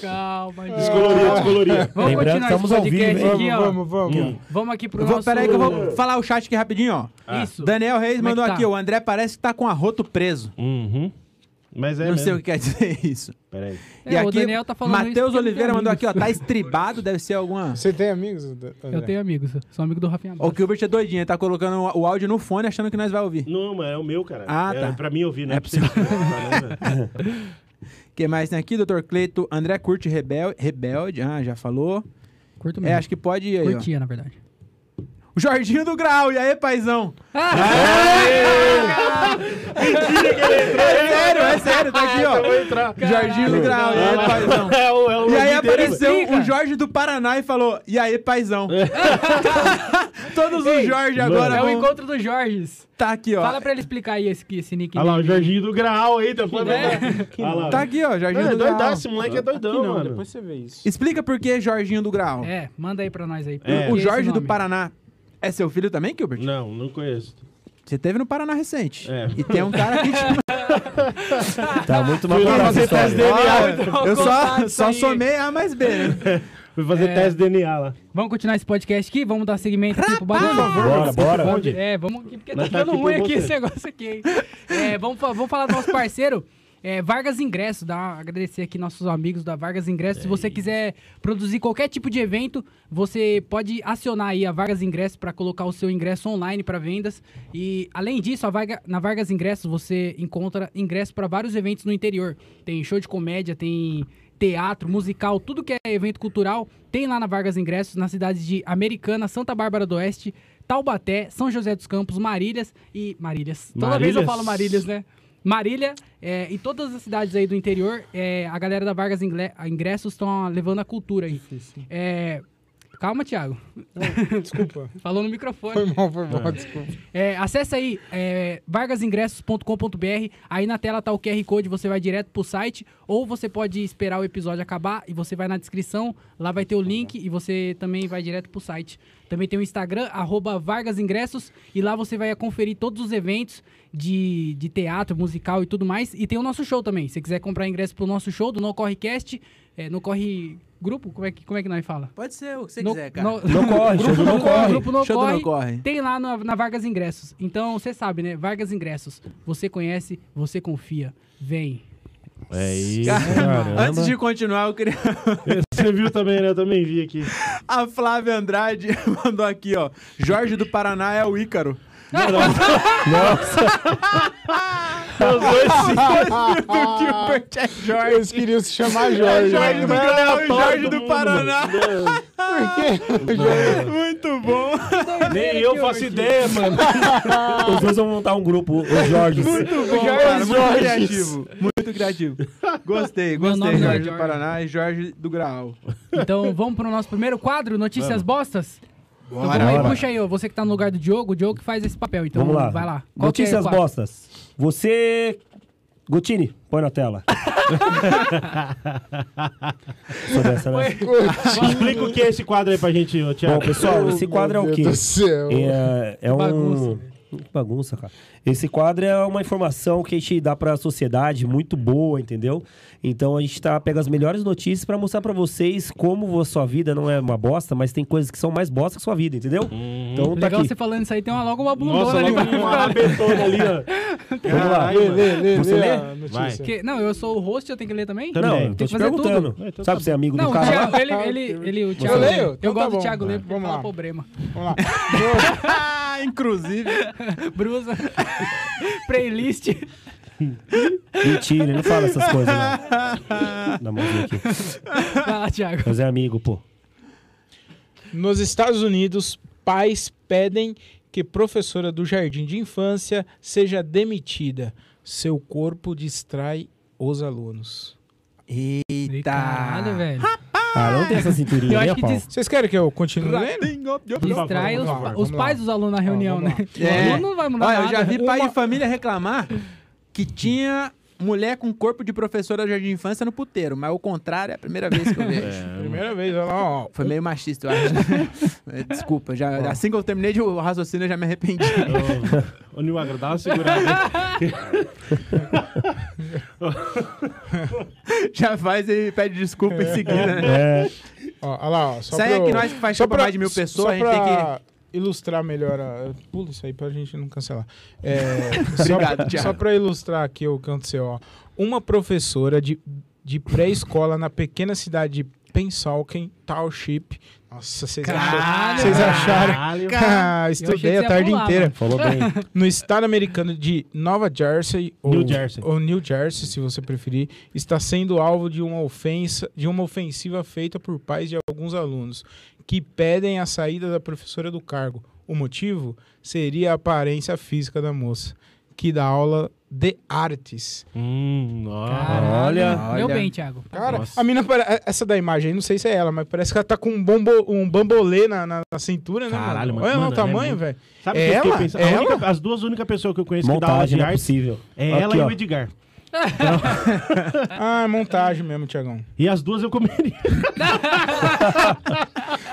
Speaker 1: Calma, gente.
Speaker 3: Descoloria, descoloria.
Speaker 1: Vamos
Speaker 4: Lembrando,
Speaker 1: continuar esse
Speaker 4: estamos ao
Speaker 1: podcast
Speaker 4: vivo, hein?
Speaker 1: aqui, ó. Vamos,
Speaker 5: Vamos, vamos, vamos.
Speaker 1: aqui pro
Speaker 2: Eu vou,
Speaker 1: nosso...
Speaker 2: peraí que eu vou falar o chat aqui rapidinho, ó.
Speaker 1: Isso.
Speaker 4: Ah.
Speaker 2: Daniel Reis
Speaker 1: Como é que
Speaker 2: mandou
Speaker 1: tá?
Speaker 2: aqui, o André parece que tá com arroto preso.
Speaker 3: Uhum. Mas é
Speaker 2: não
Speaker 3: mesmo.
Speaker 2: sei o que quer dizer isso.
Speaker 3: Peraí.
Speaker 1: É, o Daniel tá falando isso
Speaker 2: Matheus
Speaker 1: porque ele
Speaker 2: Oliveira
Speaker 1: tem
Speaker 2: mandou aqui,
Speaker 1: amigos.
Speaker 2: ó, tá estribado, deve ser alguma...
Speaker 5: Você tem amigos? André?
Speaker 1: Eu tenho amigos, sou amigo do Rafinha
Speaker 2: O
Speaker 1: Bastos.
Speaker 2: Gilbert é doidinho, ele tá colocando o áudio no fone achando que nós vai ouvir.
Speaker 3: Não, mas é o meu, cara.
Speaker 2: Ah,
Speaker 3: é
Speaker 2: tá.
Speaker 3: pra mim ouvir, né?
Speaker 2: É
Speaker 3: pra você ouvir. né?
Speaker 2: O que mais tem aqui, Dr. Cleito? André curte rebel... Rebelde, ah, já falou.
Speaker 1: Curto
Speaker 2: É,
Speaker 1: mesmo.
Speaker 2: acho que pode ir aí, ó.
Speaker 1: Curtia, na verdade.
Speaker 2: O Jorginho do Grau, e aí, paizão? É sério, é sério, tá aqui, ó. Jorginho do Grau, e aí, paizão?
Speaker 3: É o, é o
Speaker 2: E aí
Speaker 3: login dele,
Speaker 2: apareceu
Speaker 1: Fica.
Speaker 2: o Jorge do Paraná e falou: E aí, paizão? Todos os Jorge agora
Speaker 1: É o
Speaker 2: vão
Speaker 1: encontro dos Jorges.
Speaker 2: tá aqui, ó.
Speaker 1: Fala pra ele explicar aí esse, esse nick.
Speaker 3: Olha lá, o Jorginho do Graal aí, tá falando.
Speaker 1: né?
Speaker 3: Olha lá.
Speaker 2: Tá aqui, ó, Jorginho
Speaker 3: Não, é
Speaker 2: do Tá Grau.
Speaker 3: doidaço, esse moleque é doidão,
Speaker 5: Aqui não,
Speaker 3: mano.
Speaker 5: depois você vê isso.
Speaker 2: Explica por que Jorginho do Grau.
Speaker 1: É, manda aí pra nós aí.
Speaker 3: É.
Speaker 1: Por
Speaker 2: O
Speaker 1: que
Speaker 2: Jorge
Speaker 1: esse
Speaker 2: do
Speaker 1: nome?
Speaker 2: Paraná é seu filho também, Gilbert?
Speaker 3: Não, não conheço.
Speaker 2: Você teve no Paraná recente.
Speaker 3: É.
Speaker 2: E tem um cara que te
Speaker 4: Tá muito mal
Speaker 3: Fui lá
Speaker 4: essa
Speaker 3: fazer
Speaker 4: história.
Speaker 3: teste DNA.
Speaker 1: então,
Speaker 2: é Eu
Speaker 1: contato
Speaker 2: só,
Speaker 1: isso
Speaker 2: só
Speaker 1: aí.
Speaker 2: somei A mais B, né?
Speaker 3: Fui fazer
Speaker 1: É.
Speaker 3: teste DNA lá.
Speaker 1: Vamos continuar esse podcast aqui? Vamos dar segmento aqui pro bagulho?
Speaker 4: Bora, bora.
Speaker 1: É, vamos aqui, porque tá
Speaker 3: Nós tá
Speaker 1: ficando
Speaker 3: aqui por
Speaker 1: ruim aqui
Speaker 3: você.
Speaker 1: esse negócio aqui, hein? É, vamos, fa- vamos falar do nosso parceiro É, Vargas Ingresso, dá agradecer aqui nossos amigos da Vargas Ingresso. Se
Speaker 3: É
Speaker 1: você quiser produzir qualquer tipo de evento, você pode acionar aí a Vargas Ingresso para colocar o seu ingresso online para vendas. E além disso, a Varga- na Vargas Ingresso você encontra ingresso para vários eventos no interior. Tem show de comédia, tem teatro, musical, tudo que é evento cultural, tem lá na Vargas Ingressos, nas cidades de Americana, Santa Bárbara do Oeste, Taubaté, São José dos Campos, Marílias e. Marílias. Toda vez eu
Speaker 4: Marílias.
Speaker 1: falo Marílias, né? Marília é, e todas as cidades aí do interior, é, a galera da Vargas Ingle- Ingressos estão levando a cultura aí. É, calma, Thiago.
Speaker 5: Desculpa.
Speaker 1: Falou no microfone.
Speaker 5: Foi mal, foi mal, desculpa.
Speaker 1: É, acesse aí é, vargasingressos.com.br. Aí na tela tá o QR Code, você vai direto pro site. Ou você pode esperar o episódio acabar e você vai na descrição. Lá vai ter o link e você também vai direto pro site. Também tem o Instagram, arroba vargasingressos. E lá você vai conferir todos os eventos de, de teatro, musical e tudo mais. E tem o nosso show também. Se você quiser comprar ingresso pro nosso show do No Correcast, é, No Corre Grupo, como é que, como é que nós fala?
Speaker 2: Pode ser o que você
Speaker 1: No-
Speaker 2: quiser, cara.
Speaker 1: no-
Speaker 4: Não corre, show
Speaker 1: grupo
Speaker 4: do
Speaker 1: não
Speaker 4: não corre.
Speaker 1: Grupo não
Speaker 2: Show do
Speaker 1: corre,
Speaker 2: Não Corre.
Speaker 1: Tem lá na, na Vargas Ingressos. Então, você sabe, né? Vargas Ingressos. Você conhece, você confia. Vem.
Speaker 3: É isso,
Speaker 2: Cara,
Speaker 3: cara.
Speaker 2: antes de continuar, eu queria.
Speaker 3: Você viu também, né? Eu também vi aqui.
Speaker 2: A Flávia Andrade mandou aqui, ó. Jorge do Paraná é o Ícaro.
Speaker 3: Os dois
Speaker 2: do Gilbert é Jorge.
Speaker 5: Eles queriam se chamar Jorge.
Speaker 2: Jorge do
Speaker 5: né?
Speaker 2: Paraná, Jorge
Speaker 3: todo
Speaker 2: do
Speaker 3: mundo,
Speaker 2: Paraná.
Speaker 5: é
Speaker 2: Muito bom.
Speaker 4: Nem eu faço ideia, mano. Os dois vão montar um grupo, os Jorges.
Speaker 2: Muito bom, cara. Muito criativo. Muito criativo. Gostei,
Speaker 1: Meu nome
Speaker 2: gostei.
Speaker 1: não é
Speaker 2: Jorge do
Speaker 1: Jorge.
Speaker 2: Paraná e Jorge do Graal.
Speaker 1: Então, vamos pro nosso primeiro quadro, Notícias Bostas? Então,
Speaker 2: Bora,
Speaker 1: vamos aí,
Speaker 4: bora.
Speaker 1: puxa aí, ó. Você que tá no lugar do Diogo, o Diogo que faz esse papel. Então,
Speaker 4: Vamos lá.
Speaker 1: vai lá. Qual que é o
Speaker 4: Notícias
Speaker 1: quadro?
Speaker 4: bostas. Você. Gotini, põe na tela. Sou dessa, né?
Speaker 3: Explica o que é esse quadro aí pra gente, ô,
Speaker 4: Bom,
Speaker 3: Thiago.
Speaker 4: pessoal, esse quadro é o quê?
Speaker 5: Meu Deus do céu.
Speaker 4: É, é um...
Speaker 1: Bagunça.
Speaker 4: Que bagunça, cara. Esse quadro é uma informação que a gente dá pra sociedade muito boa, entendeu? Então a gente tá, pega as melhores notícias pra mostrar pra vocês como a sua vida não é uma bosta, mas tem coisas que são mais bosta que sua vida, entendeu? Então tá
Speaker 1: Uhum. Legal
Speaker 4: aqui.
Speaker 1: você falando isso aí, tem uma, logo uma bundona
Speaker 3: Nossa,
Speaker 1: ali.
Speaker 3: logo
Speaker 1: pra-
Speaker 3: uma rabetona ali, ó.
Speaker 4: Vamos lá.
Speaker 5: Lê, lê, lê,
Speaker 4: Você
Speaker 5: lê
Speaker 4: lê?
Speaker 5: a notícia.
Speaker 1: Que- não, eu sou o host, eu tenho que ler também?
Speaker 3: Também.
Speaker 4: Não,
Speaker 3: Tem
Speaker 4: eu
Speaker 1: que
Speaker 4: tô te
Speaker 1: fazer
Speaker 4: perguntando.
Speaker 1: tudo. então tá
Speaker 4: Sabe se é amigo
Speaker 1: Não,
Speaker 4: do
Speaker 1: o
Speaker 4: cara
Speaker 1: Thiago,
Speaker 4: lá?
Speaker 1: ele, ele, ele, o Thiago
Speaker 5: Eu leio?
Speaker 1: Eu
Speaker 5: Então tá
Speaker 1: gosto do
Speaker 5: bom.
Speaker 1: Thiago ler porque ele
Speaker 5: Vamos
Speaker 1: fala
Speaker 5: lá.
Speaker 1: problema.
Speaker 5: Vamos lá.
Speaker 2: Ah, inclusive.
Speaker 1: Brusa, playlist.
Speaker 4: Mentira, ele não fala essas coisas, não. Dá uma mãozinha aqui.
Speaker 1: Vai lá, Thiago.
Speaker 4: Mas é amigo, pô.
Speaker 5: Nos Estados Unidos, pais pedem que professora do jardim de infância seja demitida. Seu corpo distrai os alunos.
Speaker 2: Eita.
Speaker 1: Caralho, velho.
Speaker 4: Ah, não tem essa cinturinha,
Speaker 1: Eu
Speaker 4: né,
Speaker 1: acho que
Speaker 4: pau?
Speaker 1: des-
Speaker 5: Vocês querem que eu continue lendo?
Speaker 1: distrai
Speaker 5: Vamos
Speaker 1: os,
Speaker 5: lá, vamos lá,
Speaker 1: os
Speaker 5: vamos
Speaker 1: pais
Speaker 5: lá.
Speaker 1: dos alunos na reunião, né?
Speaker 5: vamos lá.
Speaker 1: O aluno não vai mudar
Speaker 2: É. Olha, eu
Speaker 1: nada.
Speaker 2: já vi pai
Speaker 5: Uma-
Speaker 2: e família reclamar que tinha mulher com corpo de professora de jardim de infância no puteiro, mas o contrário é a primeira vez que eu vejo.
Speaker 5: Primeira vez, olha lá, ó.
Speaker 2: Foi meio machista, eu acho. É, Desculpa, já, assim que eu terminei de o raciocínio, eu já me arrependi.
Speaker 3: Ô, Ô, Nilagro, dá uma segurada.
Speaker 2: já faz e pede desculpa em seguida, né?
Speaker 4: É,
Speaker 5: Ó, olha lá, ó. Só
Speaker 2: Sai
Speaker 5: pra eu-
Speaker 2: aqui nós que faz show pra mais de mil pessoas,
Speaker 5: só
Speaker 2: a gente tem
Speaker 5: pra ilustrar melhor. a- Pula isso aí pra gente não cancelar. É, só,
Speaker 2: Obrigado, Thiago.
Speaker 5: só pra ilustrar aqui o que aconteceu, ó. Uma professora de, de pré-escola na pequena cidade de Pensalken, Township. Nossa, vocês acharam?
Speaker 1: Caralho,
Speaker 5: Vocês acharam?
Speaker 3: Caralho.
Speaker 5: Ah,
Speaker 1: achei que
Speaker 5: estudei
Speaker 1: você
Speaker 5: a
Speaker 1: ia
Speaker 5: tarde
Speaker 1: pular,
Speaker 5: inteira.
Speaker 4: falou bem.
Speaker 5: No estado americano de Nova Jersey ou
Speaker 3: New Jersey.
Speaker 5: ou New Jersey, se você preferir, está sendo alvo de uma ofensa, de uma ofensiva feita por pais de alguns alunos que pedem a saída da professora do cargo. O motivo seria a aparência física da moça, que dá aula de artes.
Speaker 3: Hum, ó.
Speaker 1: Caralho.
Speaker 2: Olha.
Speaker 1: Meu bem, Thiago.
Speaker 5: Cara,
Speaker 3: Nossa.
Speaker 5: a mina, pare- essa da imagem, aí, não sei se é ela, mas parece que ela tá com um, bombo, um bambolê na, na- na cintura, né?
Speaker 3: Caralho,
Speaker 5: mano?
Speaker 3: mano.
Speaker 5: Olha lá
Speaker 3: Mano,
Speaker 5: o
Speaker 3: ela é
Speaker 5: tamanho,
Speaker 3: muito-
Speaker 5: velho.
Speaker 3: Sabe o que eu fiquei
Speaker 5: Ela?
Speaker 3: pensando? A única-
Speaker 5: Ela?
Speaker 3: as duas únicas pessoas que eu conheço que dá aula
Speaker 4: Montagem,
Speaker 3: de
Speaker 4: não é
Speaker 3: arte
Speaker 4: possível.
Speaker 3: é ela
Speaker 4: Aqui,
Speaker 3: e
Speaker 4: ó.
Speaker 3: o Edgar.
Speaker 5: Ah, é montagem mesmo, Tiagão.
Speaker 3: E as duas eu comeria.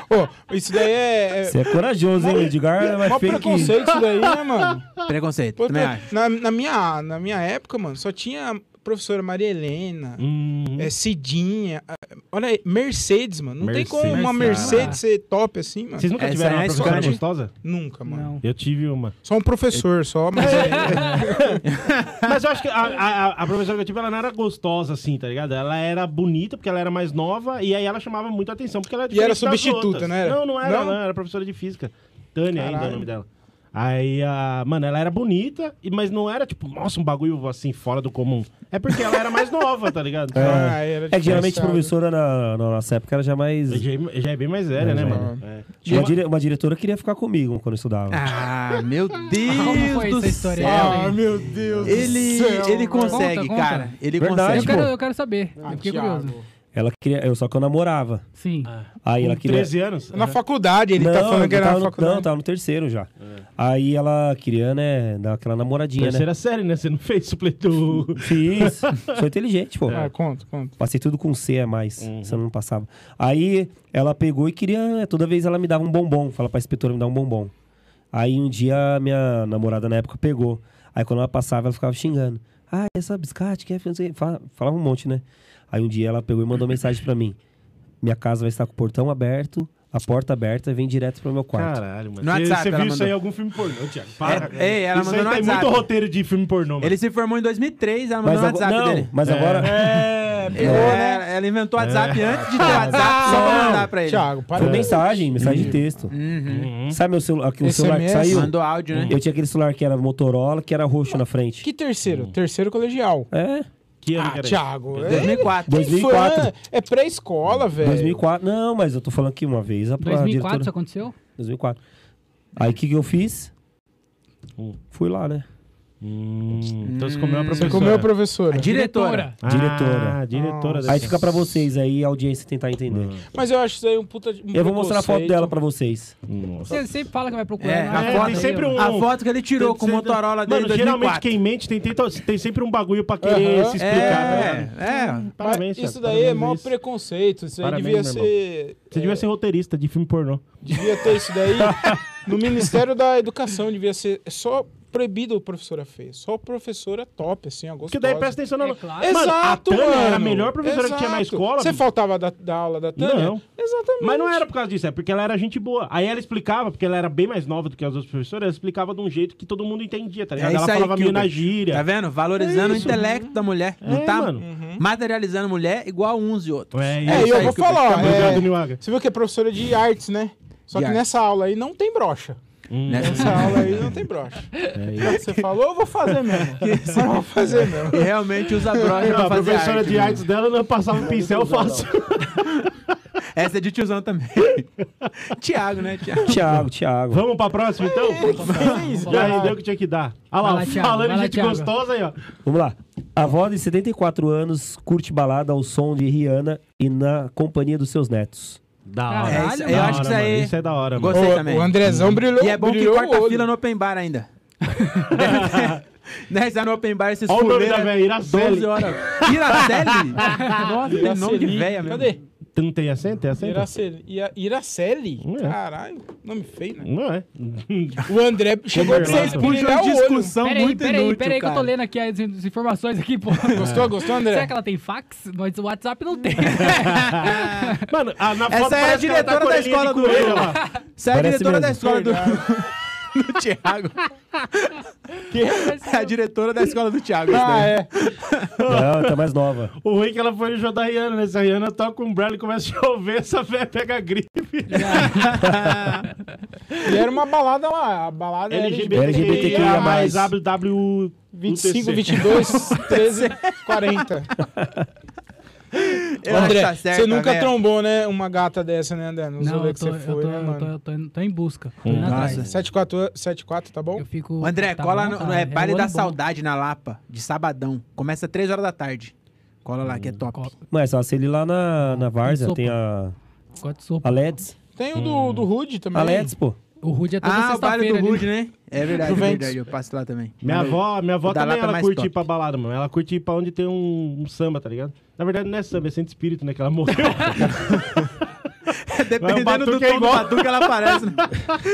Speaker 5: Ô, isso daí é. é...
Speaker 4: Você é corajoso, hein? O Edgar é
Speaker 5: Mó
Speaker 4: feio que...
Speaker 5: preconceito isso daí, né, mano?
Speaker 2: Preconceito,
Speaker 5: Pô,
Speaker 2: também
Speaker 5: tá-
Speaker 2: acho.
Speaker 5: na, na minha, na minha época, mano, só tinha professora Maria Helena,
Speaker 4: Hum, Uhum.
Speaker 5: é, Cidinha. ah, Olha aí, Mercedes, mano. Não
Speaker 3: Mercedes.
Speaker 5: tem como uma
Speaker 1: Mercedes.
Speaker 5: Mercedes ser top assim, mano.
Speaker 3: Vocês nunca
Speaker 2: Essa
Speaker 3: tiveram
Speaker 2: é
Speaker 3: uma
Speaker 2: a
Speaker 3: professora
Speaker 2: Scania.
Speaker 3: gostosa?
Speaker 5: Nunca, mano.
Speaker 1: Não.
Speaker 3: Eu tive uma.
Speaker 5: Só um professor, só, mas é,
Speaker 4: É.
Speaker 3: Mas eu acho que a, a- a professora que eu tive, ela não era gostosa, assim, tá ligado? Ela era bonita, porque ela era mais nova, e aí ela chamava muito a atenção, porque ela era
Speaker 5: E era
Speaker 3: diferente das
Speaker 5: substituta,
Speaker 3: outras.
Speaker 5: não era?
Speaker 3: Não, não era,
Speaker 5: Não?
Speaker 3: não, era professora de física. Tânia ainda é o
Speaker 5: Caralho.
Speaker 3: nome dela. Aí, a, mano, ela era bonita, e- mas não era, tipo, nossa, um bagulho, assim, fora do comum. É porque ela era mais nova, tá ligado?
Speaker 5: Ah, era
Speaker 4: É que geralmente a
Speaker 5: diferenciado.
Speaker 4: professora na, na nossa época era já mais.
Speaker 3: Já, é- já é bem mais velha, né, mano? É.
Speaker 4: Uma, dire- uma diretora queria ficar comigo quando eu estudava.
Speaker 2: Ah, meu Deus
Speaker 1: Como foi
Speaker 2: do
Speaker 1: essa história?
Speaker 4: é
Speaker 2: céu.
Speaker 1: Ah,
Speaker 5: meu Deus
Speaker 2: Ele, ele consegue,
Speaker 1: Conta, conta.
Speaker 2: cara. Ele
Speaker 4: Verdade,
Speaker 1: Eu
Speaker 2: consegue.
Speaker 1: quero,
Speaker 4: pô.
Speaker 1: eu quero saber. eu fiquei
Speaker 5: né?
Speaker 1: curioso.
Speaker 4: Ela queria. Eu, só que eu namorava.
Speaker 1: Sim.
Speaker 5: Ah,
Speaker 4: Aí ela
Speaker 3: Com
Speaker 4: queria.
Speaker 3: 13 anos.
Speaker 5: Na faculdade, ele tá falando que
Speaker 4: eu
Speaker 5: era na
Speaker 4: tava no, não,
Speaker 5: faculdade.
Speaker 4: tava no terceiro já. Aí ela queria, né, dar aquela namoradinha,
Speaker 3: É. Terceira série, né? Você não fez supletu.
Speaker 4: né? Fiz. Sou inteligente,
Speaker 3: É,
Speaker 4: pô.
Speaker 5: Ah, conta, conta.
Speaker 4: Passei tudo com C a mais, se eu não passava. Aí ela pegou e queria, né, toda vez ela me dava um bombom, fala pra inspetora me dar um bombom. Aí um dia a minha namorada na época pegou. Aí quando ela passava, ela ficava xingando. Ah, essa biscate, que é, não sei o quê. Fala- falava um monte, né? Aí um dia ela pegou e mandou mensagem pra mim. Minha casa vai estar com o portão aberto, a porta aberta, vem direto pro meu quarto.
Speaker 3: Caralho, mano.
Speaker 2: No
Speaker 3: Você-
Speaker 2: WhatsApp
Speaker 3: Você
Speaker 2: ela
Speaker 3: viu isso aí em
Speaker 2: mandou.
Speaker 3: algum filme pornô, Thiago? Para.
Speaker 2: É, ei, ela
Speaker 3: isso
Speaker 2: mandou
Speaker 3: aí
Speaker 2: no
Speaker 3: tem
Speaker 2: WhatsApp.
Speaker 3: muito roteiro de filme pornô, mano.
Speaker 2: Ele se formou em 2003, ela mandou
Speaker 4: mas
Speaker 2: no
Speaker 4: agora,
Speaker 2: WhatsApp
Speaker 4: não,
Speaker 2: dele.
Speaker 4: mas agora...
Speaker 3: É,
Speaker 2: É, ela, inventou o WhatsApp antes de ter o WhatsApp, só pra mandar pra ele.
Speaker 5: Thiago, para.
Speaker 4: Foi mensagem, mensagem
Speaker 2: Uhum.
Speaker 4: de texto. Sabe meu celular, aquele celular que
Speaker 5: SMS?
Speaker 4: saiu?
Speaker 2: é Mandou áudio, né?
Speaker 4: Eu tinha aquele celular que era Motorola, que era roxo na frente.
Speaker 5: Que terceiro? Terceiro colegial.
Speaker 4: É,
Speaker 3: Que ano que
Speaker 5: Ah,
Speaker 3: era
Speaker 5: Thiago. é-
Speaker 2: 2004.
Speaker 5: que
Speaker 4: 2004.
Speaker 5: fã, É pré-escola, velho.
Speaker 4: 2004. Não, mas eu tô falando que uma vez a, a
Speaker 1: 2004 isso
Speaker 4: diretora...
Speaker 1: aconteceu?
Speaker 4: 2004. Aí o que, que eu fiz?
Speaker 5: Hum.
Speaker 4: Fui lá, né?
Speaker 3: isso? Hum, então você comeu a professora.
Speaker 5: Comeu a professora.
Speaker 2: Diretora.
Speaker 3: Ah,
Speaker 4: Diretora.
Speaker 3: diretora dessa-
Speaker 4: Aí fica pra vocês aí, a audiência tentar entender.
Speaker 5: Mas eu acho isso aí um puta. de- Um
Speaker 4: Eu vou mostrar a foto
Speaker 5: preconceito.
Speaker 4: dela pra vocês.
Speaker 3: Nossa.
Speaker 1: Você sempre fala né? que vai procurar.
Speaker 2: É,
Speaker 1: não
Speaker 2: a
Speaker 1: acha
Speaker 3: tem
Speaker 2: foto,
Speaker 1: nada.
Speaker 3: sempre um-
Speaker 2: a foto que ele tirou com o Motorola dele em
Speaker 3: Mano, geralmente
Speaker 2: 2004.
Speaker 3: quem mente tem, tenta- tem sempre um bagulho pra querer
Speaker 5: Aham.
Speaker 3: se explicar. tá ligado?
Speaker 2: É, é.
Speaker 5: Mas
Speaker 3: Parabéns,
Speaker 5: isso
Speaker 3: Thiago,
Speaker 5: daí é
Speaker 3: parabéns,
Speaker 5: maior
Speaker 3: isso.
Speaker 5: preconceito. Isso aí
Speaker 3: Parabéns,
Speaker 5: devia
Speaker 3: meu irmão.
Speaker 5: ser. é,
Speaker 3: Você devia ser roteirista de filme pornô.
Speaker 5: Devia ter isso daí no Ministério da Educação, devia ser só proibido professora feia, só professora top, assim, agora.
Speaker 3: Porque daí presta atenção na
Speaker 1: É
Speaker 3: aula.
Speaker 1: claro.
Speaker 3: Mano,
Speaker 5: Exato,
Speaker 3: a Tânia
Speaker 5: mano.
Speaker 3: era a melhor professora que tinha na
Speaker 5: Exato.
Speaker 3: escola.
Speaker 5: Você
Speaker 3: bicho.
Speaker 5: faltava da, da aula da Tânia?
Speaker 3: Não.
Speaker 5: Exatamente.
Speaker 3: Mas não era por causa disso, é porque ela era gente boa. Aí ela explicava, porque ela era bem mais nova do que as outras professoras, ela explicava de um jeito que todo mundo entendia, tá ligado?
Speaker 2: É
Speaker 3: ela
Speaker 2: isso aí,
Speaker 3: falava meio
Speaker 2: Gilbert.
Speaker 3: na gíria.
Speaker 2: Tá vendo? Valorizando o intelecto da mulher. não
Speaker 3: É,
Speaker 2: tá
Speaker 3: mano.
Speaker 2: materializando mulher igual uns e outros.
Speaker 3: É,
Speaker 5: É, e
Speaker 2: isso
Speaker 5: eu
Speaker 2: aí
Speaker 5: vou
Speaker 2: que eu vou
Speaker 5: falar, ó,
Speaker 3: Obrigado,
Speaker 5: é,
Speaker 3: Milagre.
Speaker 5: você viu que é professora de artes, né? Só
Speaker 2: De
Speaker 5: que
Speaker 2: artes.
Speaker 5: nessa aula aí não tem brocha.
Speaker 3: Hum.
Speaker 2: Nessa-
Speaker 5: Nessa aula aí não tem brocha. Você falou, eu vou fazer mesmo. Eu vou fazer mesmo.
Speaker 2: E realmente usa brocha pra
Speaker 3: Não, É, a
Speaker 2: fazer
Speaker 3: professora
Speaker 2: arte,
Speaker 3: de
Speaker 2: né?
Speaker 3: artes dela não passava o pincel fácil.
Speaker 2: Essa é de tiozão também. Tiago, né, Tiago?
Speaker 4: Thiago, Thiago.
Speaker 3: Vamos pra próxima, então? Já rendeu o que tinha que dar. Olha lá,
Speaker 1: Vai lá, Thiago, vai
Speaker 3: falando de
Speaker 1: lá,
Speaker 3: gente
Speaker 1: Thiago.
Speaker 3: gostosa aí, ó.
Speaker 4: Vamos lá. A avó de 74 anos curte balada ao som de Rihanna e na companhia dos seus netos.
Speaker 3: Da
Speaker 1: hora.
Speaker 2: É, isso- eu acho que isso aí...
Speaker 3: Isso é da hora, mano.
Speaker 2: Gostei também.
Speaker 5: O Andrezão brilhou.
Speaker 2: E é bom que
Speaker 5: brilhou
Speaker 2: corta
Speaker 5: o
Speaker 2: a
Speaker 5: olho.
Speaker 2: fila no open bar ainda. Deve estar no open bar esses
Speaker 3: Olha o nome da
Speaker 2: fuleiros,
Speaker 3: velha, Iraceli.
Speaker 2: 12 horas. Iraceli? Nossa, tem nome de
Speaker 5: Iraceli.
Speaker 2: véia mesmo.
Speaker 5: Cadê?
Speaker 3: Não tem acento? Tem acento?
Speaker 5: Iraceli. Ira- Iraceli?
Speaker 3: É.
Speaker 5: Caralho, nome feio, né?
Speaker 3: Não é.
Speaker 5: O André chegou pra vocês
Speaker 3: Vocês
Speaker 2: Puxa
Speaker 5: brilhar
Speaker 2: uma
Speaker 5: o olho.
Speaker 2: discussão
Speaker 1: Peraí,
Speaker 2: muito
Speaker 1: peraí,
Speaker 2: inútil,
Speaker 1: peraí que eu tô
Speaker 2: cara. é.
Speaker 1: lendo aqui as as informações aqui, pô.
Speaker 5: Gostou,
Speaker 1: Será
Speaker 5: gostou, André?
Speaker 1: que ela tem fax? Mas o WhatsApp não tem.
Speaker 3: Mano, a, na
Speaker 2: Essa
Speaker 3: foto
Speaker 2: é a
Speaker 3: parece que ela
Speaker 2: diretora
Speaker 3: tá com a
Speaker 2: da
Speaker 3: orelhinha
Speaker 2: escola do
Speaker 3: de coelho,
Speaker 2: Will.
Speaker 3: ó.
Speaker 2: Você é a
Speaker 4: Parece
Speaker 2: diretora da
Speaker 4: mesmo.
Speaker 2: escola do, do Thiago. É a diretora da escola do Thiago. isso
Speaker 5: Ah,
Speaker 2: daí.
Speaker 5: é.
Speaker 4: Não, tá mais nova.
Speaker 3: O ruim é que ela foi no show da Rihanna, né? Se a Rihanna toca um umbrella e começa a chover, essa véia pega a gripe.
Speaker 5: E era uma balada lá. A balada era LGBT.
Speaker 3: LGBTQIA+,
Speaker 4: mais.
Speaker 3: WW...
Speaker 5: 25,
Speaker 3: UTC.
Speaker 5: 22, 13, 40.
Speaker 2: Eu acho que
Speaker 5: André,
Speaker 2: tá certo,
Speaker 5: você nunca
Speaker 2: né?
Speaker 5: trombou, né, uma gata dessa, né, André? Nos
Speaker 1: Não,
Speaker 5: rolê
Speaker 1: eu
Speaker 5: que
Speaker 1: tô,
Speaker 5: você
Speaker 1: eu tô,
Speaker 5: foi, né,
Speaker 1: eu tô,
Speaker 5: mano?
Speaker 1: eu tô, eu tô em busca. Tô indo
Speaker 2: Nossa.
Speaker 1: atrás.
Speaker 5: 74, 74, tá bom?
Speaker 1: Eu fico.
Speaker 2: Ô, André,
Speaker 1: tá
Speaker 2: cola
Speaker 1: bom,
Speaker 2: no,
Speaker 1: tá.
Speaker 2: é, Baile
Speaker 1: olho
Speaker 2: da
Speaker 1: bom.
Speaker 2: Saudade na Lapa, de sabadão. Começa 3 horas da tarde. Cola lá, que é top.
Speaker 1: Cola.
Speaker 4: Mas só se ele lá na, na Várzea
Speaker 1: Sopa.
Speaker 4: tem a,
Speaker 1: Gosto de sopa.
Speaker 4: a LEDs.
Speaker 5: Tem o
Speaker 2: Hum.
Speaker 5: do, do Rude também.
Speaker 4: A LEDs, pô.
Speaker 1: O Rude é toda
Speaker 2: Ah, o baile
Speaker 1: sexta-feira.
Speaker 2: do
Speaker 1: ali.
Speaker 2: Rude, né? É verdade, é
Speaker 5: Juventus.
Speaker 2: verdade. Eu passo lá também.
Speaker 3: Minha avó,
Speaker 2: O
Speaker 3: minha avó
Speaker 2: da
Speaker 3: também,
Speaker 2: Lapa é
Speaker 3: ela
Speaker 2: mais
Speaker 3: curte
Speaker 2: top.
Speaker 3: ir pra balada, mano. Ela curte ir pra onde tem um, um samba, tá ligado? Na verdade, não é samba, é centro espírito, né? Que ela morreu.
Speaker 2: Dependendo do tom do batuque, ela aparece. né?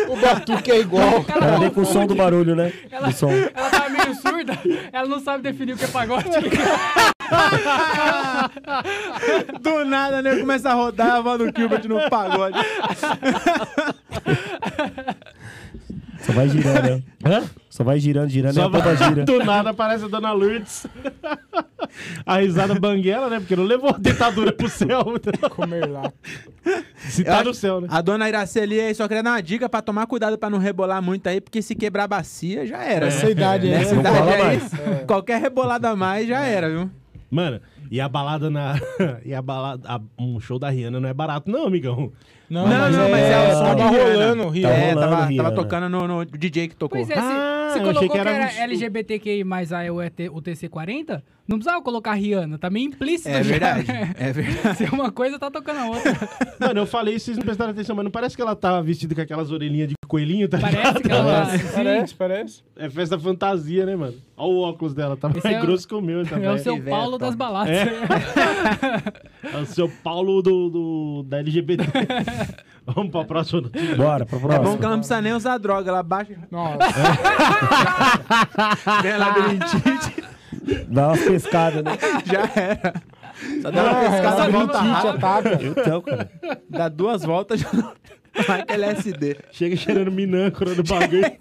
Speaker 5: O batuque é igual.
Speaker 4: Pra ver com o som do barulho, né?
Speaker 1: Ela,
Speaker 4: Do som.
Speaker 1: ela tá meio surda, ela não sabe definir o que é pagode.
Speaker 2: Do nada, né? Começa a rodar a voz do Gilbert no pagode.
Speaker 4: Só vai girando, né? Só vai girando,
Speaker 2: é
Speaker 4: girando, e a bomba gira.
Speaker 3: do nada aparece a dona Lourdes. a risada banguela, né? Porque não levou a ditadura pro céu.
Speaker 5: Comer lá.
Speaker 3: Se
Speaker 2: Eu
Speaker 3: tá
Speaker 2: acho-
Speaker 3: no céu, né?
Speaker 2: A dona Iracê ali aí só queria dar uma dica pra tomar cuidado pra não rebolar muito aí, porque se quebrar a bacia, já era. né?
Speaker 5: Essa idade é.
Speaker 2: Nessa
Speaker 4: né? Não
Speaker 2: idade
Speaker 4: cola
Speaker 2: aí,
Speaker 4: mais.
Speaker 2: qualquer rebolada a mais já era, viu?
Speaker 3: Mano, e a balada na. e a balada. a- um show da Rihanna não é barato, não, amigão.
Speaker 5: Não,
Speaker 2: Não, não, mas é o som
Speaker 5: tava
Speaker 2: de Rihanna.
Speaker 5: rolando, Rio.
Speaker 4: Tá
Speaker 2: é,
Speaker 4: rolando,
Speaker 2: tava,
Speaker 4: Rihanna.
Speaker 2: tava tocando no, no DJ que tocou.
Speaker 1: Pois é, se,
Speaker 3: Ah,
Speaker 1: se
Speaker 3: eu
Speaker 1: colocou
Speaker 3: achei
Speaker 1: que
Speaker 3: que
Speaker 1: era,
Speaker 3: era um-
Speaker 1: LGBTQI mais a UET o TC40, não precisava colocar Rihanna, tá meio implícito.
Speaker 2: É
Speaker 1: já.
Speaker 2: verdade, é verdade.
Speaker 1: Se é uma coisa, tá tocando a outra.
Speaker 3: Mano, eu falei isso, vocês não prestaram atenção, mas não parece que ela tá vestida com aquelas orelhinhas de coelhinho, tá ligado?
Speaker 1: Parece que ela tá. Sim.
Speaker 5: Parece, parece.
Speaker 3: É festa fantasia, né, mano? Olha o óculos dela, tá mais
Speaker 1: Esse é o-
Speaker 3: grosso que o meu também.
Speaker 1: É o seu
Speaker 2: Ivete,
Speaker 1: Paulo das
Speaker 2: ó.
Speaker 1: baladas.
Speaker 3: É o seu Paulo do, do- da LGBT. Vamos pra próxima notícia.
Speaker 4: Bora, pra
Speaker 2: É
Speaker 4: próxima.
Speaker 2: bom que ela não precisa nem usar droga, ela baixa
Speaker 5: Nossa.
Speaker 2: vem lá labirintite,
Speaker 4: Dá umas pescadas, né?
Speaker 2: já era. Só dá
Speaker 5: Ah,
Speaker 4: Ah.
Speaker 2: uma pescada,
Speaker 5: Cada
Speaker 2: volta
Speaker 5: mentite,
Speaker 2: rápido,
Speaker 5: ataca.
Speaker 4: Então, cara.
Speaker 2: dá duas voltas, já vai que LSD.
Speaker 3: Chega cheirando minâncora no bagulho.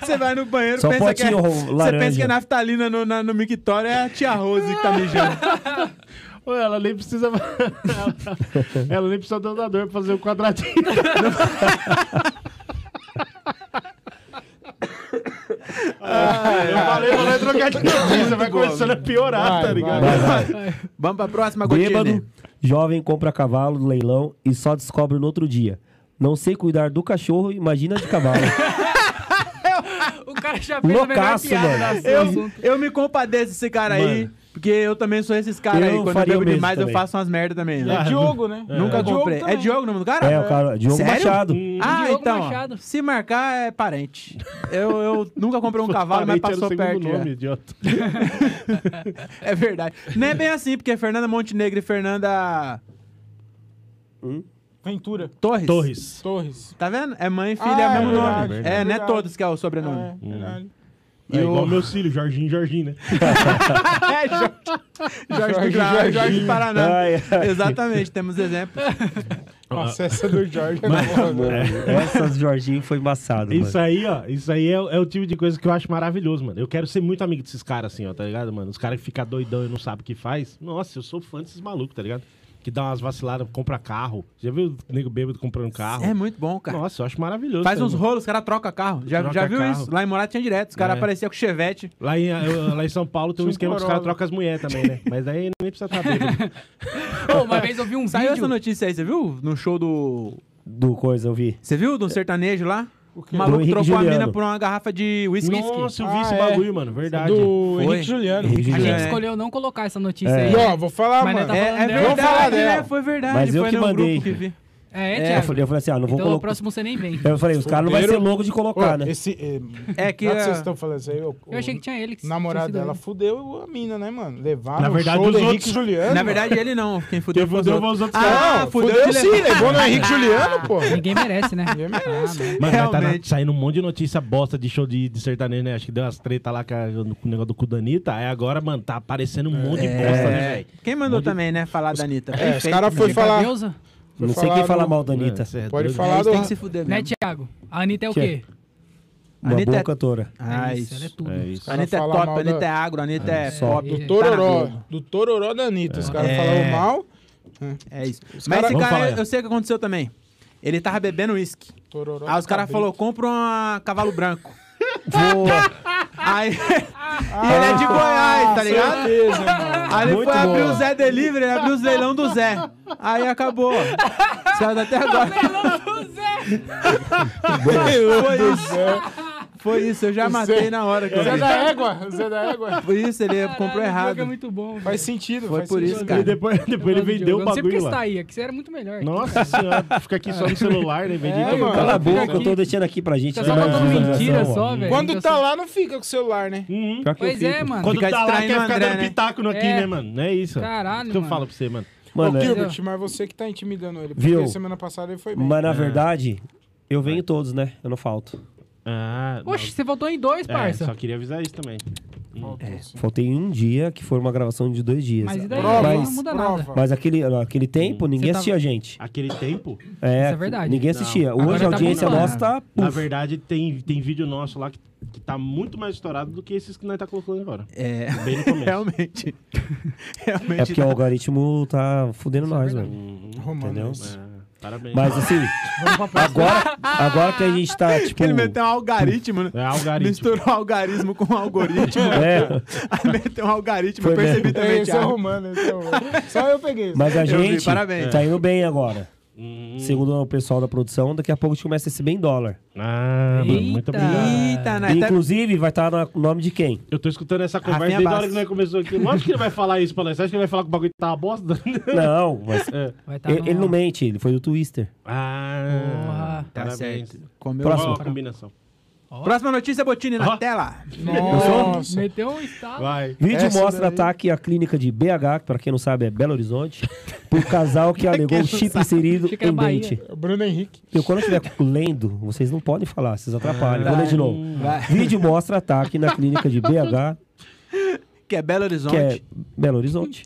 Speaker 2: Você vai no banheiro,
Speaker 4: Só
Speaker 2: pensa que é,
Speaker 4: potinho
Speaker 2: você
Speaker 4: laranja.
Speaker 2: pensa que é naftalina no, na, no mictório, é a tia Rose que tá mijando.
Speaker 3: Ô, ela nem precisa. ela nem precisa do andador pra fazer o quadradinho. Ah, eu falei pra não trocar de notícia, vai começando a piorar, tá ligado?
Speaker 4: Vai, vai.
Speaker 2: Vamos pra próxima,
Speaker 4: Bêbado,
Speaker 2: Gotini.
Speaker 4: jovem compra cavalo no leilão e só descobre no outro dia. Não sei cuidar do cachorro, imagina de cavalo.
Speaker 1: O cara já fez a melhor
Speaker 4: Loucaço,
Speaker 1: piada
Speaker 4: mano.
Speaker 1: da sua.
Speaker 2: Eu, eu me compadeço desse cara aí,
Speaker 4: Mano.
Speaker 2: porque eu também sou esses caras aí.
Speaker 4: Eu
Speaker 2: Quando eu
Speaker 4: faria o
Speaker 2: bebo
Speaker 4: mesmo
Speaker 2: demais, eu
Speaker 4: também.
Speaker 2: faço umas merda também.
Speaker 5: É
Speaker 2: né?
Speaker 5: Diogo, né?
Speaker 2: Nunca
Speaker 5: É Diogo
Speaker 2: comprei.
Speaker 5: também.
Speaker 2: é Diogo o nome do cara?
Speaker 4: é, o cara, Diogo
Speaker 2: Sério?
Speaker 4: Machado.
Speaker 2: Ah,
Speaker 1: Diogo
Speaker 2: então. ó,
Speaker 1: Machado.
Speaker 2: Se marcar é parente. Eu, eu nunca comprei um cavalo, mas
Speaker 5: é
Speaker 3: Parente era o
Speaker 2: passou
Speaker 3: segundo
Speaker 2: perto.
Speaker 3: nome,
Speaker 2: já.
Speaker 3: idiota.
Speaker 2: É verdade. Não é bem assim, porque Fernanda Montenegro e Fernanda
Speaker 5: Ventura.
Speaker 2: Torres.
Speaker 3: Torres.
Speaker 5: Torres.
Speaker 2: Tá vendo? É mãe e filha,
Speaker 5: Ah,
Speaker 2: é o
Speaker 5: é
Speaker 2: mesmo
Speaker 5: verdade,
Speaker 2: nome. É,
Speaker 5: verdade.
Speaker 2: não é todos que é o sobrenome.
Speaker 5: É, verdade.
Speaker 3: É
Speaker 2: E
Speaker 3: igual
Speaker 2: o-
Speaker 3: meus filhos, Jorginho e Jorginho, né?
Speaker 2: É, Jorge, Jorge, do
Speaker 5: Jorge,
Speaker 2: Grau, Jorge,
Speaker 5: Jorginho.
Speaker 2: do Paraná.
Speaker 4: Ai, ai.
Speaker 2: Exatamente, temos exemplos.
Speaker 5: Nossa, essa do Jorge é boa, velho.
Speaker 4: Essas Jorginho foi embaçado,
Speaker 3: Isso
Speaker 4: mano.
Speaker 3: aí, ó. Isso aí é, é o tipo de coisa que eu acho maravilhoso, mano. Eu quero ser muito amigo desses caras, assim, ó, tá ligado, mano? Os caras que ficam doidão e não sabem o que faz. Nossa, eu sou fã desses malucos, tá ligado? Que dá umas vaciladas, compra carro. Já viu o nego bêbado comprando carro?
Speaker 2: É muito bom, cara.
Speaker 3: Nossa, eu acho maravilhoso.
Speaker 2: Faz
Speaker 3: tá
Speaker 2: uns
Speaker 3: ligado?
Speaker 2: rolos, os caras trocam carro. Já,
Speaker 3: Troca
Speaker 2: já viu
Speaker 3: carro.
Speaker 2: isso? Lá em Morato tinha direto. Os caras
Speaker 3: É.
Speaker 2: apareciam com chevette.
Speaker 3: lá em, eu- lá em São Paulo tem
Speaker 5: Tinha
Speaker 3: um
Speaker 5: um
Speaker 3: esquema que os
Speaker 5: Corolla.
Speaker 3: caras trocam as mulheres também, né? Mas daí nem precisa estar bêbado.
Speaker 1: Ô, uma vez eu vi um
Speaker 2: Saiu essa
Speaker 1: vídeo.
Speaker 2: notícia aí, você viu? No show do.
Speaker 4: Do coisa, eu vi.
Speaker 2: Você viu? Do sertanejo lá? O
Speaker 4: Do
Speaker 2: maluco
Speaker 4: Henrique
Speaker 2: trocou a mina
Speaker 4: Juliano.
Speaker 2: por uma garrafa de whisky.
Speaker 3: Nossa, eu vi
Speaker 5: Ah,
Speaker 3: esse
Speaker 5: é.
Speaker 3: bagulho, mano. Verdade.
Speaker 5: Do
Speaker 2: Foi.
Speaker 5: Henrique Juliano.
Speaker 4: Henrique
Speaker 1: A gente
Speaker 4: Juliano.
Speaker 2: É.
Speaker 1: escolheu não colocar essa notícia
Speaker 4: né? É.
Speaker 5: E
Speaker 1: aí.
Speaker 5: ó, vou falar,
Speaker 1: Mas
Speaker 5: mano.
Speaker 1: não tá falando
Speaker 2: É, é
Speaker 1: dela.
Speaker 5: Vamos falar
Speaker 2: verdade, né?
Speaker 5: dela.
Speaker 2: Foi verdade.
Speaker 4: Mas eu
Speaker 2: foi
Speaker 4: que
Speaker 2: no
Speaker 4: mandei.
Speaker 2: grupo que vi.
Speaker 1: É,
Speaker 4: É, eu
Speaker 1: Thiago?
Speaker 4: falei, eu falei assim, ah, não É. vou
Speaker 1: Então o
Speaker 4: colocar.
Speaker 1: próximo você nem vem.
Speaker 4: Eu falei, os caras não vão ser
Speaker 5: Primeiro-
Speaker 4: loucos de colocar, né?
Speaker 5: Esse, eh,
Speaker 2: É que,
Speaker 5: já que vocês
Speaker 2: ah,
Speaker 5: estão falando isso aí, o,
Speaker 1: Eu achei que tinha ele que
Speaker 5: o
Speaker 1: tinha
Speaker 5: namorado
Speaker 1: sido
Speaker 5: dela
Speaker 1: ele.
Speaker 5: fudeu a mina, né, mano? Levaram
Speaker 3: Na
Speaker 5: o
Speaker 3: verdade,
Speaker 5: show
Speaker 3: os
Speaker 5: do Henrique
Speaker 3: outros-
Speaker 5: Juliano.
Speaker 2: Na
Speaker 5: mano.
Speaker 2: verdade, ele não. Quem fudeu
Speaker 3: Quem
Speaker 2: foi os
Speaker 3: fudeu
Speaker 2: outros.
Speaker 3: foi os outros
Speaker 2: Ah,
Speaker 5: Não,
Speaker 2: fudeu,
Speaker 5: fudeu,
Speaker 2: de
Speaker 5: sim, né?
Speaker 2: levar.
Speaker 5: levou no Henrique Juliano, pô.
Speaker 1: Ninguém merece, né? Ninguém merece.
Speaker 3: Mano, mas tá na-
Speaker 2: Realmente.
Speaker 3: saindo um monte de notícia bosta de show de, de sertanejo, né? Acho que deu umas treta lá com, a- com o negócio do Kudanita. Aí agora, mano, tá aparecendo um monte de bosta, né,
Speaker 2: É,
Speaker 3: velho?
Speaker 2: Quem mandou também, né? Falar da Anitta.
Speaker 5: É,
Speaker 2: Perfeito,
Speaker 5: os cara
Speaker 2: né?
Speaker 5: foi falar-
Speaker 1: Deusa?
Speaker 4: Não sei quem fala
Speaker 5: falar
Speaker 4: mal da Anitta.
Speaker 3: Cê é
Speaker 5: Pode
Speaker 3: doido.
Speaker 5: falar do...
Speaker 2: Tem que se fuder
Speaker 1: Né,
Speaker 2: mesmo.
Speaker 1: Tiago? A Anitta é o quê?
Speaker 4: Uma
Speaker 2: Anitta
Speaker 4: boa
Speaker 2: é-
Speaker 4: cantora.
Speaker 2: Ah,
Speaker 1: É isso, Ela é
Speaker 2: isso.
Speaker 1: tudo.
Speaker 3: É isso.
Speaker 2: A Anitta é
Speaker 5: Fala
Speaker 2: top,
Speaker 5: mal
Speaker 2: a Anitta
Speaker 5: da-
Speaker 2: é agro, a Anitta é
Speaker 1: só.
Speaker 2: pop.
Speaker 5: Do
Speaker 2: Tá na
Speaker 5: Tororó.
Speaker 2: Globo.
Speaker 5: Do Tororó da Anitta. Os caras
Speaker 2: É.
Speaker 5: falaram mal.
Speaker 2: É isso. Mas
Speaker 5: cara-
Speaker 2: esse
Speaker 3: Vamos
Speaker 2: cara,
Speaker 3: falar,
Speaker 2: eu,
Speaker 3: é.
Speaker 2: sei o que aconteceu também. Ele tava bebendo uísque.
Speaker 5: Tororó tá
Speaker 2: Aí Ah, os caras
Speaker 5: cabrito.
Speaker 2: falaram, compra um cavalo branco. Boa. Aí ele é de Goiás, tá ligado?
Speaker 5: Certeza, mano.
Speaker 2: Aí ele
Speaker 4: Muito
Speaker 2: foi abrir
Speaker 4: boa.
Speaker 2: o Zé Delivery, ele abriu os leilão do Zé. Aí acabou. Saiu até agora.
Speaker 1: é
Speaker 2: Foi isso. Foi isso, eu já matei na hora. que eu
Speaker 5: Zé
Speaker 2: vi.
Speaker 5: da Égua. Zé da Égua.
Speaker 2: Foi isso, ele
Speaker 1: Caralho,
Speaker 2: comprou
Speaker 1: o Diogo
Speaker 2: errado.
Speaker 1: é muito bom.
Speaker 5: Faz sentido.
Speaker 2: Foi
Speaker 5: faz
Speaker 2: por
Speaker 5: sentido.
Speaker 2: isso,
Speaker 3: E
Speaker 2: cara.
Speaker 3: depois, depois ele vendeu o
Speaker 1: Eu não sei porque
Speaker 3: bagulho
Speaker 1: você tá
Speaker 3: lá.
Speaker 1: aí, aqui você era muito melhor.
Speaker 3: Nossa senhora, fica aqui só no celular, né? Vendido.
Speaker 5: É, mano.
Speaker 4: Cala a
Speaker 5: Fica
Speaker 4: boca, eu
Speaker 5: aqui.
Speaker 4: tô deixando aqui pra gente.
Speaker 1: Tá
Speaker 4: né?
Speaker 3: é,
Speaker 1: só
Speaker 4: Mais
Speaker 1: contando
Speaker 4: visualização,
Speaker 1: mentira
Speaker 4: ó.
Speaker 1: só, velho.
Speaker 5: Quando
Speaker 1: Então,
Speaker 5: tá
Speaker 1: assim,
Speaker 5: lá, não fica com o celular, né?
Speaker 3: Uhum.
Speaker 4: Pior que eu
Speaker 1: Pois é,
Speaker 4: fico.
Speaker 1: mano.
Speaker 3: Quando
Speaker 2: Fica
Speaker 3: tá lá,
Speaker 2: distraindo
Speaker 3: quer
Speaker 2: o
Speaker 3: ficar
Speaker 2: André,
Speaker 3: dando
Speaker 2: né?
Speaker 3: pitaco no aqui,
Speaker 1: É.
Speaker 3: né, mano? Não é isso.
Speaker 1: Caralho,
Speaker 3: O que eu
Speaker 1: mano.
Speaker 3: falo pra você, mano?
Speaker 4: Mano,
Speaker 5: Ô,
Speaker 4: é-
Speaker 5: Gilbert, mas você que tá intimidando ele. Porque
Speaker 4: Viu?
Speaker 5: semana passada ele foi bem.
Speaker 1: é.
Speaker 4: Mas na verdade, eu venho todos, né? Eu não falto.
Speaker 3: Ah, não.
Speaker 1: Oxe, você votou em dois,
Speaker 3: É,
Speaker 1: parça.
Speaker 3: só queria avisar isso também.
Speaker 4: Faltei um dia, que foi uma gravação de dois dias.
Speaker 1: Mas e daí?
Speaker 5: Prova,
Speaker 1: não muda nada.
Speaker 5: prova.
Speaker 4: Mas aquele, aquele tempo,
Speaker 1: Você
Speaker 4: ninguém
Speaker 1: tava-
Speaker 4: assistia a gente.
Speaker 3: Aquele tempo,
Speaker 4: É,
Speaker 1: Isso é verdade.
Speaker 4: Ninguém
Speaker 3: Não.
Speaker 4: assistia.
Speaker 1: Agora
Speaker 4: Hoje
Speaker 1: tá
Speaker 4: a audiência
Speaker 1: bombando.
Speaker 4: nossa tá.
Speaker 3: na verdade, tem, tem vídeo nosso lá que, que tá muito mais estourado do que esses que nós tá colocando agora.
Speaker 2: É,
Speaker 3: Bem no começo.
Speaker 2: realmente. realmente.
Speaker 4: É porque o algoritmo tá fudendo
Speaker 1: é
Speaker 4: nós, mano.
Speaker 3: Uhum.
Speaker 5: Romano.
Speaker 3: É, parabéns.
Speaker 4: Mas assim, agora, agora que a gente tá, tipo.
Speaker 2: Ele meteu um algaritmo, né?
Speaker 3: É algaritmo.
Speaker 2: Misturou algarismo com algoritmo.
Speaker 4: É,
Speaker 2: Aí meteu um algoritmo,
Speaker 4: Foi
Speaker 2: eu percebi
Speaker 4: mesmo.
Speaker 2: também,
Speaker 5: Esse é
Speaker 2: Thiago.
Speaker 5: romano, esse é romano. Só eu peguei. isso.
Speaker 4: mas a
Speaker 2: Eu vi,
Speaker 4: gente
Speaker 2: parabéns.
Speaker 4: tá indo bem agora.
Speaker 3: Hum.
Speaker 4: Segundo o pessoal da produção, daqui a pouco a gente começa a receber em dólar.
Speaker 3: Ah, mano, muito
Speaker 1: Eita.
Speaker 3: obrigado.
Speaker 2: Eita, né? Até-
Speaker 4: Inclusive, vai estar no nome de quem?
Speaker 3: Eu tô escutando essa conversa
Speaker 2: Rafinha
Speaker 3: desde a
Speaker 2: Bastos.
Speaker 3: hora que nós começou aqui. Lógico que ele vai falar isso pra nós. Você acha que ele vai falar que o bagulho tá uma bosta?
Speaker 4: Não, mas
Speaker 1: Vai tá
Speaker 4: ele, ele
Speaker 1: no-
Speaker 4: não mente, ele foi do Twister.
Speaker 3: Ah,
Speaker 1: Porra.
Speaker 2: Tá
Speaker 3: parabéns.
Speaker 2: certo. Comeu
Speaker 3: Próxima
Speaker 2: Próxima.
Speaker 3: combinação.
Speaker 2: Próxima notícia, Botini, na
Speaker 3: Ó.
Speaker 2: tela.
Speaker 1: Nossa. Meteu um estalo.
Speaker 3: Vai.
Speaker 4: Vídeo
Speaker 3: Essa
Speaker 4: mostra
Speaker 3: daí-
Speaker 4: ataque à clínica de BH, que pra quem não sabe é Belo Horizonte, por casal que alegou chip inserido
Speaker 1: Achei que era
Speaker 4: em
Speaker 1: Bahia.
Speaker 4: dente.
Speaker 5: Bruno Henrique.
Speaker 4: Eu quando eu estiver lendo, vocês não podem falar, vocês atrapalham. Vou ler de novo.
Speaker 2: Vai.
Speaker 4: Vídeo mostra ataque na clínica de BH,
Speaker 2: Que é Belo
Speaker 4: que é
Speaker 2: Horizonte.
Speaker 4: Belo Horizonte,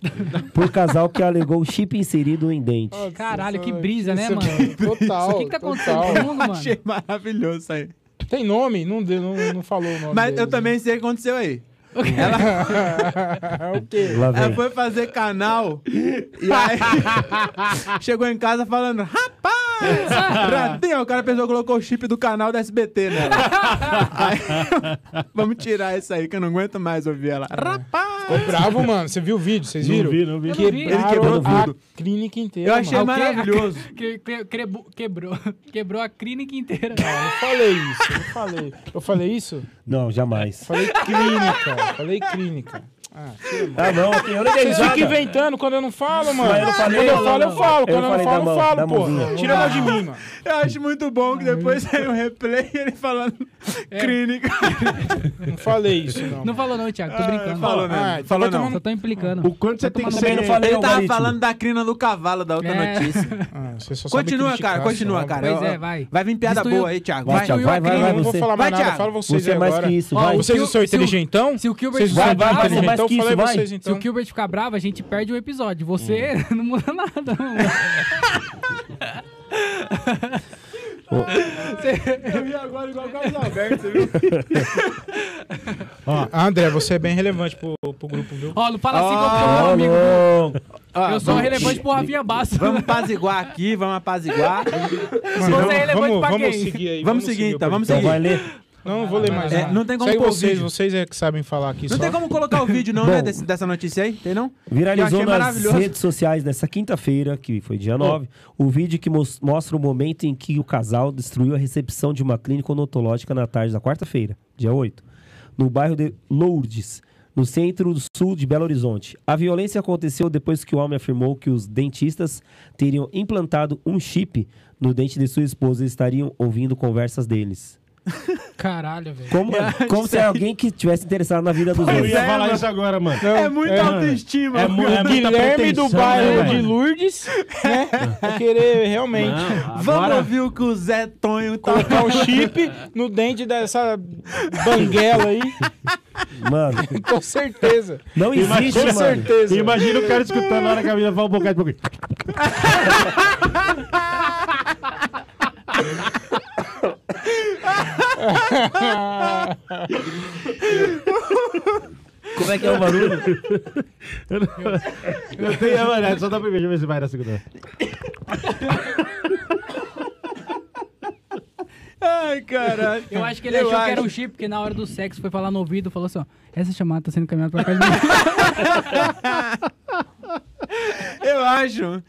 Speaker 4: por casal que alegou chip inserido em dente.
Speaker 1: Caralho, que brisa, né, mano?
Speaker 5: Total.
Speaker 1: O que, que tá acontecendo
Speaker 5: total.
Speaker 1: com o mundo, mano?
Speaker 2: Achei maravilhoso isso aí.
Speaker 5: Tem nome? Não, deu- não, não falou o nome.
Speaker 2: Mas eu
Speaker 5: deles.
Speaker 2: também sei o que aconteceu aí. Ela,
Speaker 5: É o quê?
Speaker 4: Lá
Speaker 2: ela
Speaker 4: vem.
Speaker 2: foi fazer canal e aí chegou em casa falando: Rapaz, ratinho, o cara pensou que colocou o chip do canal da SBT nela. Aí, vamos tirar isso aí que eu não aguento mais ouvir
Speaker 5: É.
Speaker 2: ela. Rapaz!
Speaker 5: Ficou bravo, mano. Você viu o vídeo?
Speaker 4: um
Speaker 5: Vocês
Speaker 3: Não
Speaker 5: viram?
Speaker 3: vi, não vi.
Speaker 1: Eu não vi.
Speaker 5: Quebraram
Speaker 2: Ele quebrou
Speaker 5: a
Speaker 2: tudo.
Speaker 5: clínica inteira.
Speaker 2: Eu achei
Speaker 5: mano.
Speaker 1: Alguém-
Speaker 2: maravilhoso.
Speaker 1: Que- que- crebu- quebrou, quebrou a clínica inteira.
Speaker 5: Ah, Eu falei isso. Eu falei. Eu falei isso?
Speaker 4: Não, jamais.
Speaker 5: Falei clínica. Falei clínica. Ah,
Speaker 4: Ah, não, aqui eu não dei
Speaker 5: Vocês ficam
Speaker 4: risada.
Speaker 5: inventando quando eu não falo, mano.
Speaker 4: eu não falei,
Speaker 5: quando eu
Speaker 4: não,
Speaker 5: falo,
Speaker 4: não,
Speaker 5: eu
Speaker 4: não.
Speaker 5: falo. Quando
Speaker 4: Eu
Speaker 5: eu não
Speaker 4: falei da
Speaker 5: falo, eu
Speaker 4: mão,
Speaker 5: falo,
Speaker 4: da
Speaker 5: pô.
Speaker 4: mãozinha.
Speaker 5: Tira ela de mim, mano.
Speaker 2: Eu acho muito bom que depois saiu o replay e ele falando clínica.
Speaker 5: Não falei isso, não.
Speaker 1: Não falou não, Thiago. Tô brincando.
Speaker 2: Falou
Speaker 5: Ah,
Speaker 2: mesmo.
Speaker 5: então
Speaker 2: falou
Speaker 5: vai tomar
Speaker 2: não.
Speaker 1: Só tô implicando.
Speaker 3: O quanto você tem que
Speaker 1: tomando
Speaker 3: ser...
Speaker 4: Também não falei
Speaker 2: Ele tava
Speaker 4: algoritmo.
Speaker 2: falando da crina do cavalo da outra
Speaker 1: É.
Speaker 2: notícia.
Speaker 5: Ah, você só sabe
Speaker 2: Continua,
Speaker 5: criticar,
Speaker 2: cara, continua,
Speaker 5: só.
Speaker 2: cara.
Speaker 1: Pois
Speaker 2: Eu-
Speaker 1: é, vai.
Speaker 2: Vai vir piada
Speaker 1: Destruiu-
Speaker 2: boa aí, Thiago.
Speaker 4: Vai,
Speaker 2: Vai.
Speaker 4: Thiago, vai, vai,
Speaker 5: Eu
Speaker 4: vai
Speaker 5: não vou
Speaker 4: você.
Speaker 5: falar
Speaker 2: Vai,
Speaker 5: mais nada,
Speaker 2: Thiago.
Speaker 5: fala vocês
Speaker 4: Você é mais
Speaker 5: agora.
Speaker 4: que isso,
Speaker 1: Ó,
Speaker 4: vai.
Speaker 5: Vocês não
Speaker 1: Se o-
Speaker 5: são
Speaker 2: é
Speaker 5: inteligentão?
Speaker 1: Se o Gilbert
Speaker 5: Vocês não são
Speaker 1: ficar
Speaker 4: vai, vai,
Speaker 1: bravo,
Speaker 4: vai, vai.
Speaker 5: inteligentão?
Speaker 4: que
Speaker 5: Falei
Speaker 4: isso, vai.
Speaker 5: vocês,
Speaker 1: se
Speaker 5: então.
Speaker 1: o Gilbert ficar bravo, a gente perde o episódio. Você
Speaker 2: Hum.
Speaker 1: não muda nada, mano.
Speaker 5: Ó, André, você é bem relevante pro, pro grupo, viu?
Speaker 1: Ó, não fala assim que eu sou
Speaker 4: Ô,
Speaker 1: meu amigo.
Speaker 4: louco.
Speaker 2: Ó,
Speaker 1: Eu sou
Speaker 2: Ah, vamos-
Speaker 1: relevante pro Rafinha Bastos.
Speaker 2: Vamos apaziguar aqui, vamos apaziguar.
Speaker 5: Mano,
Speaker 1: você é relevante
Speaker 5: vamos,
Speaker 1: pra
Speaker 5: vamos
Speaker 1: quem?
Speaker 5: seguir aí.
Speaker 2: Vamos seguir
Speaker 5: o
Speaker 2: então, vamos
Speaker 4: Então
Speaker 2: seguir.
Speaker 4: vai ler.
Speaker 5: programa. Não, eu vou ler mais.
Speaker 1: É,
Speaker 5: nada.
Speaker 2: não tem como
Speaker 5: Segue
Speaker 2: pôr o
Speaker 5: vocês,
Speaker 2: vídeo.
Speaker 5: vocês é que sabem falar aqui
Speaker 2: Não
Speaker 5: só.
Speaker 2: tem como colocar o vídeo não, né,
Speaker 4: Bom.
Speaker 2: desse- dessa notícia aí? Tem não? Eu
Speaker 4: Viralizou
Speaker 2: achei
Speaker 4: nas
Speaker 2: maravilhoso. É.
Speaker 4: redes sociais nessa quinta-feira, que foi dia 9, o vídeo que mos- mostra o momento em que o casal destruiu a recepção de uma clínica odontológica na tarde da quarta-feira, dia 8, no bairro de Lourdes, no centro do sul de Belo Horizonte. A violência aconteceu depois que o homem afirmou que os dentistas teriam implantado um chip no dente de sua esposa e estariam ouvindo conversas deles.
Speaker 1: Caralho, velho.
Speaker 4: Como, como
Speaker 2: tá
Speaker 4: se alguém que tivesse interessado na vida dos
Speaker 3: Eu
Speaker 4: outros.
Speaker 3: ia falar isso agora, mano.
Speaker 2: É muita autoestima.
Speaker 3: É, mu- é muita
Speaker 5: Guilherme do
Speaker 3: pretensão,
Speaker 5: bairro
Speaker 3: né,
Speaker 5: de
Speaker 3: mano?
Speaker 5: Lourdes, né? Vai querer realmente
Speaker 3: Não,
Speaker 2: Vamos
Speaker 3: agora-
Speaker 2: ouvir o que o Zé Tonho tá.
Speaker 5: colocar o chip no dente dessa banguela aí.
Speaker 4: Mano,
Speaker 5: Com certeza.
Speaker 4: não existe,
Speaker 5: Com
Speaker 4: mano.
Speaker 5: certeza.
Speaker 3: Imagina o cara escutando na hora que a menina fala um bocado de pouquinho.
Speaker 4: Como é que é o barulho?
Speaker 3: Eu tenho, é, mano, é só dá pra ver, deixa eu ver se vai na
Speaker 5: É
Speaker 3: segunda.
Speaker 2: Ai, caralho.
Speaker 1: Eu acho que ele achou que era um chip, porque na hora do sexo foi falar no ouvido, falou assim, ó, essa chamada tá sendo caminhada pra casa de mim.
Speaker 2: Eu acho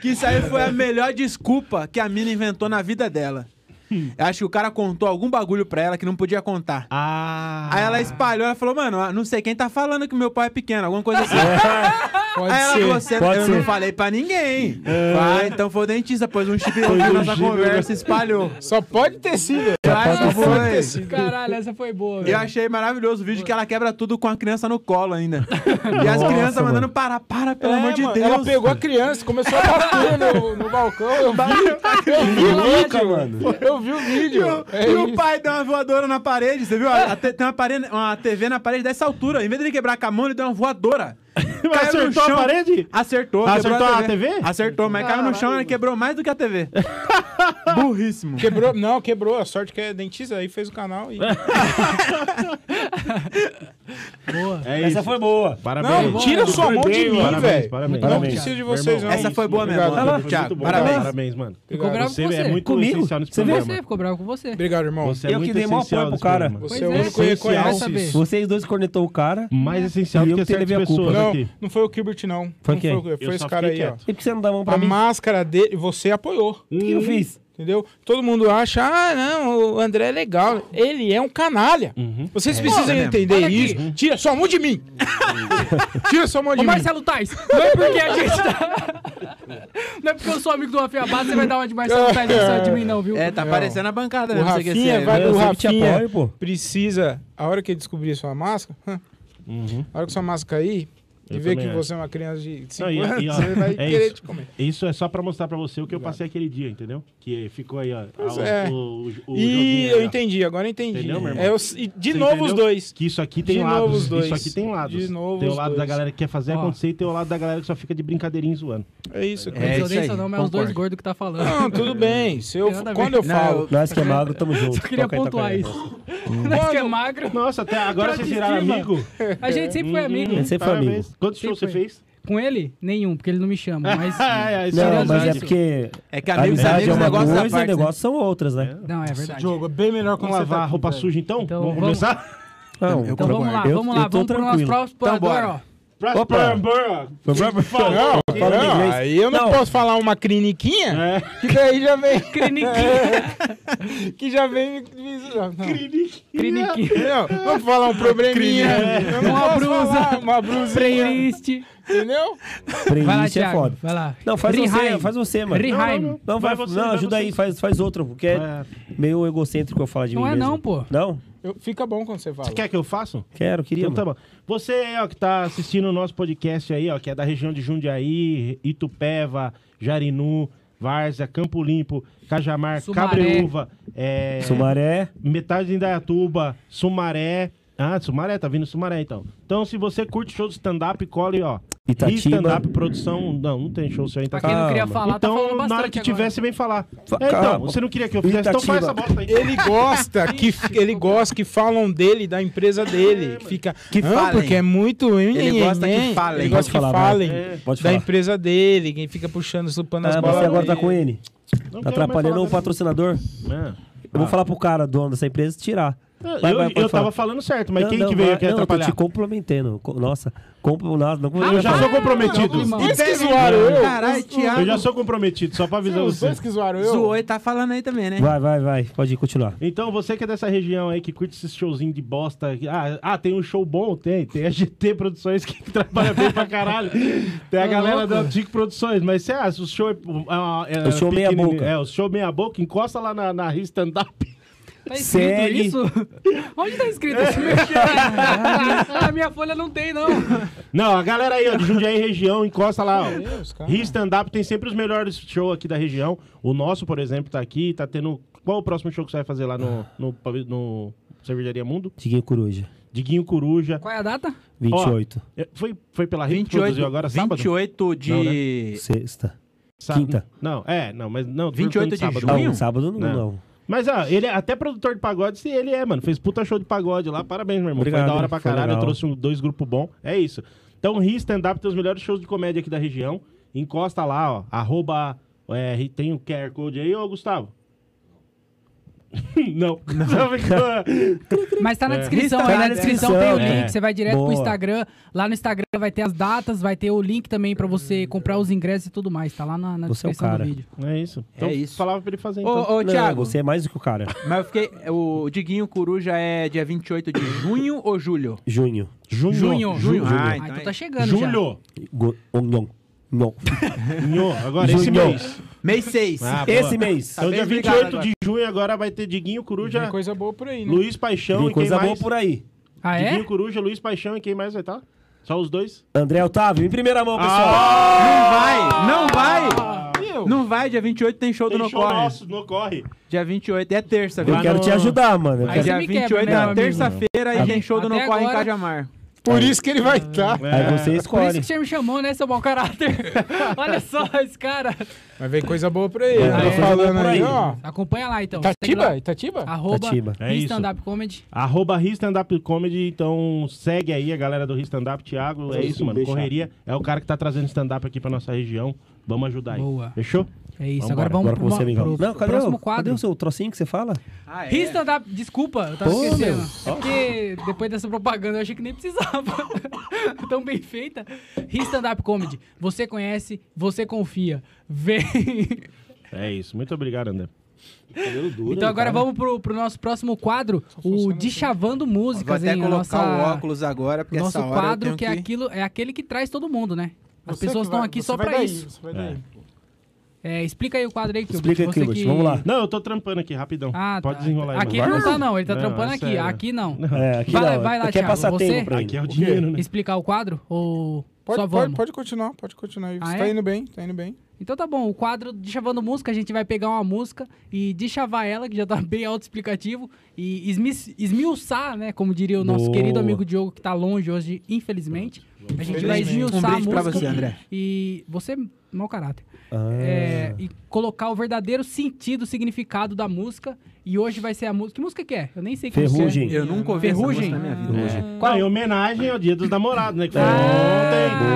Speaker 2: que isso aí foi a melhor desculpa que a mina inventou na vida dela. Eu acho que o cara contou algum bagulho pra ela que não podia contar.
Speaker 3: Ah.
Speaker 2: Aí ela espalhou, ela falou, mano, não sei quem tá falando que meu pai é pequeno, alguma coisa assim.
Speaker 5: Pode
Speaker 2: Aí ela
Speaker 5: ser.
Speaker 2: falou, "Você-
Speaker 4: pode
Speaker 2: eu
Speaker 4: ser."
Speaker 2: não falei pra ninguém. Ah, então foi o dentista, pôs um chip
Speaker 3: um
Speaker 2: na nossa
Speaker 3: chip,
Speaker 2: conversa e espalhou.
Speaker 5: Só pode ter sido.
Speaker 2: Claro que foi.
Speaker 1: Caralho, essa foi boa,
Speaker 2: Eu
Speaker 1: velho.
Speaker 2: achei maravilhoso o vídeo que ela quebra tudo com a criança no colo ainda. e as
Speaker 4: Nossa,
Speaker 2: crianças
Speaker 4: mano.
Speaker 2: mandando parar, para, pelo
Speaker 5: É,
Speaker 2: amor de
Speaker 5: mano,
Speaker 2: Deus.
Speaker 5: Ela pegou a criança, começou a bater no, no balcão. Eu vi, eu vi o
Speaker 4: Louca,
Speaker 5: vídeo.
Speaker 4: mano.
Speaker 5: Eu vi o
Speaker 2: E
Speaker 5: vídeo.
Speaker 2: o,
Speaker 5: É
Speaker 2: e o
Speaker 5: isso.
Speaker 2: pai deu uma voadora na parede, você viu? A- a te- tem uma, parede- uma TV na parede dessa altura. Em vez dele quebrar com a mão, ele deu uma voadora.
Speaker 3: Acertou a parede?
Speaker 2: Acertou.
Speaker 3: Acertou
Speaker 2: quebrou
Speaker 3: a TV?
Speaker 2: Acertou, mas caiu no chão ele quebrou mais do que a TV. Burríssimo.
Speaker 5: Quebrou, não, quebrou. A sorte que é dentista, aí fez o canal e.
Speaker 3: É
Speaker 4: Essa foi boa.
Speaker 3: Parabéns.
Speaker 5: Não, tira sua mão de mim, velho.
Speaker 3: Parabéns, parabéns.
Speaker 5: Não
Speaker 4: Parabéns.
Speaker 5: preciso de vocês, não.
Speaker 2: Essa foi boa mesmo.
Speaker 5: Obrigado.
Speaker 2: Tá bom,
Speaker 3: Foi
Speaker 2: Thiago,
Speaker 3: muito bom.
Speaker 2: parabéns.
Speaker 3: Parabéns, mano.
Speaker 1: Ficou bravo com
Speaker 3: Você
Speaker 1: você.
Speaker 3: é muito
Speaker 4: Comigo?
Speaker 3: essencial nesse
Speaker 4: Você viu?
Speaker 3: programa.
Speaker 1: Você ficou bravo com você.
Speaker 5: Obrigado, irmão.
Speaker 3: Você é
Speaker 4: Eu que
Speaker 3: muito
Speaker 4: dei maior
Speaker 3: essencial
Speaker 4: apoio
Speaker 3: nesse
Speaker 4: pro cara.
Speaker 5: Você
Speaker 3: programa.
Speaker 1: Pois
Speaker 5: é o
Speaker 1: é,
Speaker 5: único que
Speaker 1: vai
Speaker 5: reconhece
Speaker 1: saber.
Speaker 5: isso.
Speaker 4: Vocês dois conectou o cara.
Speaker 5: é
Speaker 3: Mais essencial
Speaker 4: E
Speaker 3: do
Speaker 4: eu
Speaker 3: que
Speaker 4: que levei
Speaker 3: certas
Speaker 4: a
Speaker 3: pessoas
Speaker 4: culpa.
Speaker 5: Não,
Speaker 3: aqui.
Speaker 5: não foi o Kubert, não.
Speaker 4: Foi
Speaker 5: não
Speaker 4: quem?
Speaker 5: Foi, o- foi
Speaker 3: Eu
Speaker 5: esse
Speaker 3: só
Speaker 5: cara aí,
Speaker 3: fiquei
Speaker 5: ó.
Speaker 4: E por que você não dá a mão pra
Speaker 5: A
Speaker 4: mim?
Speaker 5: máscara dele, você apoiou.
Speaker 4: O que eu fiz?
Speaker 5: Entendeu? Todo mundo acha, ah, não, o André é legal. Ele é um canalha. Vocês precisam
Speaker 2: mesmo.
Speaker 5: entender
Speaker 1: Olha
Speaker 5: isso.
Speaker 1: aqui.
Speaker 5: Tira sua mão de mim. Tira sua mão de
Speaker 1: Ô
Speaker 5: mim.
Speaker 1: Marcelo Tais, não é porque a gente tá... Não é porque eu sou amigo do Rafinha Bassa, você vai dar uma de Marcelo Tais não só de mim não, viu?
Speaker 2: É, tá aparecendo a bancada
Speaker 5: O
Speaker 2: mesmo. você que é né?
Speaker 5: Rafinha,
Speaker 2: esse-
Speaker 5: vai,
Speaker 4: Eu
Speaker 5: o
Speaker 4: sempre te
Speaker 5: Rafinha
Speaker 4: apoio, pô.
Speaker 5: precisa, a hora que ele descobrir a sua máscara, hã, a hora que sua máscara cair e
Speaker 3: Uhum. Eu
Speaker 5: ver que
Speaker 3: também
Speaker 5: você é uma criança de 5
Speaker 3: Não, e-
Speaker 5: anos,
Speaker 3: e, ó,
Speaker 5: você vai
Speaker 3: é
Speaker 5: querer tipo,
Speaker 3: isso.
Speaker 5: te comer.
Speaker 3: Isso é só pra mostrar pra você o que eu passei aquele dia, entendeu? Que ficou aí, ó. a-
Speaker 5: é.
Speaker 3: o, o-
Speaker 5: E
Speaker 3: o joguinho
Speaker 5: eu
Speaker 3: aí, ó.
Speaker 5: entendi, agora eu entendi.
Speaker 3: Entendeu, meu irmão?
Speaker 5: É, eu s- e de
Speaker 3: Você
Speaker 5: novo
Speaker 3: entendeu?
Speaker 5: os dois.
Speaker 3: Que isso aqui tem
Speaker 5: De novo os
Speaker 3: lados.
Speaker 5: dois.
Speaker 3: Isso aqui tem lados.
Speaker 5: De novo
Speaker 3: tem o
Speaker 5: os
Speaker 3: lado da
Speaker 5: dois.
Speaker 3: galera que quer fazer
Speaker 1: Ó.
Speaker 3: acontecer e tem o lado da galera que só fica de brincadeirinha e zoando.
Speaker 5: É isso, cara.
Speaker 1: Não
Speaker 2: É
Speaker 1: sou
Speaker 2: isso
Speaker 1: desse
Speaker 2: aí,
Speaker 1: não, mas os dois
Speaker 2: concordo.
Speaker 1: gordos que tá falando.
Speaker 5: Não, tudo
Speaker 3: É.
Speaker 5: bem. Se eu,
Speaker 1: Tem nada a
Speaker 5: quando
Speaker 1: ver.
Speaker 5: eu
Speaker 2: Não,
Speaker 5: falo.
Speaker 4: Nós que é magro, tamo junto.
Speaker 1: Só queria
Speaker 2: é
Speaker 4: Toca aí, toca
Speaker 1: pontuar
Speaker 4: aí.
Speaker 1: isso. Nós que é magro,
Speaker 3: Nossa, até agora vocês viraram
Speaker 1: Autoestima.
Speaker 3: amigo.
Speaker 1: a gente sempre
Speaker 2: Uhum.
Speaker 1: foi amigo.
Speaker 4: Hum, Sempre foi
Speaker 3: Parabéns.
Speaker 4: amigo.
Speaker 3: Quantos shows você
Speaker 1: Sempre
Speaker 3: fez?
Speaker 1: Com ele, nenhum, porque ele não me chama, mas...
Speaker 3: é, isso
Speaker 4: Não,
Speaker 1: Seriamente.
Speaker 4: mas é porque.
Speaker 2: É que amigos,
Speaker 4: amizade
Speaker 2: amigos,
Speaker 4: é uma
Speaker 2: negócio da
Speaker 4: coisa e
Speaker 2: parte. né?
Speaker 4: negócio são outras, né?
Speaker 1: Não, é verdade.
Speaker 5: Diogo, é bem melhor
Speaker 3: Vamos
Speaker 4: tá
Speaker 3: lavar a roupa suja então?
Speaker 1: Então,
Speaker 3: vamos,
Speaker 1: vamos-
Speaker 3: começar?
Speaker 4: Não, eu
Speaker 1: Então vamos lá,
Speaker 4: é. eu-
Speaker 1: vamos
Speaker 4: eu
Speaker 1: lá, vamos
Speaker 4: tô
Speaker 1: pro nosso
Speaker 4: tranquilo. Então
Speaker 1: próximo explorador,
Speaker 2: bora.
Speaker 1: ó.
Speaker 4: Opa.
Speaker 3: Fala aqui.
Speaker 4: Fala em inglês.
Speaker 5: aí eu não,
Speaker 4: Não.
Speaker 5: posso falar uma criniquinha,
Speaker 3: É.
Speaker 5: que daí já vem.
Speaker 1: Criniquinha.
Speaker 5: que já vem. Não, não.
Speaker 1: Criniquinha.
Speaker 5: Não, vamos falar um probleminha.
Speaker 3: é.
Speaker 5: Eu não
Speaker 1: Uma
Speaker 5: posso
Speaker 1: brusa.
Speaker 5: falar Uma brusinha.
Speaker 1: Playlist.
Speaker 5: Entendeu?
Speaker 1: Vai lá,
Speaker 4: Playlist é
Speaker 1: Thiago.
Speaker 4: foda.
Speaker 1: Vai lá.
Speaker 4: Não, faz
Speaker 1: Riheim.
Speaker 4: você, faz você, mano.
Speaker 1: Riheim.
Speaker 4: Não, não,
Speaker 3: Vai
Speaker 4: vai,
Speaker 3: você,
Speaker 4: não
Speaker 3: vai
Speaker 4: ajuda
Speaker 3: você.
Speaker 4: aí, faz, faz outro, porque é meio egocêntrico eu falar de
Speaker 1: Não
Speaker 4: mim
Speaker 1: é
Speaker 4: mesmo.
Speaker 1: não, pô.
Speaker 4: Não?
Speaker 5: Eu- fica bom quando você fala.
Speaker 3: Você quer que eu faça?
Speaker 4: Quero, queria,
Speaker 3: Então tá
Speaker 4: mano.
Speaker 3: bom. Você aí, ó, que tá assistindo o nosso podcast aí, ó, que é da região de Jundiaí, Itupeva, Jarinu, Várzea, Campo Limpo, Cajamar,
Speaker 1: Sumaré.
Speaker 3: Cabreúva, é,
Speaker 4: Sumaré,
Speaker 3: metade de Indaiatuba, Sumaré. Ah, Sumaré, tá vindo Sumaré então. Então, se você curte show de stand-up, cole, ó.
Speaker 4: Itatiba.
Speaker 3: Stand-up produção. Não, não tem show seu aí,
Speaker 1: Pra
Speaker 3: Itatiba.
Speaker 1: quem não
Speaker 4: Calma.
Speaker 1: queria falar, tá falando
Speaker 3: Então,
Speaker 1: bastante
Speaker 3: na hora que
Speaker 1: agora.
Speaker 3: tiver, você vem falar.
Speaker 4: Fa-
Speaker 3: É, então,
Speaker 4: calma.
Speaker 3: você não queria que eu fizesse, então faz
Speaker 4: Itatiba.
Speaker 3: essa bosta aí.
Speaker 5: Ele gosta que, ele gosta que falam dele, da empresa dele. Que fica.
Speaker 2: Que
Speaker 5: "Ah,
Speaker 2: falem."
Speaker 5: porque é muito.
Speaker 2: Ele gosta que falem.
Speaker 5: Ele gosta
Speaker 4: Pode
Speaker 5: que
Speaker 4: falar,
Speaker 5: falem.
Speaker 4: vai. É. Pode
Speaker 5: da
Speaker 4: falar.
Speaker 5: empresa dele, quem fica puxando, supando as
Speaker 4: ah, mas
Speaker 5: bolas.
Speaker 4: você agora tá
Speaker 5: dele.
Speaker 4: com ele.
Speaker 1: Então,
Speaker 3: Não
Speaker 4: Tá
Speaker 3: quero mais
Speaker 4: atrapalhando
Speaker 3: falar
Speaker 4: o
Speaker 3: dessa-
Speaker 4: patrocinador.
Speaker 3: É.
Speaker 4: Eu
Speaker 1: Ah.
Speaker 4: vou falar pro cara, dono dessa empresa, tirar.
Speaker 3: Eu,
Speaker 4: Vai, vai,
Speaker 3: eu
Speaker 4: pode
Speaker 3: tava
Speaker 4: falar.
Speaker 3: falando certo, mas
Speaker 4: Não,
Speaker 3: quem
Speaker 4: não,
Speaker 3: que veio
Speaker 4: vai-
Speaker 3: aqui
Speaker 4: não, Eu
Speaker 3: atrapalhar?
Speaker 4: tô te comprometendo. Co- Nossa, compro, nossa, não
Speaker 3: Eu já sou
Speaker 1: não,
Speaker 3: comprometido.
Speaker 1: irmão.
Speaker 5: Eles que zoaram eu.
Speaker 2: Caralho, Thiago.
Speaker 3: Eu já sou comprometido, só pra avisar
Speaker 5: Os
Speaker 3: você.
Speaker 5: dois que zoaram eu.
Speaker 2: Zoou e tá falando aí também, né?
Speaker 4: Vai, vai, vai. Pode continuar.
Speaker 3: Então, você que é dessa região aí, que curte esses showzinhos de bosta. que- Ah, ah, tem um show bom? Tem. Tem a GT Produções que trabalha bem pra caralho. Tem a
Speaker 1: Ô,
Speaker 3: galera
Speaker 1: louco.
Speaker 3: da Tico Produções. Mas você acha, o show é. é, é
Speaker 4: O show meia
Speaker 3: pequenininho.
Speaker 4: boca.
Speaker 3: É, o show meia boca, encosta lá na, na stand-up.
Speaker 1: Tá escrito
Speaker 4: Segue.
Speaker 1: isso? Onde tá escrito isso? A minha folha não tem, não.
Speaker 3: Não, a galera aí, ó, de Jundiaí região, encosta lá, ó.
Speaker 5: Deus, cara.
Speaker 3: Rio Stand Up tem sempre os melhores shows aqui da região. O nosso, por exemplo, tá aqui, tá tendo. Qual o próximo show que você vai fazer lá no, no, pavi- no Cervejaria Mundo?
Speaker 4: Diguinho Coruja,
Speaker 3: Diguinho Coruja.
Speaker 1: Qual é a data?
Speaker 4: 28.
Speaker 3: É, Foi, foi pela Rede que
Speaker 2: 28,
Speaker 3: produziu agora, é sábado?
Speaker 2: 28
Speaker 4: né?
Speaker 2: de.
Speaker 4: Sexta.
Speaker 3: Sa-
Speaker 4: quinta.
Speaker 3: Não, é, não, mas não. tô
Speaker 2: 28 de
Speaker 3: perguntando
Speaker 2: junho?
Speaker 4: Não, sábado não,
Speaker 3: Não.
Speaker 4: não.
Speaker 3: Mas, ó, ele é até produtor de pagode, se ele é, mano. Fez puta show de pagode lá. Parabéns, meu irmão.
Speaker 4: Obrigado,
Speaker 3: foi da hora pra
Speaker 4: foi
Speaker 3: caralho. Eu
Speaker 4: legal.
Speaker 3: trouxe um- dois grupos bons. É isso. Então, Ri Stand Up tem os melhores shows de comédia aqui da região. Encosta lá, ó. Arroba. é, tem o QR Code aí, ô Gustavo? não. não.
Speaker 1: Mas tá na
Speaker 3: É.
Speaker 1: descrição,
Speaker 4: Tá
Speaker 1: aí
Speaker 4: na
Speaker 1: na descrição tem o
Speaker 4: descrição,
Speaker 1: link,
Speaker 4: é.
Speaker 1: você vai direto
Speaker 4: Boa.
Speaker 1: pro Instagram. Lá no Instagram vai ter as datas, vai ter o link também pra você comprar os ingressos e tudo mais. Tá lá na, na
Speaker 4: Você é o
Speaker 1: descrição do
Speaker 4: cara.
Speaker 1: vídeo.
Speaker 3: É isso.
Speaker 2: É
Speaker 3: Então,
Speaker 2: isso.
Speaker 3: falava pra ele fazer,
Speaker 2: Ô,
Speaker 3: então.
Speaker 2: ô,
Speaker 4: Não,
Speaker 2: Thiago,
Speaker 4: Você é mais do que o cara.
Speaker 2: mas eu fiquei. O Diguinho Coruja é dia 28 de junho ou julho?
Speaker 4: Junho.
Speaker 3: Junho.
Speaker 1: Junho.
Speaker 2: Junho. Ah,
Speaker 1: Ah,
Speaker 2: então
Speaker 1: então
Speaker 2: é-
Speaker 1: tá chegando já.
Speaker 3: Julho.
Speaker 4: Go- Não. Não.
Speaker 3: Nho, Agora, esse
Speaker 4: Junho.
Speaker 3: mês.
Speaker 2: Mês 6.
Speaker 3: Ah, boa.
Speaker 4: Esse mês.
Speaker 3: Então,
Speaker 2: bem
Speaker 3: dia
Speaker 2: explicado
Speaker 3: 28
Speaker 2: agora.
Speaker 3: de junho agora vai ter Diguinho Coruja,
Speaker 5: Tem coisa boa por aí, né?
Speaker 3: Luiz Paixão
Speaker 4: Tem
Speaker 3: então, e quem
Speaker 4: coisa boa
Speaker 3: mais?
Speaker 4: por aí.
Speaker 1: Ah,
Speaker 3: Diguinho
Speaker 1: é?
Speaker 3: Coruja, Luiz Paixão e quem mais vai estar? Só os dois?
Speaker 4: André Otávio, em primeira mão, pessoal.
Speaker 3: Ah!
Speaker 2: Não vai! Não vai! Não vai, dia 28 tem show do
Speaker 3: Tem
Speaker 2: No
Speaker 3: show
Speaker 2: Corre.
Speaker 3: nosso, não corre.
Speaker 2: Dia 28, é terça, viu?
Speaker 4: eu
Speaker 3: Lá
Speaker 4: quero
Speaker 3: no-
Speaker 4: te ajudar, mano. Eu
Speaker 1: Aí
Speaker 4: quero-
Speaker 1: você
Speaker 2: Dia
Speaker 1: me quebra,
Speaker 2: 28
Speaker 1: né, meu
Speaker 2: na
Speaker 1: amigo?
Speaker 2: é terça-feira e tem show do No
Speaker 1: Até
Speaker 2: Corre em
Speaker 1: agora-
Speaker 2: Cajamar.
Speaker 5: Por isso que ele vai tá. estar.
Speaker 4: Aí você
Speaker 1: Por isso
Speaker 4: escolhe.
Speaker 1: que você me chamou, né, seu mau caráter? Olha só esse cara.
Speaker 5: Mas vem coisa boa por aí.
Speaker 4: Ah,
Speaker 5: Tá
Speaker 4: é. Coisa
Speaker 5: falando
Speaker 4: boa por
Speaker 5: aí,
Speaker 4: aí.
Speaker 5: ó.
Speaker 1: Acompanha lá, então. Segue lá.
Speaker 5: Itatiba? Itatiba?
Speaker 1: Arroba
Speaker 4: Itatiba.
Speaker 1: Rio
Speaker 3: É isso.
Speaker 1: Stand Up Comedy.
Speaker 3: Arroba Rio Stand Up Comedy, então segue aí a galera do Rio Stand Up, Thiago. É,
Speaker 4: É
Speaker 3: isso,
Speaker 4: isso,
Speaker 3: mano.
Speaker 4: deixa.
Speaker 3: Correria é o cara que tá trazendo stand-up aqui pra nossa região. Vamos ajudar aí.
Speaker 1: Boa.
Speaker 3: Fechou?
Speaker 1: É isso,
Speaker 3: Vambora,
Speaker 1: agora vamos
Speaker 4: Agora com
Speaker 1: pro,
Speaker 4: você,
Speaker 1: pro,
Speaker 4: amigão.
Speaker 1: pro
Speaker 4: Não, cadê
Speaker 1: próximo
Speaker 4: o, cadê
Speaker 1: quadro.
Speaker 4: o seu trocinho que você fala?
Speaker 2: Ah,
Speaker 1: Rio Stand Up, desculpa, eu tava
Speaker 4: Pô,
Speaker 1: esquecendo.
Speaker 4: meu.
Speaker 1: É porque depois dessa propaganda eu achei que nem precisava. Tão bem feita. Rio Stand Up Comedy. Você conhece, você confia. Vem.
Speaker 3: É isso. Muito obrigado, André.
Speaker 1: Então agora vamos pro, pro nosso próximo quadro, o Deschavando
Speaker 2: Vou
Speaker 1: Músicas,
Speaker 2: até
Speaker 1: hein? A
Speaker 2: colocar
Speaker 1: nossa-
Speaker 2: o óculos agora,
Speaker 1: O
Speaker 2: porque
Speaker 1: nosso
Speaker 2: essa hora
Speaker 1: quadro
Speaker 2: eu tenho
Speaker 1: que é aquilo, é aquele que traz todo mundo, né? As
Speaker 5: Você que
Speaker 1: pessoas
Speaker 5: vai-
Speaker 1: estão aqui
Speaker 5: você
Speaker 1: só
Speaker 5: vai
Speaker 1: pra
Speaker 5: daí,
Speaker 1: isso.
Speaker 5: você vai daí.
Speaker 1: É, explica aí o quadro aí, Kilbert.
Speaker 4: Explica aqui,
Speaker 1: você
Speaker 4: Kilbert. Vamos lá.
Speaker 3: Não, eu tô trampando aqui, rapidão.
Speaker 1: Ah,
Speaker 3: Pode
Speaker 1: tá.
Speaker 3: desenrolar aí.
Speaker 1: Aqui ele
Speaker 3: mano.
Speaker 1: não tá, não. Ele tá
Speaker 3: Não,
Speaker 1: trampando
Speaker 3: é
Speaker 1: aqui.
Speaker 3: sério.
Speaker 1: Aqui não.
Speaker 4: É, aqui
Speaker 1: Vai lá,
Speaker 4: não.
Speaker 1: vai lá,
Speaker 4: Quer
Speaker 1: Thiago,
Speaker 4: passar
Speaker 1: você-
Speaker 4: tempo pra ele.
Speaker 3: Aqui é o dinheiro, né?
Speaker 1: Explicar o quadro? Ou só
Speaker 5: Pode, pode,
Speaker 1: vamos?
Speaker 5: pode continuar, pode continuar. aí.
Speaker 1: Ah,
Speaker 5: Você
Speaker 1: é?
Speaker 5: tá indo bem, tá indo bem.
Speaker 1: Então tá bom, o quadro de Chavando Música, a gente vai pegar uma música e deschavar ela, que já tá bem autoexplicativo, e esmi- esmiuçar, né? Como diria o nosso
Speaker 4: Boa.
Speaker 1: querido amigo Diogo, que tá longe hoje, infelizmente. A gente vai
Speaker 5: Infelizmente.
Speaker 1: esmiuçar
Speaker 2: Um
Speaker 1: a
Speaker 2: beijo pra
Speaker 1: música.
Speaker 2: você, André.
Speaker 1: E você, é mau caráter.
Speaker 4: Ah.
Speaker 1: É, e colocar o verdadeiro sentido, o significado da música. E hoje vai ser a música. Que música que é? Eu nem sei que música
Speaker 4: Ferrugem.
Speaker 1: é.
Speaker 2: Eu nunca ouvi essa
Speaker 1: Ferrugem?
Speaker 2: música na minha vida.
Speaker 4: Ferrugem.
Speaker 3: É. Não, em homenagem ao Dia dos Namorados, né? Que foi
Speaker 1: Ah,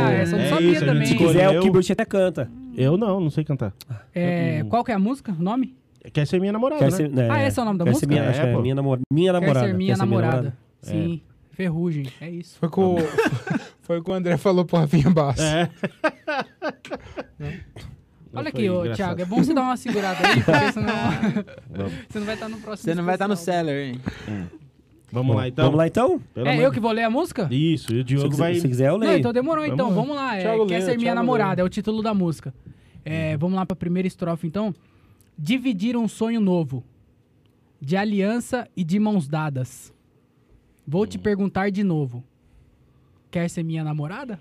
Speaker 3: ontem.
Speaker 1: essa eu não
Speaker 3: é
Speaker 1: sabia
Speaker 3: isso,
Speaker 1: também.
Speaker 3: A
Speaker 4: Se
Speaker 3: gente
Speaker 4: quiser, o
Speaker 3: escolheu...
Speaker 4: Kibut até canta.
Speaker 3: Eu não, não sei cantar.
Speaker 1: É, qual que é a música? O nome?
Speaker 3: Quer ser minha namorada,
Speaker 4: Quer
Speaker 3: né?
Speaker 4: ser, né,
Speaker 1: Ah, esse é o nome da
Speaker 4: quer
Speaker 1: música?
Speaker 4: Ser minha,
Speaker 3: É,
Speaker 4: acho que é
Speaker 3: pô.
Speaker 4: minha namorada. Minha namorada.
Speaker 1: Quer ser minha
Speaker 4: Quer ser
Speaker 1: namorada. Sim. Ferrugem, é isso.
Speaker 5: Foi com, foi com o André falou pro Rafinha Bastos.
Speaker 3: É.
Speaker 1: Olha
Speaker 3: Não,
Speaker 1: aqui,
Speaker 3: foi
Speaker 1: ô,
Speaker 3: engraçado.
Speaker 1: Thiago, é bom você dar uma segurada aí, porque senão você não vai estar no próximo.
Speaker 2: Você não vai estar no
Speaker 1: especial.
Speaker 2: seller, hein?
Speaker 3: Vamos lá, então.
Speaker 4: Vamos lá então?
Speaker 3: Pelo
Speaker 1: É
Speaker 3: amor
Speaker 1: eu
Speaker 3: de-
Speaker 1: que vou ler a música?
Speaker 3: Isso, e o
Speaker 4: Se
Speaker 3: Diogo
Speaker 4: quiser,
Speaker 3: vai...
Speaker 4: se quiser, eu
Speaker 1: Não,
Speaker 4: leio.
Speaker 1: então demorou
Speaker 3: Vamos
Speaker 1: então,
Speaker 3: lá.
Speaker 1: vamos lá. É,
Speaker 5: Thiago
Speaker 1: Quer
Speaker 5: Leão,
Speaker 1: ser minha
Speaker 5: Thiago
Speaker 1: namorada, é o título da música. É, vamos lá pra primeira estrofe então. Dividir um sonho novo, de aliança e de mãos dadas. Vou te perguntar de novo. Quer ser minha namorada?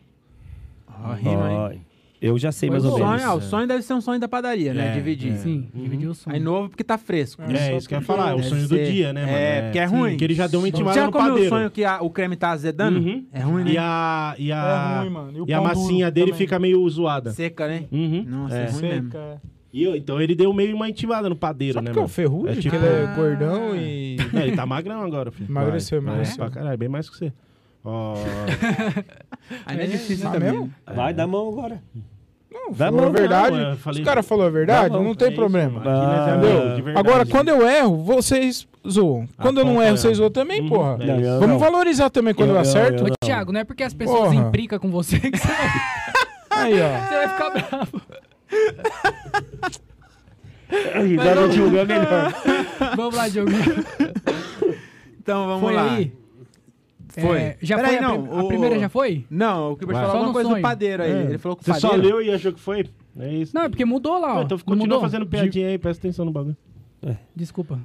Speaker 2: Ó, rima, hein?
Speaker 4: Ó, eu já sei
Speaker 1: Foi
Speaker 4: mais
Speaker 1: o
Speaker 4: ou
Speaker 2: Sonho,
Speaker 4: menos.
Speaker 2: ah, o sonho deve ser um sonho da padaria, né?
Speaker 3: É,
Speaker 2: Dividir.
Speaker 1: Sim, dividir o sonho.
Speaker 2: Aí novo porque tá fresco.
Speaker 3: É, isso que eu ia falar, é o
Speaker 2: Deve
Speaker 3: sonho do
Speaker 2: ser.
Speaker 3: dia, né, mano?
Speaker 2: É, porque é
Speaker 3: Sim,
Speaker 2: ruim.
Speaker 3: Porque ele já deu uma intimada
Speaker 2: Você já
Speaker 3: no
Speaker 2: comeu o
Speaker 3: padeiro.
Speaker 2: sonho que a- o creme tá azedando?
Speaker 3: Uhum.
Speaker 2: É ruim, né?
Speaker 3: E a, e a,
Speaker 5: É ruim, mano. E o
Speaker 3: e a
Speaker 5: pão
Speaker 3: massinha
Speaker 5: duro
Speaker 3: dele
Speaker 5: também.
Speaker 3: fica meio zoada.
Speaker 2: Seca, né?
Speaker 3: Uhum.
Speaker 2: Nossa,
Speaker 3: É.
Speaker 2: é, ruim mesmo.
Speaker 5: Seca.
Speaker 3: E eu- então ele deu meio uma intimada no padeiro,
Speaker 5: Sabe
Speaker 3: né,
Speaker 5: que é o
Speaker 3: mano?
Speaker 5: Ferrugem?
Speaker 3: É tipo-
Speaker 5: Que ele é gordão e...
Speaker 3: Não, ele tá magrão agora, filho.
Speaker 5: Emagreceu,
Speaker 3: Vai,
Speaker 5: emagreceu.
Speaker 3: Pra caralho, bem mais que você. Ó,
Speaker 2: Aí não é difícil
Speaker 5: tá
Speaker 2: também.
Speaker 5: mesmo?
Speaker 2: né?
Speaker 4: Vai, dá a mão agora.
Speaker 5: Não,
Speaker 4: Dá
Speaker 5: falou
Speaker 4: bom,
Speaker 5: a verdade.
Speaker 3: não, eu é, falei-
Speaker 5: Os caras falaram a verdade,
Speaker 4: Dá bom,
Speaker 5: não tem
Speaker 3: é isso,
Speaker 5: problema. Ah.
Speaker 3: mano. Aqui nós é
Speaker 4: Entendeu?
Speaker 3: amigo, de verdade.
Speaker 5: Agora, quando eu erro, vocês zoam. Quando eu não erro,
Speaker 3: Acompanha.
Speaker 5: vocês zoam também,
Speaker 3: Uhum,
Speaker 5: porra.
Speaker 3: é isso.
Speaker 4: Não,
Speaker 5: Vamos
Speaker 4: não.
Speaker 5: valorizar também quando eu,
Speaker 4: Eu- eu-
Speaker 5: acerto.
Speaker 1: Ô,
Speaker 4: não.
Speaker 1: Thiago, não é porque as pessoas
Speaker 5: Porra.
Speaker 1: imbricam com você que você vai,
Speaker 5: Aí, ó.
Speaker 3: Uhum.
Speaker 1: você vai ficar bravo.
Speaker 4: Risada de Hugo é melhor.
Speaker 1: Vamos lá, Diogo.
Speaker 2: Então vamos
Speaker 1: Foi
Speaker 2: lá.
Speaker 1: aí?
Speaker 2: Foi.
Speaker 1: É, já
Speaker 2: Peraí,
Speaker 1: foi a,
Speaker 2: não,
Speaker 1: prim- a
Speaker 2: o-
Speaker 1: primeira já foi?
Speaker 2: Não, o que eu
Speaker 3: Vai.
Speaker 2: falar
Speaker 1: Só
Speaker 2: alguma
Speaker 1: no
Speaker 2: coisa
Speaker 1: sonho.
Speaker 2: do padeiro aí. Ele falou que o
Speaker 3: É. Você só
Speaker 2: padeiro.
Speaker 3: leu e achou que foi? É isso.
Speaker 1: Não, é porque mudou lá, ó.
Speaker 3: Então
Speaker 1: Não
Speaker 3: continua
Speaker 1: mudou?
Speaker 3: fazendo piadinha aí, presta atenção no bagulho.
Speaker 1: Desculpa.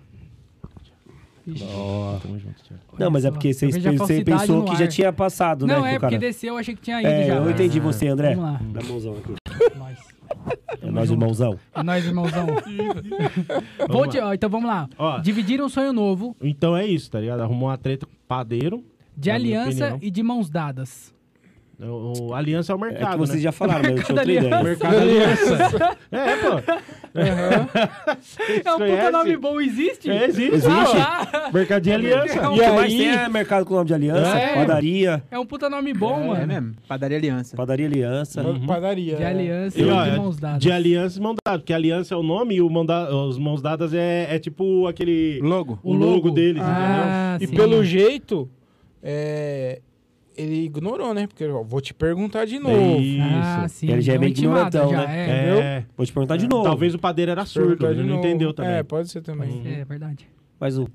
Speaker 1: Ixi.
Speaker 3: Tamo junto, Thiago.
Speaker 4: Não, mas é
Speaker 1: Olha
Speaker 4: porque
Speaker 1: só,
Speaker 4: você
Speaker 1: eu vejo a
Speaker 4: você
Speaker 1: falsidade
Speaker 4: pensou
Speaker 1: no
Speaker 4: que já
Speaker 1: ar.
Speaker 4: tinha passado, né?
Speaker 1: Não,
Speaker 4: que
Speaker 1: é
Speaker 4: o cara-
Speaker 1: porque desceu, eu achei que tinha ido
Speaker 4: É,
Speaker 1: já.
Speaker 4: eu entendi você, André.
Speaker 1: Vamos lá.
Speaker 4: Dá a mãozão aqui.
Speaker 1: Nós,
Speaker 4: É nós, irmãozão.
Speaker 1: é nóis, irmãozão. Vou te- ó, então vamos lá.
Speaker 3: Ó.
Speaker 1: Dividir um sonho novo,
Speaker 3: Então é isso, tá ligado? Arrumou uma treta com o padeiro.
Speaker 1: de
Speaker 3: Na minha
Speaker 1: aliança
Speaker 3: opinião.
Speaker 1: e de mãos dadas.
Speaker 3: né? O, o Aliança é o
Speaker 4: É
Speaker 3: mercado,
Speaker 4: que vocês
Speaker 3: né?
Speaker 4: já falaram, mas eu tinha outra
Speaker 1: Mercado
Speaker 4: ideia.
Speaker 3: Mercado Aliança. é, pô.
Speaker 1: É um puta
Speaker 3: Conhece?
Speaker 1: nome bom, existe?
Speaker 3: É, existe.
Speaker 4: Existe.
Speaker 1: Ah, tá. então.
Speaker 3: Mercadinho Aliança.
Speaker 4: O que mais
Speaker 1: aí-
Speaker 4: tem é mercado com nome de aliança,
Speaker 1: É.
Speaker 4: padaria,
Speaker 1: É um puta nome bom, mano.
Speaker 2: É mesmo? Padaria Aliança.
Speaker 4: padaria aliança.
Speaker 3: Uhum.
Speaker 5: Padaria.
Speaker 1: De
Speaker 5: é.
Speaker 1: aliança
Speaker 3: E, ó,
Speaker 1: e de mãos dadas.
Speaker 3: De aliança e mão dada, porque aliança é o nome e o mão da- os mãos dadas é, é tipo aquele.
Speaker 2: Logo.
Speaker 3: O logo deles,
Speaker 1: Ah,
Speaker 5: E
Speaker 1: sim.
Speaker 5: pelo jeito, é, ele ignorou, né? Porque, ó, vou te perguntar de
Speaker 3: entendeu?
Speaker 5: novo.
Speaker 1: Ah, sim.
Speaker 4: Ele já é
Speaker 1: Então,
Speaker 4: meio
Speaker 1: intimada
Speaker 4: ignorantão,
Speaker 1: já,
Speaker 4: né?
Speaker 1: É.
Speaker 3: É,
Speaker 5: entendeu?
Speaker 4: Vou te perguntar Tá de novo.
Speaker 3: Talvez o padeiro era surdo,
Speaker 5: Perguntar de
Speaker 3: ele não
Speaker 5: novo.
Speaker 3: entendeu também. Hum,
Speaker 5: É, pode ser também.
Speaker 1: É, verdade.
Speaker 4: Mas o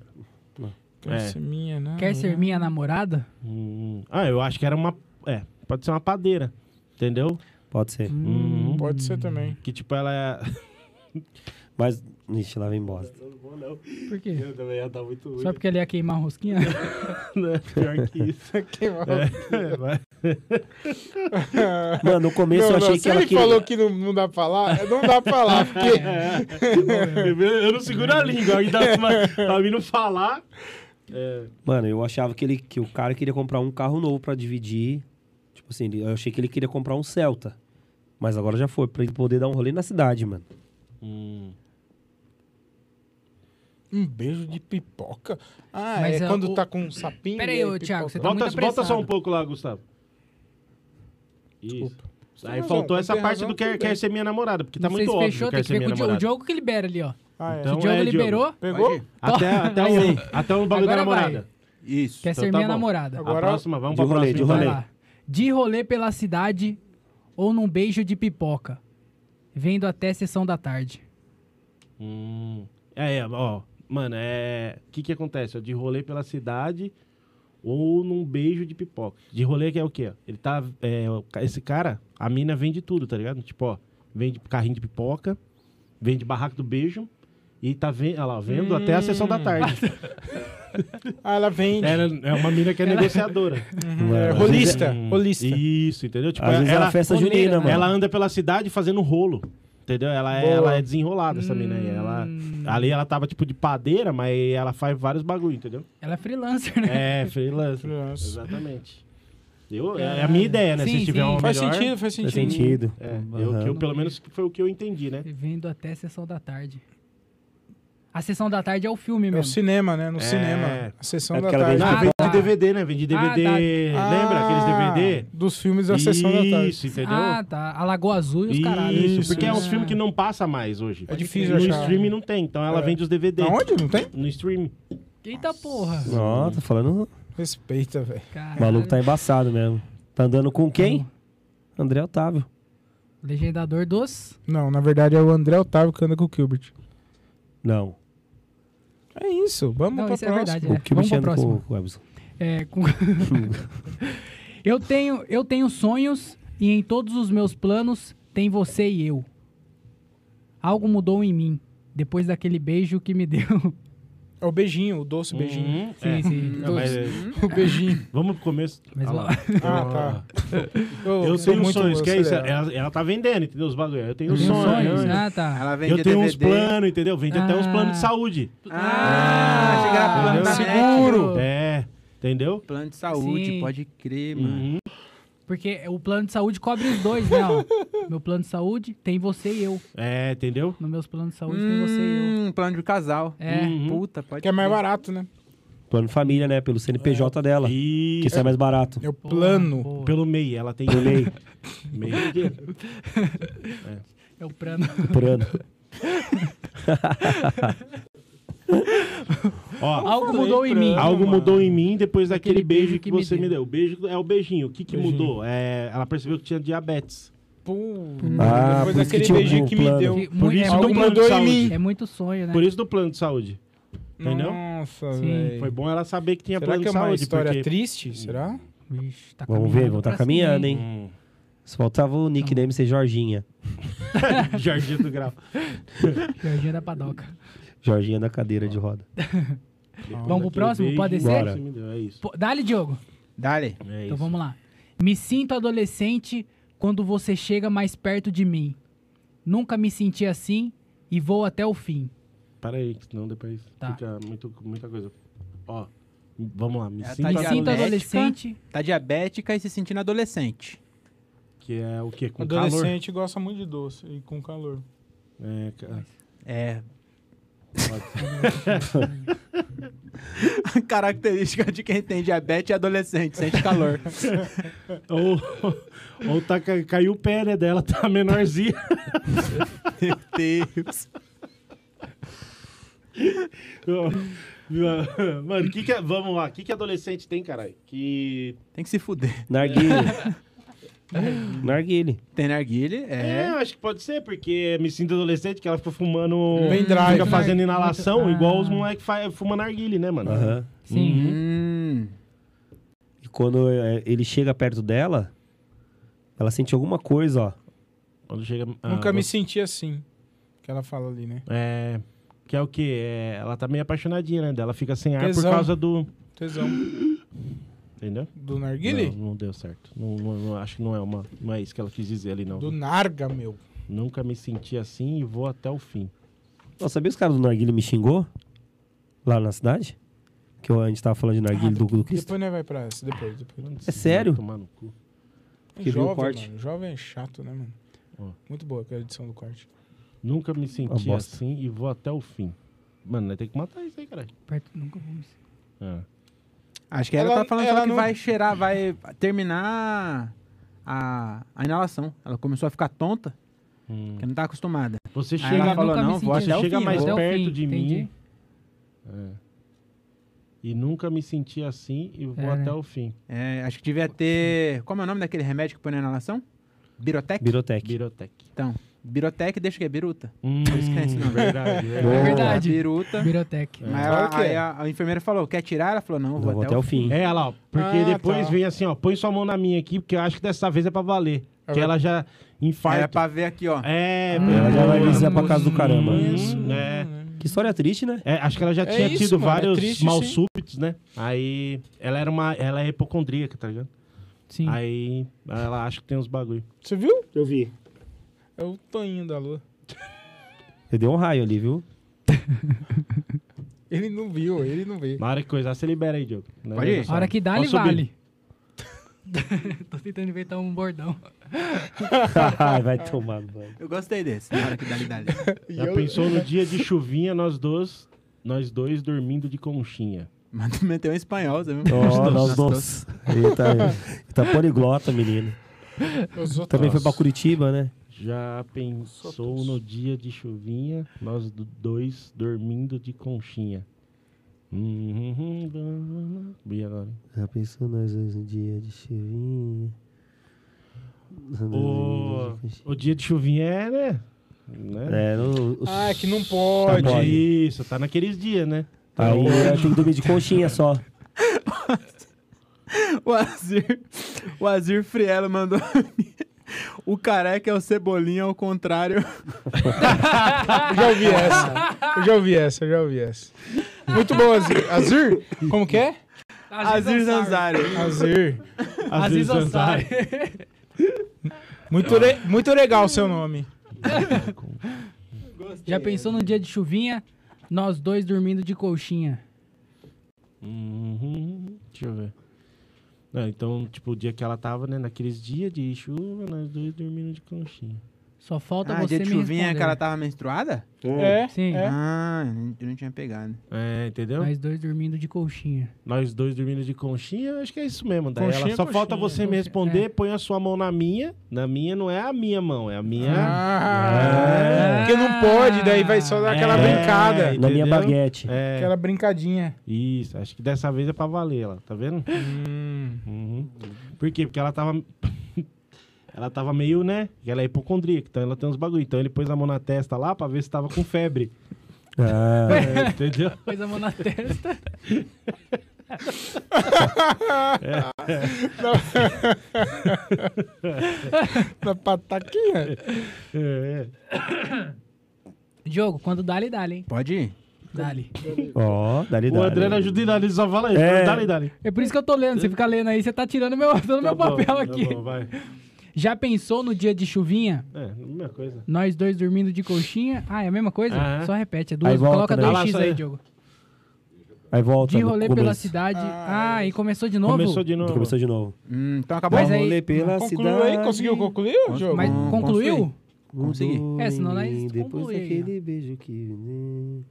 Speaker 5: Quer
Speaker 3: É.
Speaker 5: ser minha, né?
Speaker 1: Quer ser minha namorada?
Speaker 3: Hum, Ah, eu acho que era uma. É, pode ser uma padeira. Entendeu?
Speaker 4: pode ser.
Speaker 1: Hum.
Speaker 3: Uhum.
Speaker 5: Pode ser também.
Speaker 3: Que tipo, ela é.
Speaker 4: Mas Ixi, lá vem bosta.
Speaker 1: Por quê?
Speaker 3: também ia dar muito
Speaker 1: Só porque ele ia queimar a rosquinha?
Speaker 3: Pior que isso. É, vai.
Speaker 4: Mano, no começo
Speaker 5: Não,
Speaker 4: eu
Speaker 5: não,
Speaker 4: achei
Speaker 5: se
Speaker 4: que ela
Speaker 5: ele
Speaker 4: queria
Speaker 5: falou que não, não dá pra falar, não dá pra falar, porque...
Speaker 3: Eu não seguro a língua. Ainda pra mim não falar. É.
Speaker 4: Mano, eu achava que ele que o cara queria comprar um carro novo pra dividir. Tipo assim, eu achei que ele queria comprar um Celta. Mas agora já foi pra ele poder dar um rolê na cidade, mano.
Speaker 5: Um beijo de pipoca? Ah,
Speaker 1: Mas
Speaker 5: é,
Speaker 1: é
Speaker 5: quando
Speaker 1: o-
Speaker 5: tá com um sapinho...
Speaker 1: Pera
Speaker 5: e
Speaker 1: aí, ô,
Speaker 5: pipoca.
Speaker 1: Thiago, você tá-
Speaker 3: Volta,
Speaker 1: muito
Speaker 3: volta só
Speaker 1: apressado.
Speaker 3: um pouco lá, Gustavo. Isso.
Speaker 5: Tem
Speaker 3: Aí
Speaker 5: razão,
Speaker 3: faltou
Speaker 5: quando
Speaker 3: essa
Speaker 5: tem
Speaker 3: parte
Speaker 5: razão,
Speaker 3: do quer,
Speaker 5: tudo bem.
Speaker 3: quer ser minha namorada, porque tá
Speaker 1: Não sei
Speaker 3: muito
Speaker 1: se
Speaker 3: óbvio
Speaker 1: fechou,
Speaker 3: quer
Speaker 1: tem que
Speaker 3: ser
Speaker 1: ver com o
Speaker 3: minha
Speaker 1: Diogo, o
Speaker 3: namorada.
Speaker 1: Diogo que libera ali, ó.
Speaker 5: Ah, é.
Speaker 3: Então,
Speaker 1: Se o Diogo liberou,
Speaker 5: Pegou?
Speaker 3: Até, até, o, até o bagulho da
Speaker 1: Agora vai.
Speaker 3: namorada.
Speaker 2: Isso.
Speaker 1: quer
Speaker 3: Então
Speaker 1: ser
Speaker 3: tá
Speaker 1: minha
Speaker 3: bom.
Speaker 1: namorada.
Speaker 5: Agora-
Speaker 3: A próxima, vamos
Speaker 4: De
Speaker 3: pra
Speaker 4: rolê,
Speaker 3: próxima.
Speaker 4: de
Speaker 3: então.
Speaker 1: Vai
Speaker 4: rolê.
Speaker 1: lá. De rolê pela cidade ou num beijo de pipoca. Vendo até sessão da tarde.
Speaker 3: Hum. É, é, ó. Mano, é. O que que acontece? ó? De rolê pela cidade ou num beijo de pipoca. De rolê que é o quê? ó? Ele tá. é, o ca- esse cara, a mina vende tudo, tá ligado? Tipo, ó, vende carrinho de pipoca, vende barraco do beijo. E tá vendo, olha lá, vendo até a sessão da
Speaker 4: Hum.
Speaker 3: tarde.
Speaker 5: Ah, ela vende.
Speaker 3: Ela é uma mina que é negociadora.
Speaker 4: Mano,
Speaker 5: É,
Speaker 4: às vezes-
Speaker 5: rolista,
Speaker 3: Hum,
Speaker 5: rolista.
Speaker 3: Isso, entendeu? Tipo,
Speaker 4: Uhum. Às vezes é era
Speaker 3: ela,
Speaker 4: festa
Speaker 1: Roleira,
Speaker 4: junina,
Speaker 1: né?
Speaker 4: mano.
Speaker 3: ela anda pela cidade fazendo rolo. Entendeu? Ela é,
Speaker 5: Boa. Hum.
Speaker 3: ela é desenrolada, essa mina aí. Ela, ali ela tava tipo de padeira, mas ela faz vários bagulho, entendeu?
Speaker 1: Ela é freelancer, né?
Speaker 3: É, freelancer.
Speaker 5: Freelancer.
Speaker 3: Exatamente. Eu, é a minha ideia, né?
Speaker 1: Sim,
Speaker 3: Se tiver
Speaker 1: sim.
Speaker 3: um
Speaker 5: Faz
Speaker 3: melhor,
Speaker 5: sentido, faz
Speaker 4: Faz
Speaker 5: sentido.
Speaker 4: sentido.
Speaker 3: É, eu, que eu, pelo menos foi o que eu entendi, né?
Speaker 1: Vendo até sessão da tarde. A sessão da tarde é o filme
Speaker 5: É o
Speaker 1: mesmo.
Speaker 5: cinema, né? No cinema. A sessão da tarde.
Speaker 1: Ah,
Speaker 3: Ah, vende
Speaker 1: tá.
Speaker 3: DVD, né? Vende DVD.
Speaker 5: Ah,
Speaker 3: Lembra aqueles DVD?
Speaker 5: Dos filmes da sessão da tarde.
Speaker 3: Isso, entendeu?
Speaker 1: Ah, tá. A Lagoa Azul e os caralhos.
Speaker 3: Isso, porque é
Speaker 1: Ah.
Speaker 3: um filme que não passa mais hoje.
Speaker 5: É difícil
Speaker 3: No
Speaker 5: achar.
Speaker 3: streaming não tem, então ela
Speaker 5: É.
Speaker 3: vende os DVD.
Speaker 5: Aonde? Não tem?
Speaker 3: No streaming.
Speaker 1: Eita porra.
Speaker 4: Nossa, tá falando.
Speaker 5: Respeita, velho.
Speaker 4: O maluco tá embaçado mesmo. Tá andando com quem? André Otávio.
Speaker 1: Legendador dos.
Speaker 5: Não, na verdade é o André Otávio que anda com o Gilbert.
Speaker 4: Não.
Speaker 5: É isso, vamos
Speaker 1: Não,
Speaker 5: pra
Speaker 1: isso é
Speaker 5: próxima.
Speaker 1: verdade.
Speaker 4: O
Speaker 1: né?
Speaker 4: que o
Speaker 1: Vamos
Speaker 4: bicho
Speaker 1: pra
Speaker 4: anda com
Speaker 1: próxima.
Speaker 4: o Webson.
Speaker 1: É, com- eu, tenho, eu tenho sonhos e em todos os meus planos tem você e eu. Algo mudou em mim depois daquele beijo que me deu.
Speaker 5: É o beijinho, o doce beijinho.
Speaker 3: Uhum,
Speaker 1: Sim,
Speaker 3: é.
Speaker 1: sim.
Speaker 3: Não, mas, é,
Speaker 5: O beijinho.
Speaker 3: vamos pro começo.
Speaker 1: Mas
Speaker 3: Ah
Speaker 1: vamos
Speaker 3: lá.
Speaker 5: Ah, tá.
Speaker 3: Eu, tenho
Speaker 5: muito
Speaker 3: sonhos, que é isso?
Speaker 5: acelerado.
Speaker 3: Ela, ela tá vendendo, entendeu? Os bagulho. Eu tenho
Speaker 1: Tem
Speaker 3: sonhos.
Speaker 1: sonhos. Ah, tá.
Speaker 2: Ela vende
Speaker 3: Eu tenho uns
Speaker 2: DVD.
Speaker 3: planos, entendeu? Vende até uns
Speaker 1: Ah.
Speaker 3: planos de saúde.
Speaker 2: Ah, achei que era plano da
Speaker 1: Entendeu?
Speaker 2: net.
Speaker 1: Seguro.
Speaker 3: É, entendeu?
Speaker 2: Plano de saúde,
Speaker 1: Sim.
Speaker 2: pode crer, mano.
Speaker 3: Uhum.
Speaker 1: Porque o plano de saúde cobre os dois, né? ó? Meu plano de saúde tem você e eu.
Speaker 3: É, entendeu?
Speaker 1: No meus planos de saúde tem você e eu.
Speaker 2: Hum, plano de casal.
Speaker 1: É.
Speaker 3: Uhum.
Speaker 2: Puta, pode
Speaker 5: Que é mais
Speaker 2: crer.
Speaker 5: barato, né?
Speaker 4: Plano família, né? Pelo CNPJ dela.
Speaker 3: E
Speaker 4: Que isso é mais barato.
Speaker 5: É o plano.
Speaker 1: Porra,
Speaker 3: pelo MEI, ela tem
Speaker 4: Por lei,
Speaker 3: MEI.
Speaker 1: É o plano.
Speaker 4: por ano.
Speaker 3: Ó,
Speaker 1: Algo mudou em mim.
Speaker 3: algo mudou em mim depois daquele
Speaker 1: Aquele
Speaker 3: beijo
Speaker 1: beijo que
Speaker 3: que
Speaker 1: me
Speaker 3: você me
Speaker 1: deu.
Speaker 3: deu. O beijo é o beijinho. O que que mudou? É, ela percebeu que tinha diabetes.
Speaker 5: Pô,
Speaker 4: Ah,
Speaker 5: depois
Speaker 4: por isso que
Speaker 5: daquele
Speaker 4: tinha um
Speaker 5: beijinho que me
Speaker 4: plano.
Speaker 5: deu.
Speaker 1: Que
Speaker 3: Por
Speaker 1: muito- é
Speaker 3: isso
Speaker 1: algo
Speaker 3: do plano de
Speaker 5: mudou em
Speaker 3: saúde.
Speaker 1: É muito sonho, né?
Speaker 3: Por isso do plano de saúde. Entendeu?
Speaker 5: Nossa,
Speaker 1: Sim.
Speaker 5: velho.
Speaker 3: Foi bom ela saber que tinha
Speaker 5: Será
Speaker 3: plano
Speaker 5: que é
Speaker 3: de
Speaker 5: uma
Speaker 3: saúde.
Speaker 5: história
Speaker 3: porque...
Speaker 5: triste? Será?
Speaker 1: Vixe, tá
Speaker 4: Vamos ver, vamos
Speaker 1: pra
Speaker 4: tá
Speaker 1: cima,
Speaker 4: caminhando, hein?
Speaker 3: Hum.
Speaker 4: Só faltava o nickname ser Jorginha.
Speaker 3: Jardim do Grau.
Speaker 1: Jardim da padoca.
Speaker 4: Jorginha na cadeira de roda.
Speaker 1: Vamos pro próximo? Pode descer?
Speaker 3: Bora. É isso.
Speaker 1: Pô, Dá-lhe, Diogo.
Speaker 2: Dale.
Speaker 1: Então
Speaker 3: É isso.
Speaker 1: vamos lá. Me sinto adolescente quando você chega mais perto de mim. Nunca me senti assim e vou até o fim.
Speaker 3: Para aí, que senão depois
Speaker 1: Tá.
Speaker 3: fica muito, muita coisa. Ó, Vamos lá, me
Speaker 2: Ela
Speaker 3: sinta.
Speaker 1: Me sinto É, tá adolescente.
Speaker 2: Tá diabética e se sentindo adolescente.
Speaker 3: Que é o quê? Com calor?
Speaker 5: Adolescente gosta muito de doce e com calor.
Speaker 3: É, cara.
Speaker 2: É.
Speaker 3: Pode-
Speaker 2: A característica de quem tem diabetes é adolescente, sente calor.
Speaker 3: ou ou tá, ca- caiu o pé, né, dela, tá menorzinha.
Speaker 2: Meu Deus.
Speaker 3: Mano, que que, é- vamos lá. O que, que adolescente tem, caralho? Que.
Speaker 2: Tem que se fuder.
Speaker 4: Narguile. Narguile.
Speaker 2: Tem narguile,
Speaker 3: É.
Speaker 2: é.
Speaker 3: eu acho que pode ser, porque me sinto adolescente que ela fica fumando.
Speaker 5: Pendrive.
Speaker 3: Fica fazendo inalação,
Speaker 1: Um Ah.
Speaker 3: igual os moleques fa- fumando arguile, né, mano?
Speaker 4: Aham.
Speaker 1: Sim.
Speaker 2: Hum.
Speaker 4: E quando é, ele chega perto dela, ela sente alguma coisa, ó.
Speaker 3: Quando chega. ah,
Speaker 5: Nunca me
Speaker 3: você-
Speaker 5: senti assim. Que ela fala ali, né?
Speaker 3: É. Que é o quê? É, ela tá meio apaixonadinha, né? Ela fica sem ar
Speaker 5: Tesão.
Speaker 3: por causa do.
Speaker 5: Tesão.
Speaker 3: Entendeu?
Speaker 5: Do narguile?
Speaker 3: Não, não deu certo. Não, não- não- acho que não é, uma, não é isso que ela quis dizer ali, não.
Speaker 5: Do narga, meu.
Speaker 3: Nunca me senti assim e vou até o fim.
Speaker 4: Nossa, sabia os caras do Narguile me xingou? Lá na cidade? Que a gente tava falando de Narguile do, do Cristo.
Speaker 5: Depois não vai pra essa. Depois, depois.
Speaker 3: Mano, se
Speaker 4: É sério?
Speaker 3: vai Tomar no cu.
Speaker 4: Que viu o
Speaker 5: jovem,
Speaker 4: corte.
Speaker 5: mano. Jovem é chato, né, mano?
Speaker 3: Ó.
Speaker 5: Muito boa aquela edição do corte.
Speaker 3: Nunca me senti
Speaker 4: bosta.
Speaker 3: assim e vou até o fim. Mano, nós tem que matar isso aí, caralho.
Speaker 1: Perto, nunca vamos.
Speaker 4: É.
Speaker 3: Ah.
Speaker 2: Acho que ela,
Speaker 5: Ela-
Speaker 2: tá falando
Speaker 5: ela
Speaker 2: só que
Speaker 5: não-
Speaker 2: vai cheirar, vai terminar a, a inalação. Ela começou a ficar tonta,
Speaker 3: Hum.
Speaker 2: porque não tá acostumada.
Speaker 3: Você
Speaker 2: Aí
Speaker 3: chega
Speaker 2: ela
Speaker 3: a
Speaker 2: falou,
Speaker 1: Nunca me
Speaker 2: não,
Speaker 1: senti
Speaker 2: vou
Speaker 1: assim,
Speaker 2: até o
Speaker 3: chega
Speaker 2: fim,
Speaker 3: mais
Speaker 2: vou.
Speaker 1: até o
Speaker 3: perto
Speaker 1: fim,
Speaker 3: de
Speaker 1: entendi.
Speaker 3: mim. É. E nunca me senti assim e vou
Speaker 1: É, né?
Speaker 3: até o fim.
Speaker 2: É, acho que devia ter... Como é o nome daquele remédio que põe na inalação? Birotec?
Speaker 4: Birotec.
Speaker 3: Birotec.
Speaker 2: Então, Birotec deixa que é biruta.
Speaker 3: Hum,
Speaker 2: isso que é esse nome.
Speaker 3: verdade.
Speaker 1: É
Speaker 3: verdade.
Speaker 1: verdade.
Speaker 2: Biruta.
Speaker 1: Birotec.
Speaker 2: Mas
Speaker 5: Claro
Speaker 2: ela-
Speaker 5: que é.
Speaker 2: aí a, a enfermeira falou, quer tirar? Ela falou, não,
Speaker 4: Não,
Speaker 2: vou até, o fim.
Speaker 4: fim.
Speaker 3: É, lá, ó, porque
Speaker 5: Ah,
Speaker 3: depois
Speaker 5: tá.
Speaker 3: vem assim, ó, põe sua mão na minha aqui, porque eu acho que dessa vez é pra valer.
Speaker 5: É Ah.
Speaker 3: que ela já
Speaker 2: Aí é
Speaker 3: infarta.
Speaker 2: pra ver aqui, ó.
Speaker 3: É,
Speaker 4: Ela já vai
Speaker 3: pô,
Speaker 4: dizer
Speaker 3: mano.
Speaker 4: pra casa do caramba.
Speaker 3: Hum, é.
Speaker 4: Que história triste, né?
Speaker 3: É, acho que ela já
Speaker 5: É
Speaker 3: tinha
Speaker 5: isso,
Speaker 3: tido
Speaker 5: mano, é
Speaker 3: vários
Speaker 5: triste,
Speaker 3: mal
Speaker 5: sim.
Speaker 3: súbitos, né? Aí ela era uma. Ela é hipocondríaca, tá ligado?
Speaker 1: Sim.
Speaker 3: Aí ela acha que tem uns bagulho.
Speaker 5: Você viu?
Speaker 3: Eu vi.
Speaker 5: É o Toninho da Lua.
Speaker 4: Eu dei um raio ali, viu?
Speaker 5: Ele não viu, ele não vê.
Speaker 3: Na hora que coisar, você libera aí, Diogo. Não é
Speaker 2: Pode ir.
Speaker 3: mesmo,
Speaker 1: A hora
Speaker 3: sabe?
Speaker 1: que dá, ele
Speaker 3: Posso subir?
Speaker 1: vale. Tô tentando inventar um bordão.
Speaker 4: Ai, vai tomar banho.
Speaker 2: Eu gostei desse. Na hora que dá, ele dá, ele dá.
Speaker 3: Já pensou no dia de chuvinha, nós dois, nós dois dormindo de conchinha.
Speaker 2: Mas tu meteu em espanhol, você viu?
Speaker 4: Ó, nós dois. Ele tá, ele tá poliglota, menino.
Speaker 5: Os outros.
Speaker 4: Também foi pra Curitiba, né?
Speaker 3: Já pensou no dia de chuvinha, nós do- dois dormindo de conchinha. Uhum. E agora? hein?
Speaker 4: Já pensou nós dois no dia de chuvinha?
Speaker 3: O, o dia de chuvinha é, né? né?
Speaker 4: É, no, os-
Speaker 5: Ah, é que não pode.
Speaker 3: Pode.
Speaker 4: Tá bom.
Speaker 3: Isso, tá naqueles dias, né?
Speaker 4: Aí eu tenho que dormir de conchinha só.
Speaker 2: O Azir, o Azir Frielo mandou. O careca é o cebolinha ao contrário.
Speaker 5: Eu já ouvi essa. Eu já ouvi essa, eu já ouvi essa. Muito bom, Azir. Azir? Como que é?
Speaker 2: Azir Zanzari.
Speaker 5: Azir.
Speaker 1: Aziz Ansari.
Speaker 5: Muito, le- muito legal o seu nome.
Speaker 1: Já pensou num dia de chuvinha? Nós dois dormindo de colchinha.
Speaker 3: Uhum. Deixa eu ver. Não, então, tipo, o dia que ela tava, né? Naqueles dias de chuva, nós dois dormindo de conchinha.
Speaker 1: Só falta
Speaker 2: Ah,
Speaker 1: você
Speaker 2: dia de
Speaker 1: me
Speaker 2: chuvinha
Speaker 1: responder.
Speaker 2: que ela tava menstruada?
Speaker 5: É?
Speaker 1: Sim.
Speaker 5: É.
Speaker 2: Ah, eu não- eu não tinha pegado.
Speaker 3: É, entendeu?
Speaker 1: Nós dois dormindo de colchinha.
Speaker 3: Nós dois dormindo de conchinha, acho que é isso mesmo. Daí
Speaker 5: Conchinha,
Speaker 3: ela só
Speaker 5: conchinha,
Speaker 3: falta você me
Speaker 1: conchinha,
Speaker 3: responder, põe a sua mão na minha. Na minha não é a minha mão, é a minha.
Speaker 5: Ah, Porque não pode, daí vai só dar aquela
Speaker 3: É.
Speaker 5: brincada.
Speaker 4: Na minha
Speaker 3: Entendeu?
Speaker 4: baguete.
Speaker 3: É,
Speaker 5: Aquela brincadinha.
Speaker 3: isso. Acho que dessa vez é pra valer ela, tá vendo?
Speaker 5: Hum.
Speaker 3: Uhum. Por quê? Porque ela tava. ela tava meio, né? Ela é hipocondríaca, então ela tem uns bagulho. Então ele pôs a mão na testa lá pra ver se tava com febre.
Speaker 4: Ah,
Speaker 3: É, entendeu?
Speaker 1: Pôs a mão na testa.
Speaker 5: Na pataquinha.
Speaker 3: É, é.
Speaker 1: Diogo, quando dá, ele dá, hein?
Speaker 2: Pode ir?
Speaker 1: Dá-lhe.
Speaker 4: ó, dali
Speaker 3: O
Speaker 4: dali.
Speaker 3: André não ajuda em nada, ele só fala isso.
Speaker 4: É.
Speaker 3: Dale, dale.
Speaker 1: É por isso que eu tô lendo. Você fica lendo aí, você tá tirando meu, todo meu papel aqui.
Speaker 3: Tá bom, vai.
Speaker 1: Já pensou no dia de chuvinha?
Speaker 3: É, mesma coisa.
Speaker 1: Nós dois dormindo de colchinha. Ah, é a mesma coisa?
Speaker 3: Aham.
Speaker 1: Só repete. É duas.
Speaker 4: volta,
Speaker 1: Coloca
Speaker 4: né?
Speaker 1: dois
Speaker 3: Ah, lá,
Speaker 1: X
Speaker 3: só
Speaker 1: aí,
Speaker 3: aí.
Speaker 1: Diogo.
Speaker 4: Aí volta.
Speaker 1: De
Speaker 4: no
Speaker 1: rolê
Speaker 4: começo.
Speaker 1: pela cidade. Ah, e começou de novo?
Speaker 3: Começou de novo.
Speaker 4: Começou de novo.
Speaker 2: Hum, então acabou.
Speaker 1: Mas
Speaker 4: Mas
Speaker 1: aí-
Speaker 4: rolê pela
Speaker 5: Concluiu
Speaker 4: cidade.
Speaker 5: aí? Conseguiu concluir, Diogo?
Speaker 1: Mas
Speaker 2: Hum,
Speaker 1: concluiu?
Speaker 4: Mudou
Speaker 2: Consegui.
Speaker 4: em
Speaker 1: É, senão nós
Speaker 4: mim Depois
Speaker 1: conclui aí,
Speaker 4: daquele beijo que...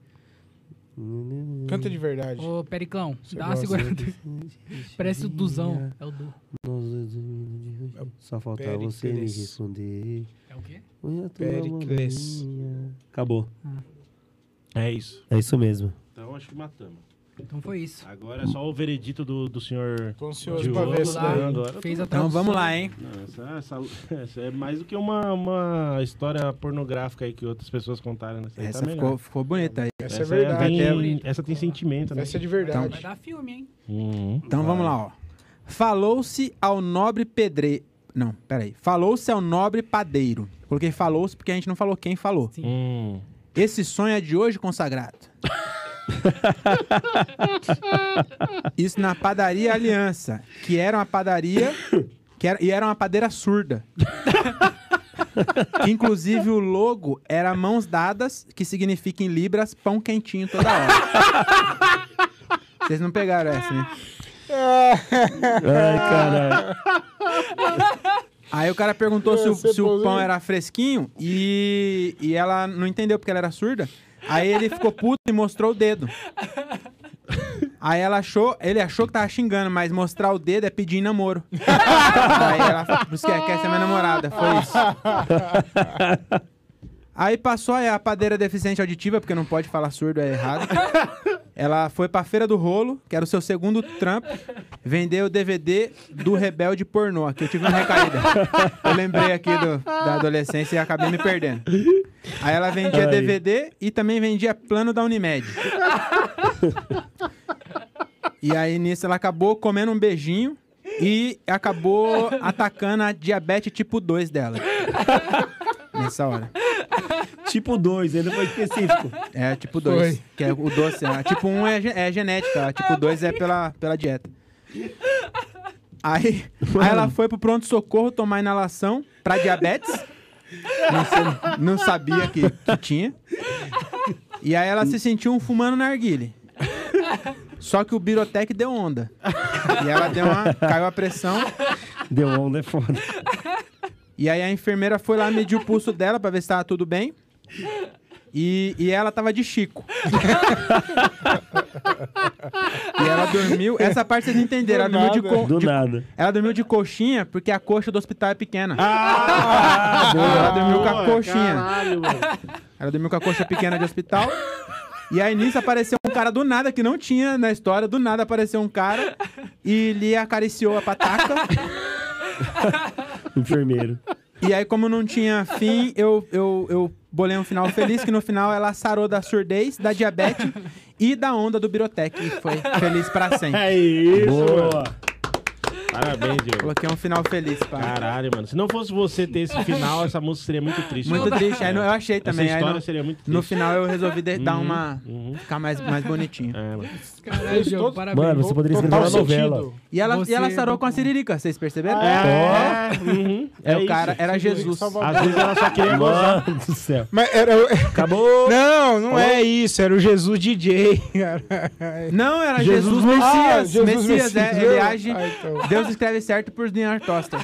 Speaker 5: Canta de verdade.
Speaker 1: Ô, Periclão, dá uma
Speaker 5: gosta,
Speaker 1: segurada. Parece o Duzão. É o Du.
Speaker 4: Nós dois dormindo de- Só faltava você me
Speaker 5: Péricles.
Speaker 4: responder.
Speaker 1: É o quê?
Speaker 4: Oi, a tua
Speaker 5: Péricles.
Speaker 4: mãozinha. Acabou.
Speaker 3: É isso.
Speaker 4: É isso mesmo.
Speaker 3: Então acho que matamos.
Speaker 1: Então foi isso.
Speaker 3: Agora é só o veredito do, do senhor.
Speaker 5: Tô ansioso pra
Speaker 3: Diogo
Speaker 5: ver isso
Speaker 1: lá.
Speaker 5: daí.
Speaker 3: agora.
Speaker 1: Fez a
Speaker 2: Então
Speaker 1: tradução.
Speaker 2: vamos lá, hein?
Speaker 3: Não, Essa, essa- essa é mais do que uma, uma história pornográfica aí que outras pessoas contaram. Essa, aí tá
Speaker 2: Essa
Speaker 3: melhor.
Speaker 2: ficou, ficou bonita aí.
Speaker 5: Essa é
Speaker 3: Essa,
Speaker 5: verdade.
Speaker 3: tem, essa tem sentimento, né?
Speaker 5: Essa é de
Speaker 1: Vai
Speaker 5: verdade.
Speaker 1: dar filme, hein?
Speaker 3: Uhum.
Speaker 2: Então vamos lá, ó. Falou-se ao nobre pedreiro. Não, peraí. Falou-se ao nobre padeiro. Coloquei falou-se porque a gente não falou quem falou.
Speaker 3: Hum.
Speaker 2: Esse sonho é de hoje consagrado. Isso na padaria Aliança, que era uma padaria. Que era, e era uma padeira surda. Que, inclusive o logo era mãos dadas, que significa em Libras pão quentinho toda hora. Vocês não pegaram essa, né?
Speaker 4: Ai, caralho.
Speaker 2: Aí o cara perguntou se, o,
Speaker 5: Você
Speaker 2: se o
Speaker 5: pôs
Speaker 2: pão
Speaker 5: aí.
Speaker 2: era fresquinho e, e ela não entendeu porque ela era surda. Aí ele ficou puto e mostrou o dedo. Aí ela achou, ele achou que tava xingando, mas mostrar o dedo é pedir em namoro. Aí ela falou, por isso que é, quer ser minha namorada, foi isso. Aí passou aí a padeira deficiente auditiva, porque não pode falar surdo, é errado. Ela foi pra Feira do Rolo, que era o seu segundo trampo, vendeu o DVD do Rebelde Pornô. Aqui eu tive uma recaída. Eu lembrei aqui do- da adolescência e acabei me perdendo. Aí ela vendia
Speaker 4: Aí.
Speaker 2: DVD e também vendia plano da Unimed. E aí nisso ela acabou comendo um beijinho e acabou atacando a diabetes tipo 2 dela. Nessa hora.
Speaker 4: tipo 2, ainda foi específico.
Speaker 2: É, tipo 2. Que é o doce. A tipo 1 um é, ge- é genética, a tipo 2 é pela, pela dieta. Aí, aí ela foi pro pronto-socorro tomar inalação pra diabetes. Não, sei- não sabia que, que tinha. E aí ela se sentiu um fumando narguile. Só que o Birotec deu onda. E ela deu uma, caiu a pressão.
Speaker 4: Deu onda, é foda.
Speaker 2: E aí a enfermeira foi lá medir o pulso dela pra ver se tava tudo bem. E, e ela tava de Chico. e ela dormiu. Essa parte vocês não entenderam.
Speaker 5: Do
Speaker 2: ela, dormiu de
Speaker 5: nada.
Speaker 2: co-
Speaker 4: Do
Speaker 2: de-
Speaker 4: nada.
Speaker 2: ela dormiu de coxinha porque a coxa do hospital é pequena.
Speaker 3: Ah,
Speaker 2: boa, ela dormiu com a
Speaker 3: boa,
Speaker 2: coxinha.
Speaker 3: Caralho, mano.
Speaker 2: Ela dormiu com a coxa pequena de hospital. E aí nisso apareceu um cara do nada que não tinha na história. Do nada apareceu um cara e lhe acariciou a pataca.
Speaker 4: Enfermeiro.
Speaker 2: E aí, como não tinha fim, eu, eu, eu bolei um final feliz, que no final ela sarou da surdez, da diabetes e da onda do Birotec. E foi feliz pra sempre.
Speaker 3: É isso, mano.
Speaker 4: Boa.
Speaker 3: Parabéns, Diogo.
Speaker 2: Coloquei um final feliz pra.
Speaker 3: Caralho, mano. Se não fosse você ter esse final, essa música seria muito triste.
Speaker 2: Muito
Speaker 3: mano.
Speaker 2: triste. Aí não- eu achei
Speaker 3: Essa
Speaker 2: também. Aí
Speaker 3: história
Speaker 2: no,
Speaker 3: seria muito triste.
Speaker 2: no final eu resolvi de- dar uma.
Speaker 3: Uhum.
Speaker 2: ficar mais, mais bonitinho.
Speaker 3: É, mano.
Speaker 1: Caralho, Diogo,
Speaker 5: todos-
Speaker 1: parabéns.
Speaker 4: Mano, você poderia escrever uma
Speaker 5: Total
Speaker 4: novela.
Speaker 5: Tá sentido.
Speaker 2: E ela, e ela
Speaker 1: Você-
Speaker 2: sarou com a Siririca, vocês perceberam?
Speaker 3: É, uhum.
Speaker 2: É, o
Speaker 3: isso.
Speaker 2: cara, era Jesus.
Speaker 3: Às vezes ela só queria gozar.
Speaker 4: Mano do céu.
Speaker 5: Mas era...
Speaker 4: Acabou.
Speaker 5: Não, não é isso. Era o Jesus DJ. cara.
Speaker 2: Não, era Jesus,
Speaker 5: Jesus
Speaker 2: Messias.
Speaker 5: Ah, Jesus
Speaker 2: Messias,
Speaker 5: Messias,
Speaker 2: é, ele
Speaker 5: eu-
Speaker 2: age.
Speaker 5: Ah, então.
Speaker 2: Deus escreve certo por Dinhar Tostas.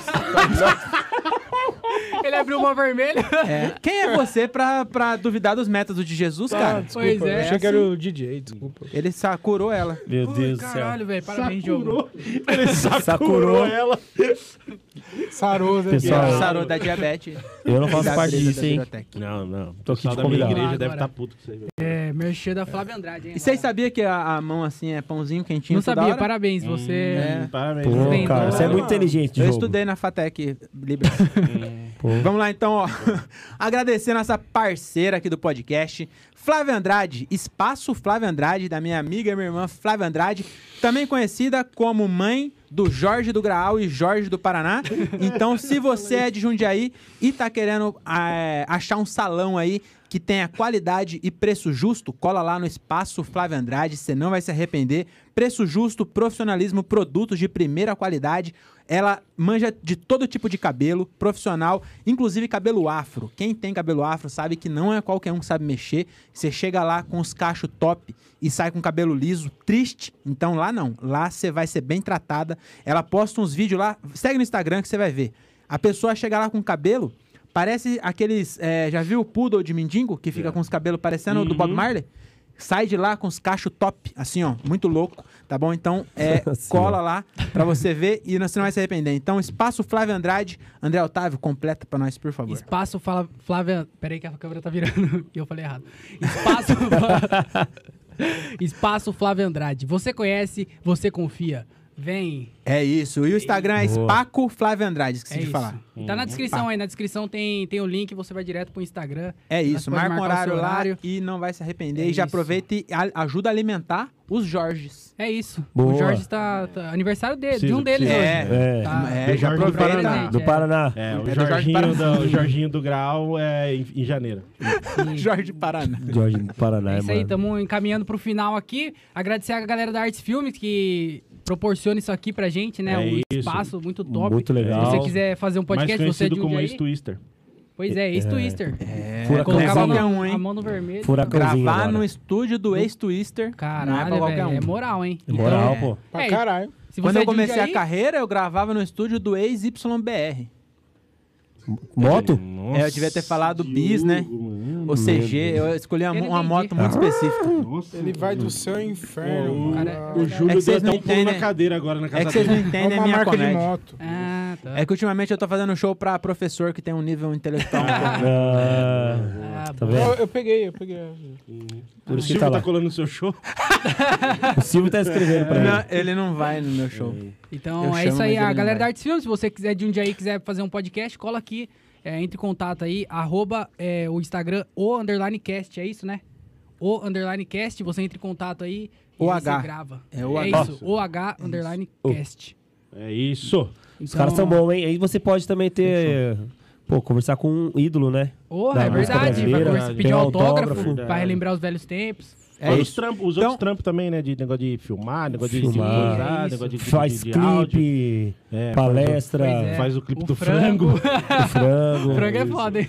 Speaker 1: Ele abriu uma vermelha.
Speaker 2: É. Quem é você pra, pra duvidar dos métodos de Jesus,
Speaker 5: Tá.
Speaker 2: cara?
Speaker 1: Pois
Speaker 5: Eu
Speaker 1: é.
Speaker 5: achei que era o DJ, desculpa.
Speaker 2: Ele sa- curou ela.
Speaker 4: Meu
Speaker 1: Ui,
Speaker 4: Deus do céu.
Speaker 1: Caralho, velho. Parabéns, Diogo.
Speaker 3: Ele sacurou
Speaker 4: Sacurou.
Speaker 3: ela.
Speaker 5: Sarou, né?
Speaker 4: Pessoal,
Speaker 2: Ela sarou da diabetes.
Speaker 4: eu não
Speaker 2: Da
Speaker 4: faço parte
Speaker 2: crise da
Speaker 4: disso, hein?
Speaker 2: biblioteca.
Speaker 3: Não, não.
Speaker 4: Tô aqui
Speaker 3: Só
Speaker 4: te
Speaker 3: da minha
Speaker 4: convidar.
Speaker 3: igreja deve
Speaker 1: Agora.
Speaker 3: estar puto com você. viu?
Speaker 1: É, merchan da Flávia Andrade, hein?
Speaker 2: E vocês sabiam que a, a mão assim é pãozinho quentinho?
Speaker 1: Não
Speaker 2: toda
Speaker 1: sabia,
Speaker 2: hora? é.
Speaker 1: parabéns. Você.
Speaker 3: Hum, Parabéns.
Speaker 4: Pô, cara, você é muito inteligente,
Speaker 2: Eu
Speaker 4: Diogo.
Speaker 2: estudei na FATEC Libras.
Speaker 4: Pô.
Speaker 2: Vamos lá então, ó. Agradecer a nossa parceira aqui do podcast, Flávia Andrade, Espaço Flávia Andrade, da minha amiga e minha irmã Flávia Andrade, também conhecida como mãe do Jorge do Graal e Jorge do Paraná. Então, se você é de Jundiaí e tá querendo é, achar um salão aí que tenha qualidade e preço justo, cola lá no Espaço Flávia Andrade, você não vai se arrepender. Preço justo, profissionalismo, produtos de primeira qualidade. Ela manja de todo tipo de cabelo, profissional, inclusive cabelo afro. Quem tem cabelo afro sabe que não é qualquer um que sabe mexer. Você chega lá com os cachos top e sai com cabelo liso, triste. Então lá não, lá você vai ser bem tratada. Ela posta uns vídeos lá, segue no Instagram que você vai ver. A pessoa chega lá com cabelo, parece aqueles. é, já viu o poodle de mendigo que
Speaker 3: É.
Speaker 2: fica com os cabelos parecendo o do
Speaker 3: Uhum.
Speaker 2: Bob Marley? Sai de lá com os cachos top, assim, ó, muito louco, tá bom? Então, é,
Speaker 3: Assim,
Speaker 2: cola lá pra você ver e você não vai se arrepender. Então, espaço Flávio Andrade, André Otávio, completa pra nós, por favor.
Speaker 1: Espaço fala, Flávia. Peraí que a câmera tá virando e eu falei errado. Espaço. Fla- Espaço Flávio Andrade. Você conhece, você confia. Vem.
Speaker 2: É isso. E o Instagram é Spaco Flávio Andrade, esqueci
Speaker 1: é
Speaker 2: de
Speaker 1: isso.
Speaker 2: falar. Hum.
Speaker 1: Tá na descrição
Speaker 2: Opa.
Speaker 1: aí. Na descrição tem, tem o link, você vai direto pro Instagram.
Speaker 2: É
Speaker 1: Nós
Speaker 2: isso,
Speaker 1: pode
Speaker 2: marca
Speaker 1: marcar
Speaker 2: um
Speaker 1: o
Speaker 2: horário,
Speaker 1: seu horário.
Speaker 2: lá e não vai se arrepender.
Speaker 1: É
Speaker 2: e já
Speaker 1: isso.
Speaker 2: aproveita e a- ajuda a alimentar os Jorges.
Speaker 1: É isso.
Speaker 4: Boa.
Speaker 1: O Jorge tá. tá- aniversário dele, de
Speaker 3: Preciso,
Speaker 1: um deles
Speaker 3: preciso.
Speaker 1: hoje.
Speaker 4: É,
Speaker 1: Tá.
Speaker 2: É, já
Speaker 3: Jorge do
Speaker 2: aproveita.
Speaker 3: Paraná.
Speaker 4: do Paraná.
Speaker 3: É, o
Speaker 2: É do Jorge
Speaker 3: Jorginho,
Speaker 2: Paraná.
Speaker 3: do, o Jorginho do Grau é em, em janeiro.
Speaker 2: Jorge Paraná.
Speaker 4: Jorge do Paraná,
Speaker 1: É isso aí,
Speaker 4: mano.
Speaker 3: então,
Speaker 1: estamos encaminhando pro final aqui. Agradecer a galera da Artes Filmes que proporciona isso aqui pra gente, né?
Speaker 3: É
Speaker 1: um
Speaker 3: isso.
Speaker 1: espaço muito top.
Speaker 4: Muito legal.
Speaker 1: Se você quiser fazer um
Speaker 3: mais
Speaker 1: podcast, você é
Speaker 3: conhecido
Speaker 1: de
Speaker 3: como
Speaker 1: um aí.
Speaker 3: ex-twister.
Speaker 1: Pois é, ex-twister.
Speaker 2: É,
Speaker 1: Colocava a
Speaker 2: Furacãozinho
Speaker 1: mão-
Speaker 2: é um,
Speaker 1: a
Speaker 2: hein?
Speaker 1: mão no vermelho.
Speaker 4: Furacão. Furacãozinho
Speaker 2: Gravar
Speaker 4: agora.
Speaker 2: no estúdio do ex-Twister. não é
Speaker 1: Caralho,
Speaker 2: pra
Speaker 1: velho,
Speaker 2: qualquer um.
Speaker 1: é moral, hein? Então,
Speaker 4: Moral, pô.
Speaker 5: Pra
Speaker 1: É,
Speaker 5: caralho.
Speaker 1: se
Speaker 2: Quando
Speaker 1: você
Speaker 2: eu comecei a
Speaker 1: Jundiaí,
Speaker 2: carreira, eu gravava no estúdio do ex-YBR.
Speaker 4: Moto?
Speaker 3: Nossa,
Speaker 2: É, eu devia ter falado bis, né? Ou CG, eu escolhi uma,
Speaker 1: Eu não
Speaker 2: uma moto
Speaker 1: entendi.
Speaker 2: muito específica.
Speaker 5: Ele vai do céu ao inferno.
Speaker 3: O,
Speaker 1: Cara, é
Speaker 3: o Júlio
Speaker 2: É que
Speaker 3: deu
Speaker 2: vocês
Speaker 3: até
Speaker 2: não
Speaker 3: um pulo na
Speaker 2: entendem.
Speaker 3: cadeira agora na casa
Speaker 2: É que vocês não
Speaker 3: dele.
Speaker 5: É
Speaker 2: entendem a
Speaker 5: uma
Speaker 2: minha
Speaker 5: marca de
Speaker 2: comédia.
Speaker 5: moto. né?
Speaker 1: Ah, tá.
Speaker 2: É que ultimamente eu tô fazendo show pra professor que tem um nível intelectual.
Speaker 3: É.
Speaker 2: um pouco
Speaker 4: Ah,
Speaker 1: Ah,
Speaker 4: tá
Speaker 5: Eu,
Speaker 4: vendo?
Speaker 5: eu peguei, eu peguei.
Speaker 4: Por
Speaker 3: O
Speaker 4: isso que
Speaker 3: Silvio
Speaker 4: tá
Speaker 3: tá,
Speaker 4: lá.
Speaker 3: colando no seu show.
Speaker 4: O Silvio tá escrevendo
Speaker 5: É.
Speaker 4: pra
Speaker 2: Não,
Speaker 4: ele.
Speaker 2: ele não vai no meu show.
Speaker 1: Então
Speaker 2: Eu
Speaker 1: é
Speaker 2: chamo,
Speaker 1: isso aí,
Speaker 2: mas ele
Speaker 1: a
Speaker 2: não
Speaker 1: galera
Speaker 2: vai.
Speaker 1: da Artes Filmes. Se você quiser de um dia aí quiser fazer um podcast, cola aqui, é, entre em contato aí, arroba é, o Instagram, o underline cast, é isso, né? O underline cast, você entra em contato aí e
Speaker 2: O
Speaker 1: aí
Speaker 2: H.
Speaker 1: você grava.
Speaker 2: É o
Speaker 1: é
Speaker 2: H.
Speaker 1: isso, o H underline cast.
Speaker 3: É isso.
Speaker 4: Os caras são bons, hein? Aí você pode também ter. Pô, conversar com um ídolo, né?
Speaker 1: Porra,
Speaker 4: Da
Speaker 1: é
Speaker 4: música
Speaker 1: verdade, vai
Speaker 4: brasileira,
Speaker 2: né?
Speaker 1: conversar- pedir
Speaker 4: tem
Speaker 1: um
Speaker 4: autógrafo.
Speaker 1: autógrafo, pra
Speaker 3: Verdade.
Speaker 1: relembrar os velhos tempos.
Speaker 2: É
Speaker 3: Fora os
Speaker 2: isso.
Speaker 3: trampos- os
Speaker 2: Então-
Speaker 3: outros trampos também, né? De negócio de filmar, negócio de- de
Speaker 4: Filmar.
Speaker 3: coisar,
Speaker 1: É isso.
Speaker 3: negócio de, de,
Speaker 4: Faz
Speaker 3: de, de áudio.
Speaker 4: clipe,
Speaker 3: É, faz o-
Speaker 4: palestra,
Speaker 1: Pois é.
Speaker 3: Faz o clipe
Speaker 1: O
Speaker 3: do
Speaker 1: frango.
Speaker 3: frango.
Speaker 4: frango.
Speaker 1: Frango é foda, hein?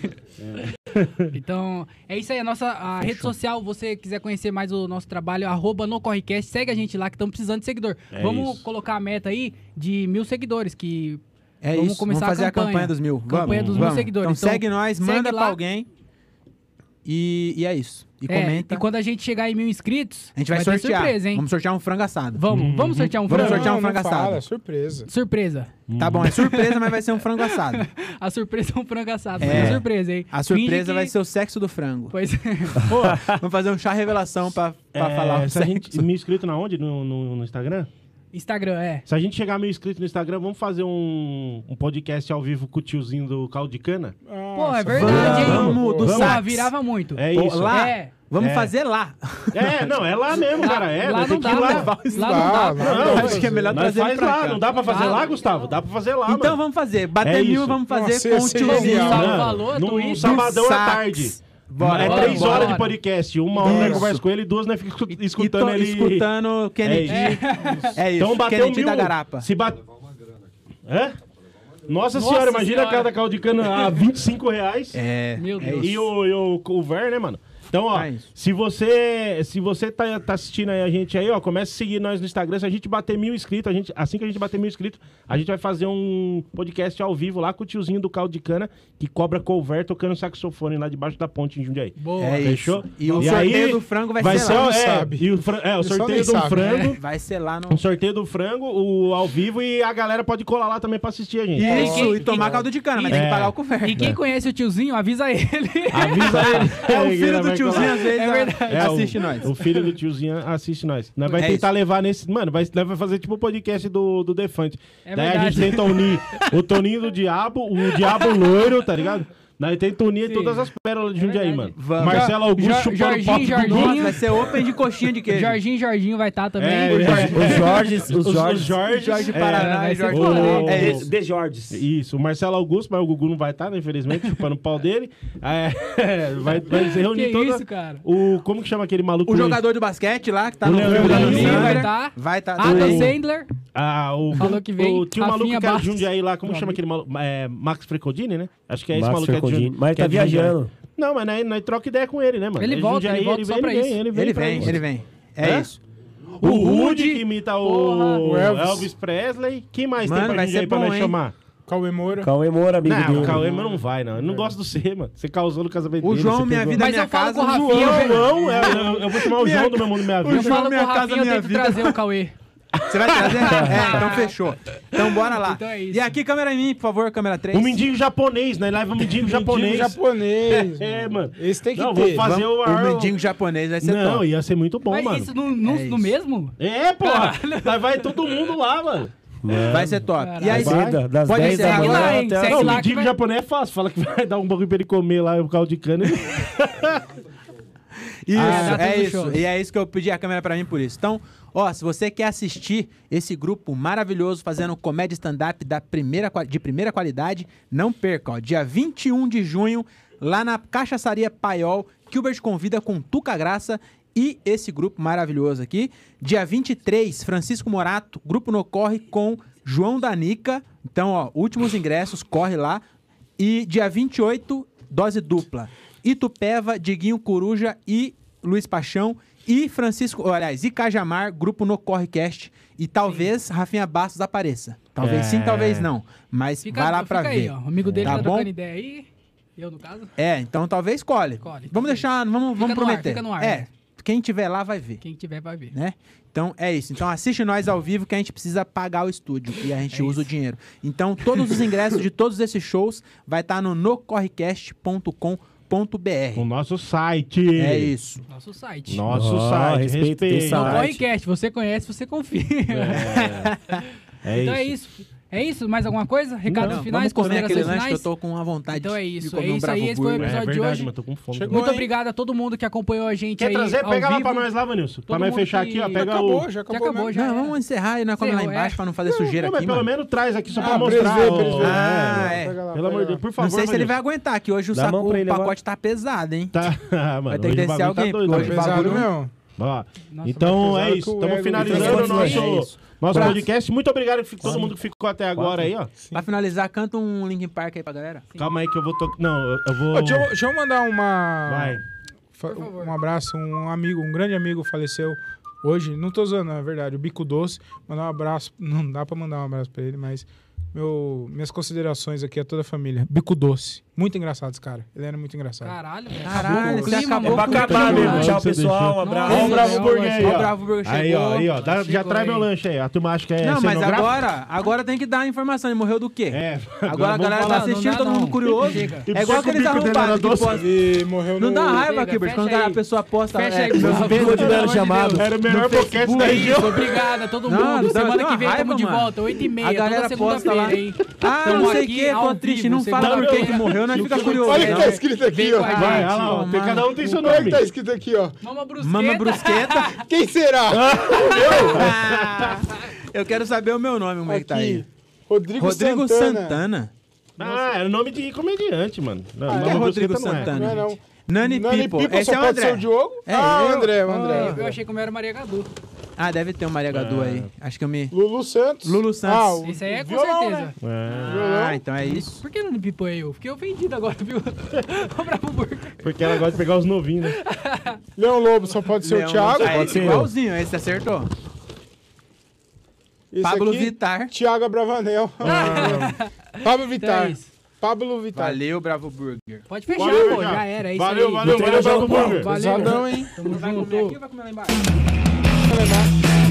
Speaker 1: Então, é isso aí. A nossa a rede social, você quiser conhecer mais o nosso trabalho, arroba no Correcast, segue a gente lá que estamos precisando de seguidor.
Speaker 3: É
Speaker 1: vamos
Speaker 3: isso.
Speaker 1: colocar a meta aí de mil seguidores, que
Speaker 2: É
Speaker 1: Vamos
Speaker 2: isso.
Speaker 1: começar
Speaker 2: Vamos fazer
Speaker 1: a
Speaker 2: a
Speaker 1: campanha.
Speaker 2: campanha, dos mil. Vamos,
Speaker 1: Campanha dos mil
Speaker 2: vamos.
Speaker 1: seguidores.
Speaker 2: Então,
Speaker 1: Então,
Speaker 2: segue nós,
Speaker 1: segue
Speaker 2: manda
Speaker 1: lá.
Speaker 2: pra alguém. E, e é isso. E
Speaker 1: é,
Speaker 2: comenta.
Speaker 1: e quando a gente chegar em mil inscritos,
Speaker 2: A gente vai,
Speaker 1: ter
Speaker 2: sortear.
Speaker 1: surpresa, hein?
Speaker 2: Vamos sortear um frango assado.
Speaker 1: Vamos, vamos sortear um
Speaker 2: Vamos
Speaker 1: frango.
Speaker 2: sortear um
Speaker 5: não
Speaker 2: frango
Speaker 5: fala,
Speaker 2: assado.
Speaker 5: surpresa.
Speaker 1: Surpresa.
Speaker 2: Tá bom, é surpresa, mas vai ser um frango assado.
Speaker 1: A surpresa é um frango assado.
Speaker 2: É.
Speaker 1: É. Uma surpresa, hein?
Speaker 2: A
Speaker 1: Finge
Speaker 2: surpresa
Speaker 1: que-
Speaker 2: vai ser o sexo do frango.
Speaker 1: Pois é.
Speaker 2: Vamos fazer um chá revelação pra, pra
Speaker 3: É,
Speaker 2: falar o
Speaker 3: se a
Speaker 2: sexo.
Speaker 3: gente, mil inscritos na onde? No, no, no Instagram?
Speaker 1: Instagram, é.
Speaker 3: Se a gente chegar a mil inscritos no Instagram, vamos fazer um, um podcast ao vivo com o tiozinho do caldo de cana?
Speaker 1: Pô, é
Speaker 5: Nossa,
Speaker 1: verdade, hein?
Speaker 2: vamos, do
Speaker 1: Pô,
Speaker 2: sax.
Speaker 1: virava muito.
Speaker 3: É
Speaker 2: Pô,
Speaker 3: isso.
Speaker 2: lá?
Speaker 1: É.
Speaker 2: Vamos
Speaker 3: É.
Speaker 2: fazer lá.
Speaker 3: É, não, é lá mesmo, cara. É,
Speaker 1: lá
Speaker 3: nós tem
Speaker 1: não
Speaker 3: que
Speaker 1: dá, né?
Speaker 3: ir lá.
Speaker 1: lá,
Speaker 5: Ah,
Speaker 10: Ah,
Speaker 1: lá não dá.
Speaker 5: Lá,
Speaker 3: Não,
Speaker 5: lá,
Speaker 2: acho que é melhor
Speaker 3: Nós
Speaker 2: trazer ele
Speaker 3: faz
Speaker 2: pra
Speaker 3: lá,
Speaker 2: cá.
Speaker 3: não dá pra fazer
Speaker 1: Dá.
Speaker 3: lá, Gustavo? Dá pra fazer lá,
Speaker 2: então
Speaker 3: mano.
Speaker 2: vamos fazer. Bater
Speaker 3: É
Speaker 2: mil,
Speaker 3: isso.
Speaker 2: vamos fazer
Speaker 5: Nossa,
Speaker 2: com o
Speaker 5: esse é genial.
Speaker 2: tiozinho.
Speaker 1: Gustavo
Speaker 3: Mano,
Speaker 1: falou,
Speaker 3: num
Speaker 1: Twitter.
Speaker 3: sabadão à
Speaker 2: Sax.
Speaker 3: é tarde.
Speaker 2: Bora,
Speaker 3: é
Speaker 1: bora,
Speaker 3: três
Speaker 1: bora.
Speaker 3: horas de podcast. Uma hora nós
Speaker 2: Isso.
Speaker 3: conversa com ele e duas nós fica escu-
Speaker 2: E tô
Speaker 3: escutando ele.
Speaker 2: escutando o Kennedy.
Speaker 3: É isso.
Speaker 2: É isso.
Speaker 3: Então bateu
Speaker 2: Kennedy
Speaker 3: mil.
Speaker 2: da garapa.
Speaker 3: Se bat... Hã? Nossa,
Speaker 1: Nossa
Speaker 3: senhora, imagina
Speaker 1: senhora.
Speaker 3: cada caldo de cana a 25 reais.
Speaker 2: É.
Speaker 1: Meu
Speaker 2: é
Speaker 1: Deus.
Speaker 2: isso.
Speaker 3: E o, e o cover, né, mano? Então, ó,
Speaker 2: É isso.
Speaker 3: se você se você tá, tá assistindo aí a gente aí, ó, começa a seguir nós no Instagram. Se a gente bater mil inscritos, a gente, assim que a gente bater mil inscritos, a gente vai fazer um podcast ao vivo lá com o tiozinho do caldo de cana que cobra cover tocando saxofone lá debaixo da ponte em Jundiaí.
Speaker 1: Boa.
Speaker 2: É isso.
Speaker 3: Fechou?
Speaker 2: E o
Speaker 3: E
Speaker 2: sorteio
Speaker 3: aí,
Speaker 2: do frango vai,
Speaker 3: Vai
Speaker 2: ser,
Speaker 3: ser,
Speaker 2: lá.
Speaker 3: ó, é,
Speaker 5: sabe.
Speaker 3: e o fran- é, o
Speaker 5: Só
Speaker 3: sorteio
Speaker 5: nem
Speaker 3: do
Speaker 5: sabe,
Speaker 3: frango.
Speaker 2: Vai ser lá no.
Speaker 3: Um sorteio do frango, o ao vivo, e a galera pode colar lá também pra assistir a gente.
Speaker 1: É,
Speaker 2: Isso,
Speaker 1: e quem-
Speaker 2: e tomar
Speaker 1: quem-
Speaker 2: caldo de cana, mas tem
Speaker 3: É.
Speaker 2: que pagar o
Speaker 1: E
Speaker 2: couvert.
Speaker 1: quem conhece o tiozinho, avisa ele.
Speaker 2: Ah,
Speaker 3: Avisa ele.
Speaker 2: É o
Speaker 3: Ele
Speaker 2: filho
Speaker 3: vai
Speaker 2: do tiozinho,
Speaker 3: colar.
Speaker 2: às vezes,
Speaker 1: É
Speaker 2: a-
Speaker 1: verdade.
Speaker 3: É,
Speaker 2: assiste
Speaker 3: o,
Speaker 2: nós.
Speaker 3: O filho do tiozinho assiste nós. Nós vai
Speaker 2: É
Speaker 3: tentar
Speaker 2: isso.
Speaker 3: levar nesse. Mano, vai, nós vai fazer tipo o podcast do, do Defante.
Speaker 1: É
Speaker 3: Daí a
Speaker 1: verdade.
Speaker 3: gente tenta unir o Toninho do Diabo, o Diabo Loiro, tá ligado? Nós tem Toninho e
Speaker 1: Sim.
Speaker 3: todas as pérolas de
Speaker 1: É
Speaker 3: Jundiaí,
Speaker 1: verdade.
Speaker 3: mano.
Speaker 2: Vamos.
Speaker 3: Marcelo Augusto
Speaker 1: Jo-
Speaker 3: chupando
Speaker 1: Jorginho,
Speaker 3: o papo do
Speaker 1: Jorginho.
Speaker 2: Nossa, vai ser open de coxinha de queijo.
Speaker 1: Jorginho, Jorginho vai estar também.
Speaker 3: É,
Speaker 4: Os Jorges, os
Speaker 3: Os
Speaker 4: Jorges.
Speaker 3: Jorge.
Speaker 2: Jorge
Speaker 3: é,
Speaker 2: Paraná
Speaker 1: vai
Speaker 2: e
Speaker 1: ser
Speaker 2: Jorge
Speaker 1: bom,
Speaker 2: Paraná.
Speaker 3: né?
Speaker 4: É, de Jorges.
Speaker 3: Isso, o Marcelo Augusto, mas o Gugu não vai estar, né? Infelizmente, chupando o pau dele. É, vai, vai se reunir
Speaker 1: Que
Speaker 3: toda...
Speaker 1: isso, cara?
Speaker 3: O, como que chama aquele maluco?
Speaker 2: O jogador do basquete lá, que tá
Speaker 3: O
Speaker 2: no
Speaker 3: Leandro
Speaker 2: filme da
Speaker 3: Leandro
Speaker 2: Alessandra.
Speaker 1: vai tá.
Speaker 2: Vai tá.
Speaker 1: Adam Sandler.
Speaker 3: Ah, o,
Speaker 1: Falou que vem,
Speaker 3: o, tinha um maluco
Speaker 1: Rafinha
Speaker 3: que era de
Speaker 1: Bastos.
Speaker 3: Jundiaí lá, como que chama
Speaker 1: Meu
Speaker 3: aquele maluco? É, Max Frecodini, né? Acho que é esse
Speaker 4: Max
Speaker 3: maluco que é de
Speaker 4: Frecodini.
Speaker 3: Jundiaí.
Speaker 4: Mas
Speaker 3: que
Speaker 4: tá
Speaker 3: é de Jundiaí.
Speaker 4: viajando.
Speaker 3: Não, mas nós, nós troca ideia com ele, né, mano?
Speaker 1: Ele
Speaker 3: É
Speaker 1: volta,
Speaker 3: Jundiaí,
Speaker 1: ele volta só
Speaker 3: vem,
Speaker 1: pra
Speaker 3: ele
Speaker 1: isso.
Speaker 3: Vem, ele vem,
Speaker 2: Ele
Speaker 3: pra
Speaker 2: vem,
Speaker 3: isso.
Speaker 2: ele vem. É
Speaker 3: Hã?
Speaker 2: isso.
Speaker 3: O Rude,
Speaker 1: Rude,
Speaker 3: que imita
Speaker 1: porra.
Speaker 3: o,
Speaker 5: O
Speaker 3: Elvis.
Speaker 5: Elvis.
Speaker 3: Presley. Quem mais
Speaker 2: Mano,
Speaker 3: tem pra
Speaker 2: vai
Speaker 3: Jundiaí
Speaker 2: ser
Speaker 3: pra
Speaker 2: bom,
Speaker 3: nós
Speaker 2: hein?
Speaker 3: chamar?
Speaker 5: Cauê Moura.
Speaker 4: Cauê Moura, amigo
Speaker 3: Não, o
Speaker 4: dele.
Speaker 3: Cauê Moura não vai, não. Eu não gosto do C, mano. Você causou no casamento
Speaker 2: O
Speaker 3: dele.
Speaker 2: João,
Speaker 3: você
Speaker 2: minha
Speaker 3: pegou.
Speaker 2: vida,
Speaker 1: Mas
Speaker 2: minha
Speaker 1: eu falo
Speaker 2: casa.
Speaker 1: com o
Speaker 2: o
Speaker 1: Rafinha,
Speaker 2: João.
Speaker 1: eu
Speaker 3: João, é, eu, eu vou chamar o João do meu mundo minha
Speaker 1: Eu
Speaker 3: vida.
Speaker 2: João,
Speaker 1: falo com
Speaker 2: minha
Speaker 1: o
Speaker 2: casa,
Speaker 1: Rafinha, eu
Speaker 2: minha
Speaker 1: tenho que
Speaker 2: vida.
Speaker 1: trazer o Cauê.
Speaker 2: Você vai trazer? é, então fechou. Então bora lá.
Speaker 1: Então é isso.
Speaker 2: E aqui, câmera em mim, por favor, câmera 3.
Speaker 3: O mendigo japonês, né? Leva o mendigo japonês.
Speaker 5: Japonês. Tipo, japonês.
Speaker 3: É, mano.
Speaker 5: Esse tem que
Speaker 3: Não, vou
Speaker 5: ter.
Speaker 3: fazer é o...
Speaker 2: O mendigo japonês vai ser
Speaker 3: Não,
Speaker 2: top.
Speaker 3: ia ser muito bom,
Speaker 1: Mas
Speaker 3: mano.
Speaker 1: isso Ah, no, no,
Speaker 2: É
Speaker 1: no
Speaker 2: isso.
Speaker 1: mesmo?
Speaker 3: É, porra. Vai, vai todo mundo lá, mano.
Speaker 2: Vai ser top. E aí,
Speaker 4: Vai, da- das
Speaker 2: pode
Speaker 4: 10 da
Speaker 2: encerrar
Speaker 1: Segue lá,
Speaker 4: manhã
Speaker 2: agora?
Speaker 1: Ah, hein?
Speaker 4: até as-
Speaker 1: Segue
Speaker 3: Não, o
Speaker 1: lá que
Speaker 3: mendigo
Speaker 1: vai-
Speaker 3: japonês é fácil. Fala que vai dar um bagulho pra ele comer lá, o caldo de cana.
Speaker 2: Isso,
Speaker 1: Ah, tá
Speaker 2: é
Speaker 1: tudo
Speaker 2: isso.
Speaker 1: show.
Speaker 2: E é isso que eu pedi a câmera pra mim por isso. Então, ó, se você quer assistir esse grupo maravilhoso fazendo comédia stand-up da primeira qua- de primeira qualidade, não perca, ó. Dia 21 de junho, lá na Cachaçaria Paiol, Gilbert convida com Tuca Graça e esse grupo maravilhoso aqui. Dia 23, Francisco Morato, grupo no corre com João Danica. Então, ó, últimos ingressos, corre lá. E dia 28, dose dupla. Itupeva, Diguinho Coruja e Luiz Paixão. E Francisco, oh, aliás, e Cajamar, grupo no Correcast. E talvez Rafinha Bastos apareça. Talvez sim, talvez não. Mas
Speaker 1: É. Fica,
Speaker 2: vai lá pra
Speaker 1: fica
Speaker 2: ver.
Speaker 1: aí, ó. O amigo dele
Speaker 2: Tá
Speaker 1: tá
Speaker 2: bom?
Speaker 1: trocando ideia aí. Eu, no caso.
Speaker 2: É, então talvez colhe.
Speaker 1: Colhe.
Speaker 2: Vamos deixar, vamos, vamos
Speaker 1: no ar,
Speaker 2: prometer.
Speaker 1: fica no ar,
Speaker 2: É,
Speaker 1: né?
Speaker 2: quem tiver lá vai ver,
Speaker 1: Quem tiver vai ver.
Speaker 2: né? Então é isso. Então assiste nós ao vivo que a gente precisa pagar o estúdio e a gente
Speaker 1: É
Speaker 2: usa o
Speaker 1: isso.
Speaker 2: dinheiro. Então todos os ingressos de todos esses shows vai estar no nocorrecast.com.br.
Speaker 3: o nosso site.
Speaker 2: É isso.
Speaker 1: Nosso site.
Speaker 3: Nosso
Speaker 4: Ó,
Speaker 3: site.
Speaker 4: respeito
Speaker 3: Respeita.
Speaker 4: esse site.
Speaker 1: Correcast, você conhece, você confia.
Speaker 3: É
Speaker 1: então
Speaker 3: isso.
Speaker 1: é isso. É isso? Mais alguma coisa? Recados
Speaker 2: Não,
Speaker 1: finais?
Speaker 2: vamos comer aquele
Speaker 1: considerações
Speaker 2: lanche que eu
Speaker 1: finais?
Speaker 2: tô com a vontade
Speaker 1: Então é
Speaker 2: de
Speaker 1: isso,
Speaker 2: comer
Speaker 1: é
Speaker 2: um
Speaker 1: isso aí,
Speaker 2: Bravo
Speaker 1: esse foi o
Speaker 2: Burger.
Speaker 3: É
Speaker 1: episódio de
Speaker 3: verdade,
Speaker 1: hoje.
Speaker 3: mano. Tô com fome.
Speaker 5: Chegou.
Speaker 1: Muito
Speaker 5: hein?
Speaker 1: obrigado a todo mundo que acompanhou a gente
Speaker 3: Quer
Speaker 1: aí
Speaker 3: trazer?
Speaker 1: ao
Speaker 3: Pega lá
Speaker 1: vivo.
Speaker 3: pra nós lá, Vanilson. Pra
Speaker 1: Todo
Speaker 3: nós
Speaker 1: mundo
Speaker 3: fechar
Speaker 1: que-
Speaker 3: aqui, ó.
Speaker 1: Já
Speaker 3: Pega
Speaker 5: acabou,
Speaker 3: o...
Speaker 5: já acabou.
Speaker 1: Já acabou,
Speaker 5: mesmo.
Speaker 1: já.
Speaker 2: Não,
Speaker 1: era.
Speaker 2: vamos encerrar e nós comemos lá
Speaker 1: É. Encerrou,
Speaker 2: embaixo
Speaker 1: é.
Speaker 2: pra não fazer sujeira
Speaker 3: Não, mas
Speaker 2: aqui,
Speaker 3: pelo
Speaker 2: mano.
Speaker 3: menos traz aqui só
Speaker 5: Ah,
Speaker 3: pra
Speaker 5: pra eles
Speaker 3: mostrar.
Speaker 5: verem, pra eles
Speaker 3: ó.
Speaker 5: verem.
Speaker 2: Ah, é.
Speaker 5: Pega lá,
Speaker 3: Pelo
Speaker 5: pega
Speaker 3: amor de
Speaker 5: lá.
Speaker 3: Deus, por favor.
Speaker 2: Não sei se ele
Speaker 3: Vanilson.
Speaker 2: vai aguentar, que hoje o,
Speaker 4: Dá a
Speaker 2: saco,
Speaker 4: mão pra
Speaker 2: o
Speaker 4: ele agora.
Speaker 2: pacote tá pesado, hein?
Speaker 3: Tá, ah, mano,
Speaker 2: Vai ter que
Speaker 3: hoje o
Speaker 2: descer
Speaker 3: bagulho
Speaker 2: alguém,
Speaker 3: tá
Speaker 2: porque
Speaker 3: doido,
Speaker 2: hoje
Speaker 3: né?
Speaker 2: o bagulho-
Speaker 5: Pesado mesmo.
Speaker 3: Vai lá.
Speaker 1: Nossa,
Speaker 3: então
Speaker 5: mais
Speaker 3: é
Speaker 5: pesado
Speaker 3: isso.
Speaker 5: que o
Speaker 3: Estamos
Speaker 5: ego né,
Speaker 3: finalizando
Speaker 2: do
Speaker 3: o nosso,
Speaker 2: Brasil. É isso.
Speaker 3: nosso
Speaker 2: Quatro.
Speaker 3: podcast. Muito obrigado a todo mundo que ficou até agora aí, ó.
Speaker 2: Pra finalizar, canta um Linkin Park aí pra galera.
Speaker 3: Calma aí que eu vou tocar. Não, eu, eu vou.
Speaker 5: Ô, deixa, eu, deixa eu mandar uma.
Speaker 3: Vai.
Speaker 5: fa- Um abraço, um amigo, um grande amigo faleceu hoje. Não tô usando, é verdade. O Bico Doce. Mandar um abraço. Não dá pra mandar um abraço pra ele, mas. Meu, minhas considerações aqui a toda a família. Bico Doce. Muito engraçado esse cara. Ele era muito engraçado.
Speaker 1: Caralho, velho.
Speaker 2: Caralho,
Speaker 1: Acabou
Speaker 2: você
Speaker 1: o clima,
Speaker 2: acabou
Speaker 1: mano.
Speaker 2: com o clima,
Speaker 3: mesmo.
Speaker 2: mano.
Speaker 4: Tchau,
Speaker 3: Você
Speaker 4: pessoal.
Speaker 3: deixou.
Speaker 4: Um abraço.
Speaker 1: Ó,
Speaker 3: Ó, o Bravo
Speaker 1: Ó,
Speaker 3: Burger aí,
Speaker 2: Ó,
Speaker 3: ó.
Speaker 2: o Bravo Burger
Speaker 3: Aí,
Speaker 2: chegou.
Speaker 3: ó, aí, ó. Dá, já
Speaker 1: Chegou,
Speaker 3: traz meu
Speaker 1: hein.
Speaker 3: lanche aí. A turma acha que é
Speaker 2: Não, mas
Speaker 3: cenográfico.
Speaker 2: agora, agora tem que dar a informação. Ele morreu do quê?
Speaker 3: É,
Speaker 2: Agora a galera
Speaker 3: vamos
Speaker 2: tá
Speaker 3: falar.
Speaker 1: Não, não
Speaker 2: assistindo,
Speaker 1: dá,
Speaker 2: todo mundo
Speaker 1: não.
Speaker 2: curioso.
Speaker 1: Chega.
Speaker 3: E
Speaker 2: É igual
Speaker 3: puxa o
Speaker 2: aqueles
Speaker 3: bico dele
Speaker 2: arrombados
Speaker 3: na
Speaker 2: que
Speaker 3: doce.
Speaker 2: postam.
Speaker 5: E morreu
Speaker 2: Não
Speaker 5: no.
Speaker 2: dá raiva,
Speaker 1: Chega,
Speaker 2: Kibers, quando
Speaker 1: fecha aí.
Speaker 2: a pessoa posta.
Speaker 1: Fecha
Speaker 2: é,
Speaker 1: aí,
Speaker 2: pelo
Speaker 1: Gustavo.
Speaker 2: amor de
Speaker 4: Pelo de
Speaker 2: Deus.
Speaker 4: dano chamado.
Speaker 3: Era o melhor podcast da
Speaker 1: É
Speaker 3: região.
Speaker 1: isso, obrigado a todo mundo.
Speaker 2: Não, dá-
Speaker 1: Semana
Speaker 2: dá uma
Speaker 1: que vem
Speaker 2: raiva,
Speaker 1: estamos de
Speaker 2: mano.
Speaker 1: volta, 8h30,
Speaker 2: A galera
Speaker 1: toda
Speaker 2: posta lá.
Speaker 1: segunda-feira, hein?
Speaker 2: Ah,
Speaker 1: Tamo
Speaker 2: não sei o
Speaker 1: aqui
Speaker 2: que,
Speaker 1: ao
Speaker 2: tô triste.
Speaker 1: vivo,
Speaker 2: Não fala por que que
Speaker 1: segunda-feira.
Speaker 2: morreu, nós fica curioso.
Speaker 5: Olha o que tá
Speaker 2: né?
Speaker 5: escrito aqui,
Speaker 1: Vem
Speaker 5: ó.
Speaker 1: com a gente.
Speaker 3: Vai, olha lá, ó.
Speaker 2: Mano.
Speaker 3: Tem- cada um tem seu
Speaker 5: Olha o que
Speaker 3: nome.
Speaker 5: tá escrito aqui, ó.
Speaker 1: Mama brusqueta.
Speaker 2: Mama brusqueta. Ah.
Speaker 5: Quem será?
Speaker 2: Eu quero saber o meu nome, como é que tá aí.
Speaker 5: Aqui. Rodrigo,
Speaker 2: Rodrigo
Speaker 5: Santana.
Speaker 2: Santana.
Speaker 3: Ah, era nome de comediante, mano. Não,
Speaker 2: Quem
Speaker 3: mas
Speaker 2: é
Speaker 3: você
Speaker 2: Rodrigo
Speaker 3: não é.
Speaker 5: Não
Speaker 2: Santana?
Speaker 5: é, não.
Speaker 2: Nani,
Speaker 5: Nani
Speaker 2: People.
Speaker 5: People
Speaker 2: Esse
Speaker 5: só
Speaker 2: é o
Speaker 5: pode ser
Speaker 2: André.
Speaker 5: o Diogo?
Speaker 2: É,
Speaker 5: ah, o
Speaker 2: eu-
Speaker 5: André, o André.
Speaker 1: Eu achei como era Maria Gadu.
Speaker 2: Ah, deve ter um Maria Gadu aí. Acho que eu me...
Speaker 5: Lulu Santos.
Speaker 2: Lulu Santos.
Speaker 5: Ah, o
Speaker 1: Esse aí é com
Speaker 5: violão,
Speaker 1: certeza.
Speaker 5: né?
Speaker 3: É,
Speaker 5: Violão.
Speaker 2: Ah, então é isso.
Speaker 1: Por que não me pipou eu? Fiquei ofendido agora, viu? o Bravo
Speaker 2: Tá.
Speaker 1: Burger.
Speaker 3: porque ela gosta de pegar os novinhos, né?
Speaker 5: Leão Lobo só pode ser
Speaker 2: Leão
Speaker 5: o Thiago.
Speaker 2: Lobo.
Speaker 4: Pode ser
Speaker 2: É,
Speaker 4: eu.
Speaker 2: igualzinho, esse acertou.
Speaker 5: Esse
Speaker 2: Pablo
Speaker 5: aqui,
Speaker 2: Vittar.
Speaker 5: Thiago Abravanel. Pablo
Speaker 1: Então
Speaker 5: Vittar.
Speaker 1: é isso.
Speaker 5: Pablo Vittar.
Speaker 2: Valeu, Bravo Burger.
Speaker 1: Pode fechar,
Speaker 3: Valeu,
Speaker 1: pô.
Speaker 3: já.
Speaker 1: Já era, é isso
Speaker 3: Valeu,
Speaker 1: aí.
Speaker 3: valeu, valeu, Bravo Burger.
Speaker 1: Valeu.
Speaker 5: Pesadão, hein?
Speaker 1: Tamo junto.
Speaker 2: vai comer lá embaixo?
Speaker 5: Vai levar.